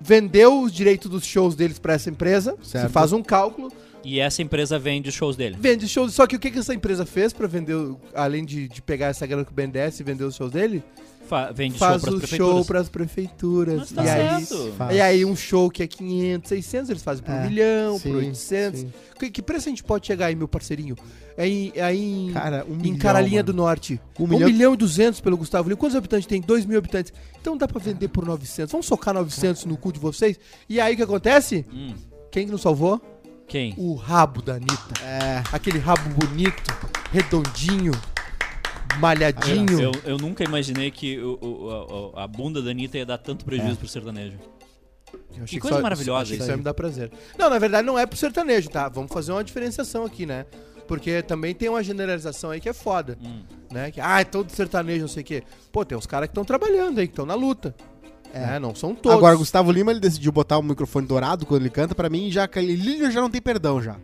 S3: vendeu os direitos dos shows deles para essa empresa.
S2: Certo.
S3: Se faz um cálculo,
S1: E essa empresa vende os shows dele.
S3: vende shows. Só que o que, que essa empresa fez para vender, o- além de, de pegar essa grana com o BNDES e vender os shows dele?
S1: Fa- vende
S3: faz
S1: show
S3: o
S1: pras
S3: show
S1: prefeituras.
S3: para as prefeituras.
S1: Mas tá
S3: e, aí,
S1: certo.
S3: e aí um show que é 500, 600, eles fazem por um
S2: É,
S3: milhão,
S2: sim,
S3: por 800.
S2: sim.
S3: Que, que preço a gente pode chegar aí, meu parceirinho? Aí, aí em-
S2: Cara, um
S3: em
S2: milhão,
S3: Caralinha
S2: mano.
S3: do Norte.
S2: Um
S3: 1
S2: milhão-
S3: milhão e 200 pelo Gustavo Lima. Quantos habitantes tem? 2 mil habitantes. Então dá pra vender por 900. Vamos socar 900 no cu de vocês. E aí o que acontece?
S1: Hum.
S3: Quem que nos salvou?
S1: Quem?
S3: O rabo da Anitta.
S2: É.
S3: Aquele rabo bonito, redondinho, malhadinho.
S1: Eu, eu nunca imaginei que o- o- a, a bunda da Anitta ia dar tanto
S3: É.
S1: prejuízo pro sertanejo.
S3: Eu achei
S1: Que coisa
S3: só-
S1: maravilhosa
S3: achei que
S1: isso
S3: Só
S1: aí.
S3: me dá prazer. Não, na verdade não é pro sertanejo, tá? Vamos fazer uma diferenciação aqui, né? Porque também tem uma generalização aí que é foda,
S1: Hum.
S3: né? Que, ah, é todo sertanejo, não sei o quê. Pô, tem uns caras que estão trabalhando aí, que estão na luta. É, não são todos.
S2: Agora, Gustavo Lima, ele decidiu botar o microfone dourado quando ele canta. Pra mim, já, ele já não tem perdão, já.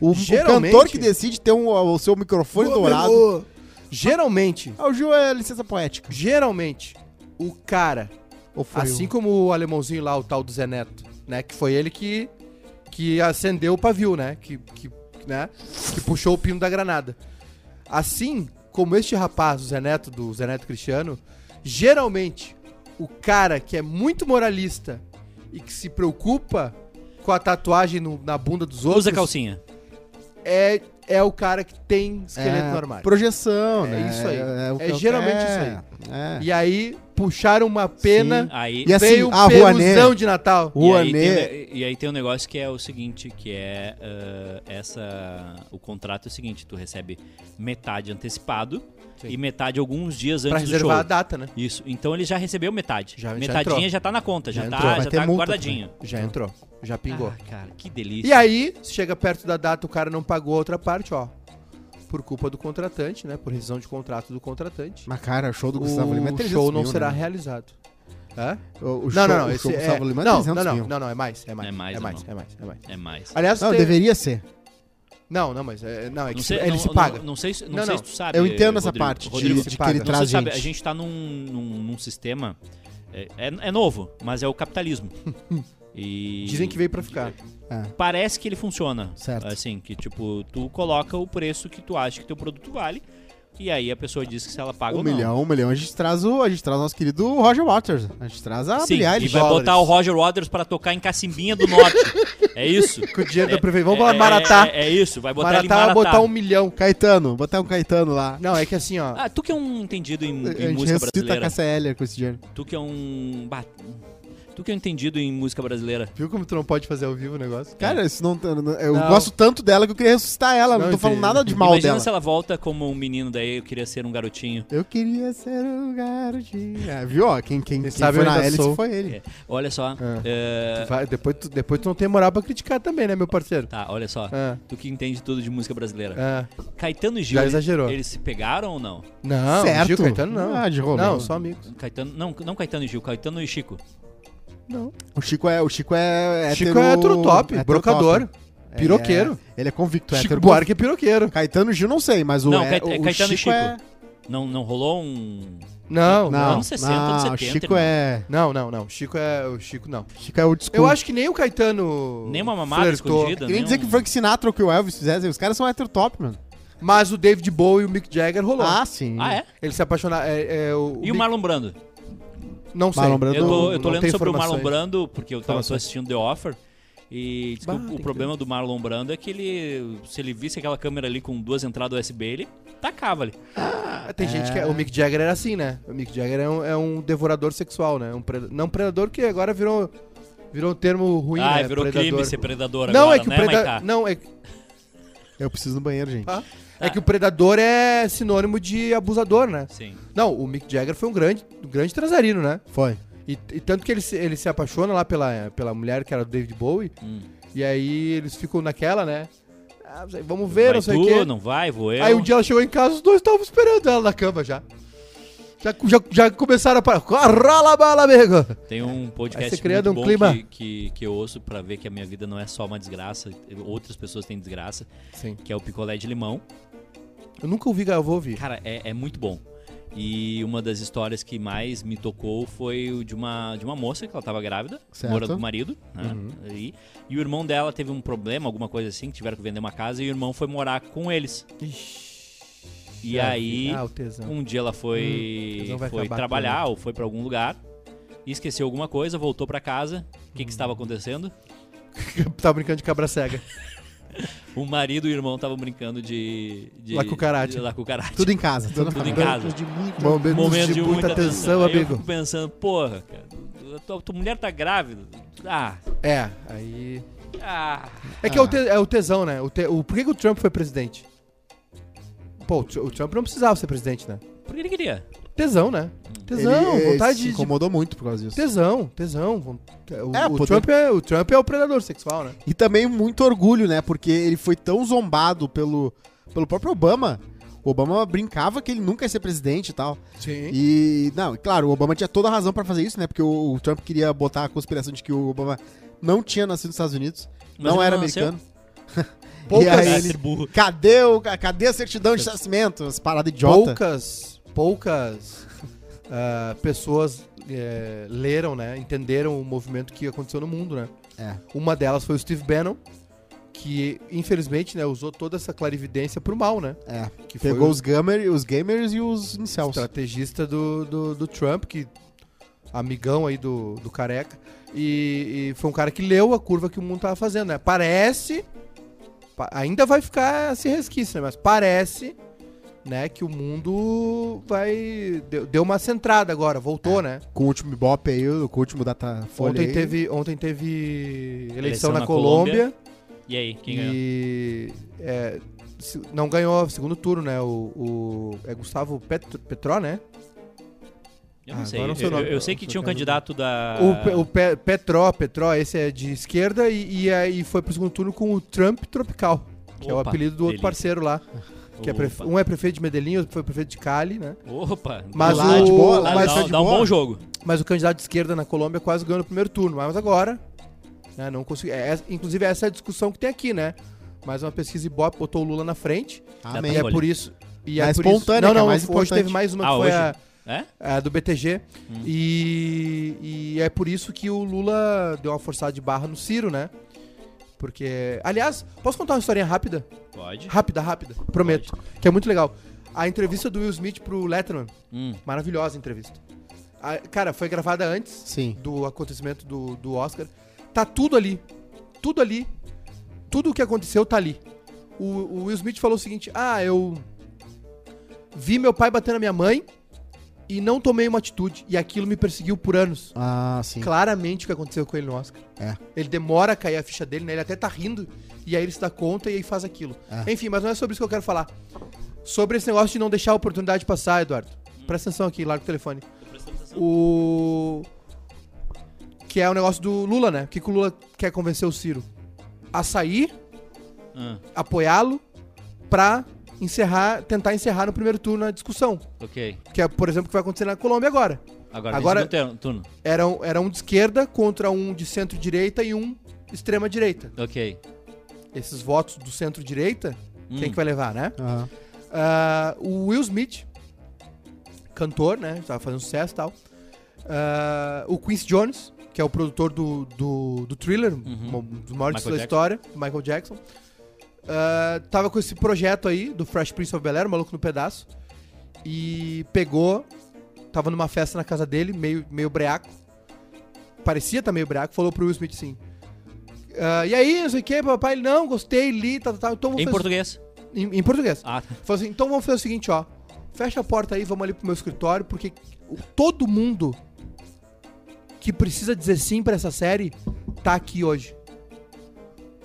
S2: O, o
S3: Geralmente-
S2: cantor que decide ter um- o seu microfone dourado...
S3: Geralmente,
S2: Ah, o Gil é licença poética.
S3: geralmente, o cara,
S2: Ou foi
S3: assim
S2: o-
S3: como o alemãozinho lá, o tal do Zé Neto, né? Que foi ele que, que acendeu o pavio, né? Que, que, né? que puxou o pino da granada. Assim como este rapaz, o Zé Neto, do Zé Neto Cristiano, geralmente o cara que é muito moralista e que se preocupa com a tatuagem no- na bunda dos outros
S1: Usa calcinha.
S3: é, é o cara que tem esqueleto
S2: é,
S3: no armário.
S2: Projeção,
S3: É
S2: né?
S3: isso aí.
S2: o
S3: É
S2: que eu-
S3: geralmente
S2: é, É.
S3: E aí puxaram uma pena.
S2: Sim.
S1: Aí.
S2: E assim,
S3: veio
S2: a
S3: um
S2: Rouanet-
S3: peluzão de Natal.
S1: E aí,
S2: Rouanet-
S1: tem, um ne- e aí tem um negócio que é o seguinte, que é ah, essa. O contrato é o seguinte, tu recebe metade antecipado
S3: Sim.
S1: e metade alguns dias
S3: Pra
S1: antes do show.
S3: reservar a data, né?
S1: Isso. Então ele já recebeu metade.
S3: Já- já
S1: Metadinha
S3: entrou.
S1: já, tá na conta, já,
S3: Já
S1: tá,
S3: entrou.
S1: já
S2: Vai ter
S1: tá
S2: multa
S1: guardadinho.
S3: Já entrou. Já né? pingou.
S1: Ah, cara, que delícia.
S3: e aí, chega perto da data, o cara não pagou a outra parte, ó. Por culpa do contratante, né? Por rescisão de contrato do contratante.
S2: Mas, cara, o show do
S3: O
S2: Gustavo Lima é 300
S3: show não
S2: mil,
S3: será
S2: né?
S3: realizado. Hã?
S2: O, o show,
S3: não, não, não,
S2: o
S3: esse
S2: show do
S3: é-
S2: Gustavo Lima é
S3: não,
S2: 300
S3: não,
S2: mil.
S3: não, não, não, é mais, é mais,
S1: É mais,
S3: é mais,
S1: irmão.
S3: é mais, é mais.
S1: É mais.
S3: Aliás,
S2: Não,
S3: tem-
S2: deveria ser.
S3: não, não, mas é, não, é que
S1: Não
S3: se-
S1: sei-
S3: ele
S1: não-
S3: se
S1: não-
S3: paga.
S1: Não, sei, se- não
S3: Não,
S1: sei
S3: não.
S1: se tu sabe.
S2: Eu entendo essa
S1: Rodrigo.
S2: parte de,
S1: Rodrigo,
S2: de
S3: se
S2: que ele
S3: paga.
S1: Não sei
S2: traz
S1: se sabe,
S2: gente.
S1: a gente tá num, num, num sistema. É, é- é novo, mas é o capitalismo. E é,
S3: Dizem que veio pra ficar.
S1: parece que ele funciona.
S2: Certo.
S1: Assim, que tipo, tu coloca o preço que tu acha que teu produto vale. E aí a pessoa diz que se ela paga
S2: Um
S1: ou não.
S2: milhão, um milhão. A gente traz o, a gente traz o nosso querido Roger Waters. A gente traz a
S1: Sim,
S2: Billie
S1: e
S2: Eilish.
S1: vai
S3: Ah, dólares.
S1: botar o Roger Waters pra tocar em Cacimbinha do Norte. é isso.
S3: Com o dinheiro da prefeitura. Vamos
S1: é,
S3: falar Maratá.
S1: É, é isso, vai botar ele em
S3: Maratá vai
S1: Maratá.
S3: botar um milhão.
S2: Caetano, botar um Caetano lá.
S3: Não, é que assim, ó.
S1: Ah, tu que é um entendido em,
S2: a
S1: em
S2: gente
S1: música
S2: ressuscita a
S1: brasileira.
S2: Cassia Eller com esse dinheiro.
S1: Tu que é um. bah, Tu que é um entendido em música brasileira.
S3: Viu como tu não pode fazer ao vivo o negócio?
S1: É.
S2: Cara, isso não. Eu
S3: Não.
S2: gosto tanto dela que eu queria ressuscitar ela. Não,
S3: Não,
S2: tô falando
S3: entendi.
S2: nada de mal
S1: Imagina
S2: dela.
S1: se ela volta como um menino, daí eu queria ser um garotinho.
S2: Eu queria ser um garotinho. É, viu? Ó, quem, quem, quem
S3: sabe,
S2: foi
S3: eu
S2: na
S3: ainda
S2: hélice
S3: sou.
S2: foi ele.
S1: É, olha só. é,
S3: Tu vai- depois, tu, depois tu não tem moral pra criticar também, né, meu parceiro?
S1: Tá, olha só.
S3: Ah,
S1: Tu que entende tudo de música brasileira.
S3: ah.
S1: Caetano e Gil.
S3: Já
S1: eles-
S3: exagerou.
S1: Eles se pegaram ou não?
S3: Não,
S2: Certo.
S3: Gil Caetano não.
S2: Ah, de Romeu.
S3: Não, só amigos.
S1: Caetano. Não, não Caetano e Gil, Caetano e Chico.
S3: Não.
S2: O Chico é. O Chico é.
S3: Chico é hétero top, brocador,
S2: Ele
S3: piroqueiro.
S2: é- Ele é convicto
S3: Chico
S2: hétero.
S3: Buarque é piroqueiro.
S2: Caetano Gil não sei, mas o,
S1: Não,
S2: é-
S1: Caet- é
S2: o
S1: Caetano e
S2: Chico é...
S1: Não, não rolou um.
S3: Não,
S2: Não,
S3: não.
S1: anos 60, anos
S2: não,
S1: 70,
S2: Chico
S1: irmão.
S2: é...
S3: Não, não, não. Chico é. O Chico não.
S2: Chico é old school.
S3: Eu acho que nem o Caetano.
S1: Nem uma mamada escondida,
S2: Queria
S1: nem
S2: dizer
S1: um-
S2: que o Frank Sinatra ou que o Elvis fizessem, os caras são hétero top, mano.
S3: Mas o David Bowie e o Mick Jagger rolou.
S2: Ah, sim.
S1: Ah, é?
S3: Eles se apaixonaram. É, é, o,
S1: E o
S3: Mick-
S1: Marlon Brando?
S3: Não sei.
S2: Marlon Brando-
S1: Eu tô, eu
S3: não
S1: tô lendo
S3: tenho
S1: sobre o Marlon
S3: informações.
S1: Brando, porque eu tava tô
S2: Informações.
S1: assistindo The Offer. E diz que
S3: Bah,
S1: o-
S3: tem
S1: o
S3: que
S1: problema do Marlon Brando é que ele, se ele visse aquela câmera ali com duas entradas USB, ele tacava ali.
S3: Ah, Tem gente que. O Mick Jagger era assim, né? O Mick Jagger é um, é um devorador sexual, né? Um pred- Não predador que agora virou. Virou um termo ruim,
S1: ah,
S3: né?
S1: virou
S3: predador.
S1: crime ser predador
S3: não,
S1: agora,
S3: é que
S1: né,
S3: o predador.
S1: Maiká?
S3: Não, é, que-
S2: Eu preciso ir no banheiro, gente.
S3: ah,
S1: Tá.
S3: é que o predador é sinônimo de abusador, né?
S1: Sim.
S3: Não, o Mick Jagger foi um grande, um grande transarino, né?
S2: Foi.
S3: E, e tanto que ele se, ele se apaixona lá pela, pela mulher que era do David Bowie.
S1: Hum.
S3: E aí eles ficam naquela, né? Ah, não sei, vamos ver,
S1: vai
S3: não sei
S1: tu,
S3: o quê.
S1: não vai, vou eu.
S3: Aí um dia ela chegou em casa, os dois estavam esperando ela na cama já. Já, já, já começaram a parar. Rola bala, amigo!
S1: Tem um podcast
S3: Aí você cria
S1: muito
S3: um
S1: bom
S3: clima.
S1: Que, que, que eu ouço pra ver que a minha vida não é só uma desgraça, outras pessoas têm desgraça,
S3: Sim.
S1: que é o picolé de limão.
S3: Eu nunca ouvi, cara, eu vou ouvir.
S1: Cara, é, é muito bom. E uma das histórias que mais me tocou foi o de uma, de uma moça que ela tava grávida,
S4: Certo.
S1: morando com o marido, né?
S3: Uhum.
S1: E, e o irmão dela teve um problema, alguma coisa assim, que tiveram que vender uma casa e o irmão foi morar com eles. E aí,
S3: Ah, o tesão.
S1: um dia ela
S3: Hum,
S1: foi,
S3: tesão vai
S1: foi
S3: acabar
S1: trabalhar ou foi pra algum lugar, e esqueceu alguma coisa, voltou pra casa. O que,
S3: Hum.
S1: que estava acontecendo?
S3: Tava brincando de cabra cega.
S1: O marido e o irmão estavam brincando de, de.
S3: La cucaracha.
S1: de La cucaracha.
S4: Tudo em casa. Tudo,
S1: Tudo em
S4: família.
S1: casa.
S3: Momentos,
S1: Momento
S3: de, muita tensão,
S1: Aí
S3: amigo.
S1: Eu fico pensando, porra, cara, a tua, tua mulher tá grávida. Ah,
S3: É, aí.
S1: ah.
S3: É que é, o te- é o tesão, né? O te- o- Por que, que o Trump foi presidente? Pô, o, Tr- o Trump não precisava ser presidente, né?
S1: Por que ele queria?
S3: Tesão, né? Tesão,
S4: Ele, eh,
S3: vontade
S4: se
S3: de- de.
S4: incomodou muito por causa disso.
S3: Tesão, tesão. von- O,
S4: É,
S3: o
S4: poder-
S3: Trump é, o Trump é o predador sexual, né?
S4: E também muito orgulho, né? Porque ele foi tão zombado pelo, pelo próprio Obama. O Obama brincava que ele nunca ia ser presidente e tal.
S3: Sim.
S4: E, não, e claro, o Obama tinha toda a razão pra fazer isso, né? Porque o, o Trump queria botar a conspiração de que o Obama não tinha nascido nos Estados Unidos,
S1: Mas
S4: não
S1: ele
S4: era
S1: não nasceu.
S4: americano.
S3: Poucas-
S4: e aí
S1: Vai
S4: ele-
S1: ser burro.
S4: cadê, o, cadê a certidão de nascimento? As paradas idiota.
S3: poucas poucas ah, pessoas eh, leram, né, entenderam o movimento que aconteceu no mundo, né?
S4: É.
S3: Uma delas foi o Steve Bannon, que infelizmente, né, usou toda essa clarividência pro mal, né?
S4: É,
S3: que foi
S4: Pegou
S3: o
S4: os, gamer, os gamers e os incels.
S3: estrategista do, do, do Trump, que amigão aí do, do careca, e, e foi um cara que leu a curva que o mundo tava fazendo, né? Parece, pa- ainda vai ficar esse resquício, né? Mas parece, né, que o mundo vai deu, deu uma centrada agora, voltou, né?
S4: Com o último Ibope aí, com o último Data Folha
S3: Ontem teve, ontem teve eleição,
S1: Eleição
S3: na,
S1: na
S3: Colômbia,
S1: E aí, quem ganhou?
S3: e é, se- não ganhou o segundo turno, né? O, o- é Gustavo Pet- Petró, né?
S1: Eu não
S3: Ah,
S1: sei.
S3: agora
S1: Eu,
S3: não sei o nome.
S1: eu- eu sei que tinha um candidato da.
S3: O, Pe- o Pe- Petró, Petró, esse é de esquerda e, é, e aí foi pro segundo turno com o Trump Tropical, que é o
S1: Opa,
S3: apelido do outro
S1: delícia.
S3: parceiro lá. Que é prefe-
S1: Opa.
S3: Um é prefeito de Medellín, outro foi prefeito de Cali, né?
S1: Opa.
S3: Mas
S4: Lá
S3: o,
S4: de boa, lá
S1: Mas
S3: mas,
S1: dá,
S4: tá
S1: dá
S4: de
S1: um
S4: boa.
S1: bom jogo.
S3: mas o candidato de esquerda na Colômbia quase ganhou no primeiro turno, mas agora, né, não conseguiu. É, essa- inclusive, essa é a discussão que tem aqui, né? Mais uma pesquisa Ibope botou o Lula na frente,
S4: Amém.
S3: e é
S1: Olha.
S3: por isso... E é
S4: Mas
S3: por isso-
S4: espontânea,
S3: Não,
S4: que é
S3: não,
S4: mais
S3: hoje
S4: importante.
S3: teve mais uma que
S1: Ah,
S3: foi
S1: hoje?
S3: a...
S1: É?
S3: É, do BTG. E, e é por isso que o Lula deu uma forçada de barra no Ciro, né? Porque. Aliás, posso contar uma historinha rápida?
S1: Pode.
S3: Rápida, rápida. Prometo. Que é muito legal. A entrevista do Will Smith pro Letterman.
S1: Hum.
S3: Maravilhosa entrevista. A- cara, foi gravada antes
S4: Sim.
S3: do acontecimento do, do Oscar. Tá tudo ali. Tudo ali. Tudo o que aconteceu tá ali. O, o Will Smith falou o seguinte: Ah, eu vi meu pai bater na minha mãe e não tomei uma atitude. E aquilo me perseguiu por anos.
S4: Ah, sim.
S3: Claramente o que aconteceu com ele no Oscar.
S4: É.
S3: Ele demora a cair a ficha dele, né? Ele até tá rindo. E aí ele se dá conta e aí faz aquilo.
S4: É.
S3: Enfim, mas não é sobre isso que eu quero falar. Sobre esse negócio de não deixar a oportunidade passar, Eduardo. Presta atenção aqui, larga o telefone. O. Que é o negócio do Lula, né? O que, que o Lula quer convencer o Ciro? A sair,
S1: Ah,
S3: apoiá-lo, pra encerrar, tentar encerrar no primeiro turno a discussão.
S1: ok.
S3: Que é, por exemplo, o que vai acontecer na Colômbia agora.
S1: Agora,
S3: Agora-
S1: tem segundo turno.
S3: Era, um- era um de esquerda contra um de centro-direita e um extrema-direita.
S1: Ok.
S3: Esses votos do centro-direita,
S1: Hum.
S3: quem que vai levar, né?
S4: Aham.
S3: Ah, o Will Smith, cantor, né? Tava fazendo sucesso e tal. Ah, o Quincy Jones, que é o produtor do, do, do thriller, um
S1: Uhum.
S3: dos maiores da
S1: Michael Jackson.
S3: história, do Michael Jackson. Ah, tava com esse projeto aí do Fresh Prince of Bel Air, Maluco no Pedaço. E pegou. Tava numa festa na casa dele, meio, meio breaco. Parecia tá meio breaco, falou pro Will Smith assim. "Ah, e aí, não sei o que, papai, ele, não, gostei, li, tal, tal, tal. Então vou
S1: Em
S3: fazer-
S1: português.
S3: em- em português.
S1: Ah, tá.
S3: Falou assim, então vamos fazer o seguinte, ó. Fecha a porta aí, vamos ali pro meu escritório, porque o- todo mundo que precisa dizer sim pra essa série tá aqui hoje.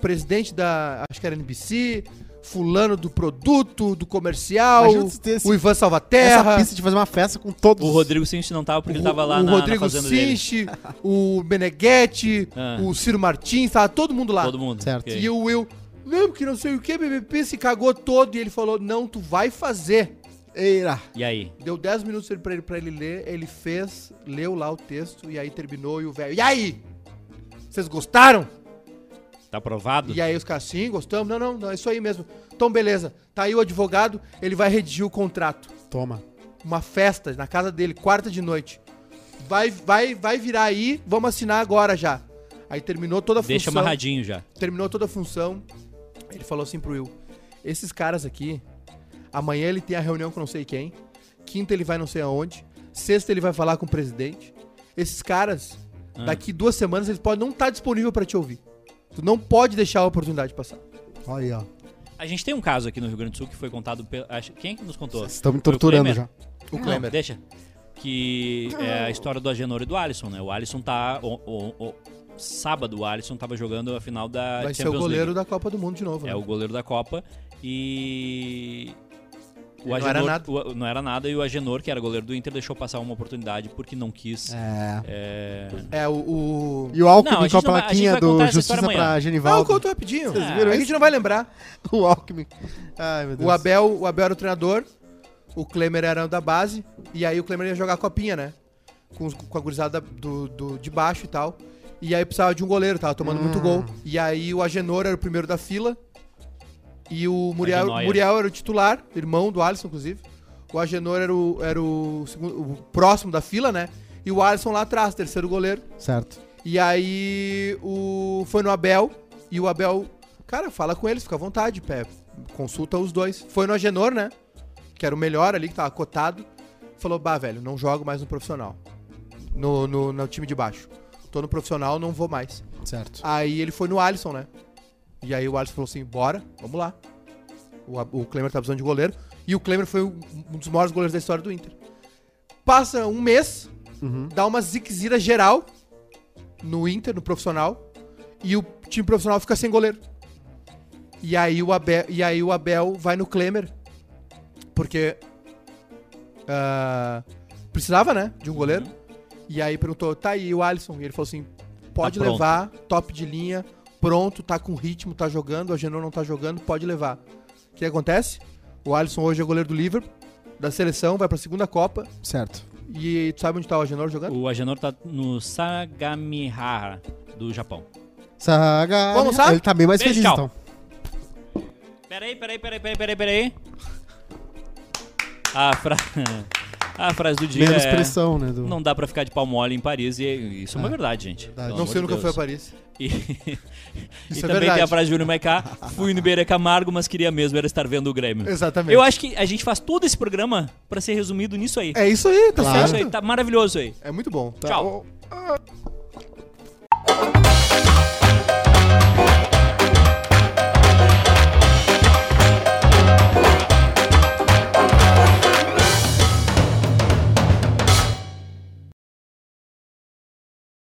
S3: Presidente da, acho que era NBC, fulano do produto, do comercial,
S4: Imagina se ter esse-
S3: o Ivan
S4: Essa
S3: Salvaterra,
S4: pista de fazer uma festa com todos.
S1: O Rodrigo Sinch não tava porque ele tava lá
S3: o
S1: na,
S3: Rodrigo
S1: na fazenda dele.
S3: Sinch, o Meneghetti,
S1: Ah.
S3: o Ciro Martins, tava todo mundo lá.
S1: Todo mundo.
S4: Certo.
S1: ok.
S3: E o Will, não, porque não sei o que, BBP se cagou todo. E ele falou, não, tu vai fazer.
S2: Eira.
S1: E aí?
S3: Deu 10 minutos pra ele, pra ele ler, ele fez, leu lá o texto e aí terminou e o velho. E aí? Vocês gostaram?
S1: Tá aprovado?
S3: E aí os caras, sim, gostamos. Não, não, não, é isso aí mesmo. Então, beleza. Tá aí o advogado, ele vai redigir o contrato.
S4: Toma.
S3: Uma festa na casa dele, quarta de noite. Vai, vai, vai virar aí, vamos assinar agora já. Aí terminou toda a
S1: Deixa
S3: função.
S1: amarradinho já.
S3: Terminou toda a função. Ele falou assim pro Will: Esses caras aqui, amanhã ele tem a reunião com não sei quem. Quinta ele vai não sei aonde. Sexta ele vai falar com o presidente. Esses caras,
S1: Ah.
S3: daqui duas semanas, eles podem não estar disponível pra te ouvir. Tu não pode deixar a oportunidade passar.
S4: Olha aí, ó.
S1: A gente tem um caso aqui no Rio Grande do Sul que foi contado pelo. acho- Quem é que nos contou?
S4: Vocês estão me
S1: Foi o
S4: torturando
S1: Klemer.
S4: já.
S3: O
S1: Não,
S3: Klemer.
S1: deixa. Que é a história do Agenor e do Alisson, né? O Alisson tá. O, o- o- sábado o Alisson tava jogando a final da
S3: Vai ser o
S1: Champions
S3: goleiro
S1: League.
S3: da Copa do Mundo de novo.
S1: É
S3: né?
S1: o goleiro da Copa. E. O
S3: Não era nada.
S1: o- não era nada. E o Agenor, que era goleiro do Inter, deixou passar uma oportunidade porque não quis.
S4: É.
S1: é,
S3: É o. o...
S4: E o Alckmin
S1: Não, a gente
S4: com a
S1: não vai- a gente
S4: plaquinha
S1: vai
S4: do
S1: contar essa
S4: Justiça
S1: história amanhã.
S4: pra
S3: Não, eu
S4: Genivaldo.
S3: conto rapidinho.
S1: Vocês
S3: É
S1: viram
S3: que a gente não vai lembrar.
S4: o Alckmin. Ai, meu Deus.
S3: O Abel, o Abel era o treinador, o Klemer era o da base, e aí o Klemer ia jogar a copinha, né? Com, os- com a gurizada do, do- de baixo e tal. E aí precisava de um goleiro, tava tomando muito
S4: Hum.
S3: gol. E aí o Agenor era o primeiro da fila. E o Muriel,
S1: Agenoia.
S3: Muriel era o titular, irmão do Alisson, inclusive. O Agenor era o, era o, segundo- o próximo da fila, né? E o Alisson lá atrás, terceiro goleiro.
S4: Certo.
S3: E aí o foi no Abel e o Abel, cara, fala com eles, fica à vontade, pé, consulta os dois. Foi no Agenor, né? Que era o melhor ali, que tava cotado. Falou, bah, velho, não jogo mais no profissional. No, no, no time de baixo. Tô no profissional, não vou mais.
S4: Certo.
S3: Aí ele foi no Alisson, né? E aí o Alisson falou assim, bora, vamos lá. O, Ab- o Klemer tá precisando de goleiro. E o Klemer foi um um dos maiores goleiros da história do Inter. Passa um mês, dá uma ziquezira geral no Inter, no profissional. E o time profissional fica sem goleiro. E aí o Abel, e aí o Abel vai no Klemer. Porque ah, precisava, né, de um goleiro. E aí perguntou, tá aí o Alisson? E ele falou assim, pode
S1: pronto.
S3: levar, top de linha, pronto, tá com ritmo, tá jogando, a Genoa não tá jogando, pode levar. O que acontece? O Alisson hoje é goleiro do Liverpool, da seleção, vai pra segunda Copa.
S4: Certo.
S3: E tu sabe onde tá o Agenor jogando?
S1: O Agenor tá no Sagamihara, do Japão.
S4: Saga.
S3: Vamos, sabe?
S4: Ele tá bem mais
S1: Beijo,
S4: feliz,
S1: tchau.
S4: então.
S1: Peraí, peraí, peraí, peraí, peraí, peraí. A, fra... a frase do dia
S4: Menos
S1: é...
S4: pressão, né? Do...
S1: Não dá pra ficar de pau mole em Paris, e isso é uma verdade, gente. Pelo
S3: não
S1: amor
S3: sei,
S1: de
S3: nunca
S1: Deus.
S3: foi a Paris.
S1: E, e
S3: Isso é
S1: também
S3: verdade.
S1: tem a frase de Júnior Maiká, fui no Iberê Camargo, mas queria mesmo era estar vendo o Grêmio.
S3: Exatamente.
S1: Eu acho que a gente faz todo esse programa pra ser resumido nisso aí.
S3: É isso aí, tá
S1: É
S4: Claro.
S1: isso aí, tá maravilhoso aí.
S3: É muito bom.
S1: Tchau.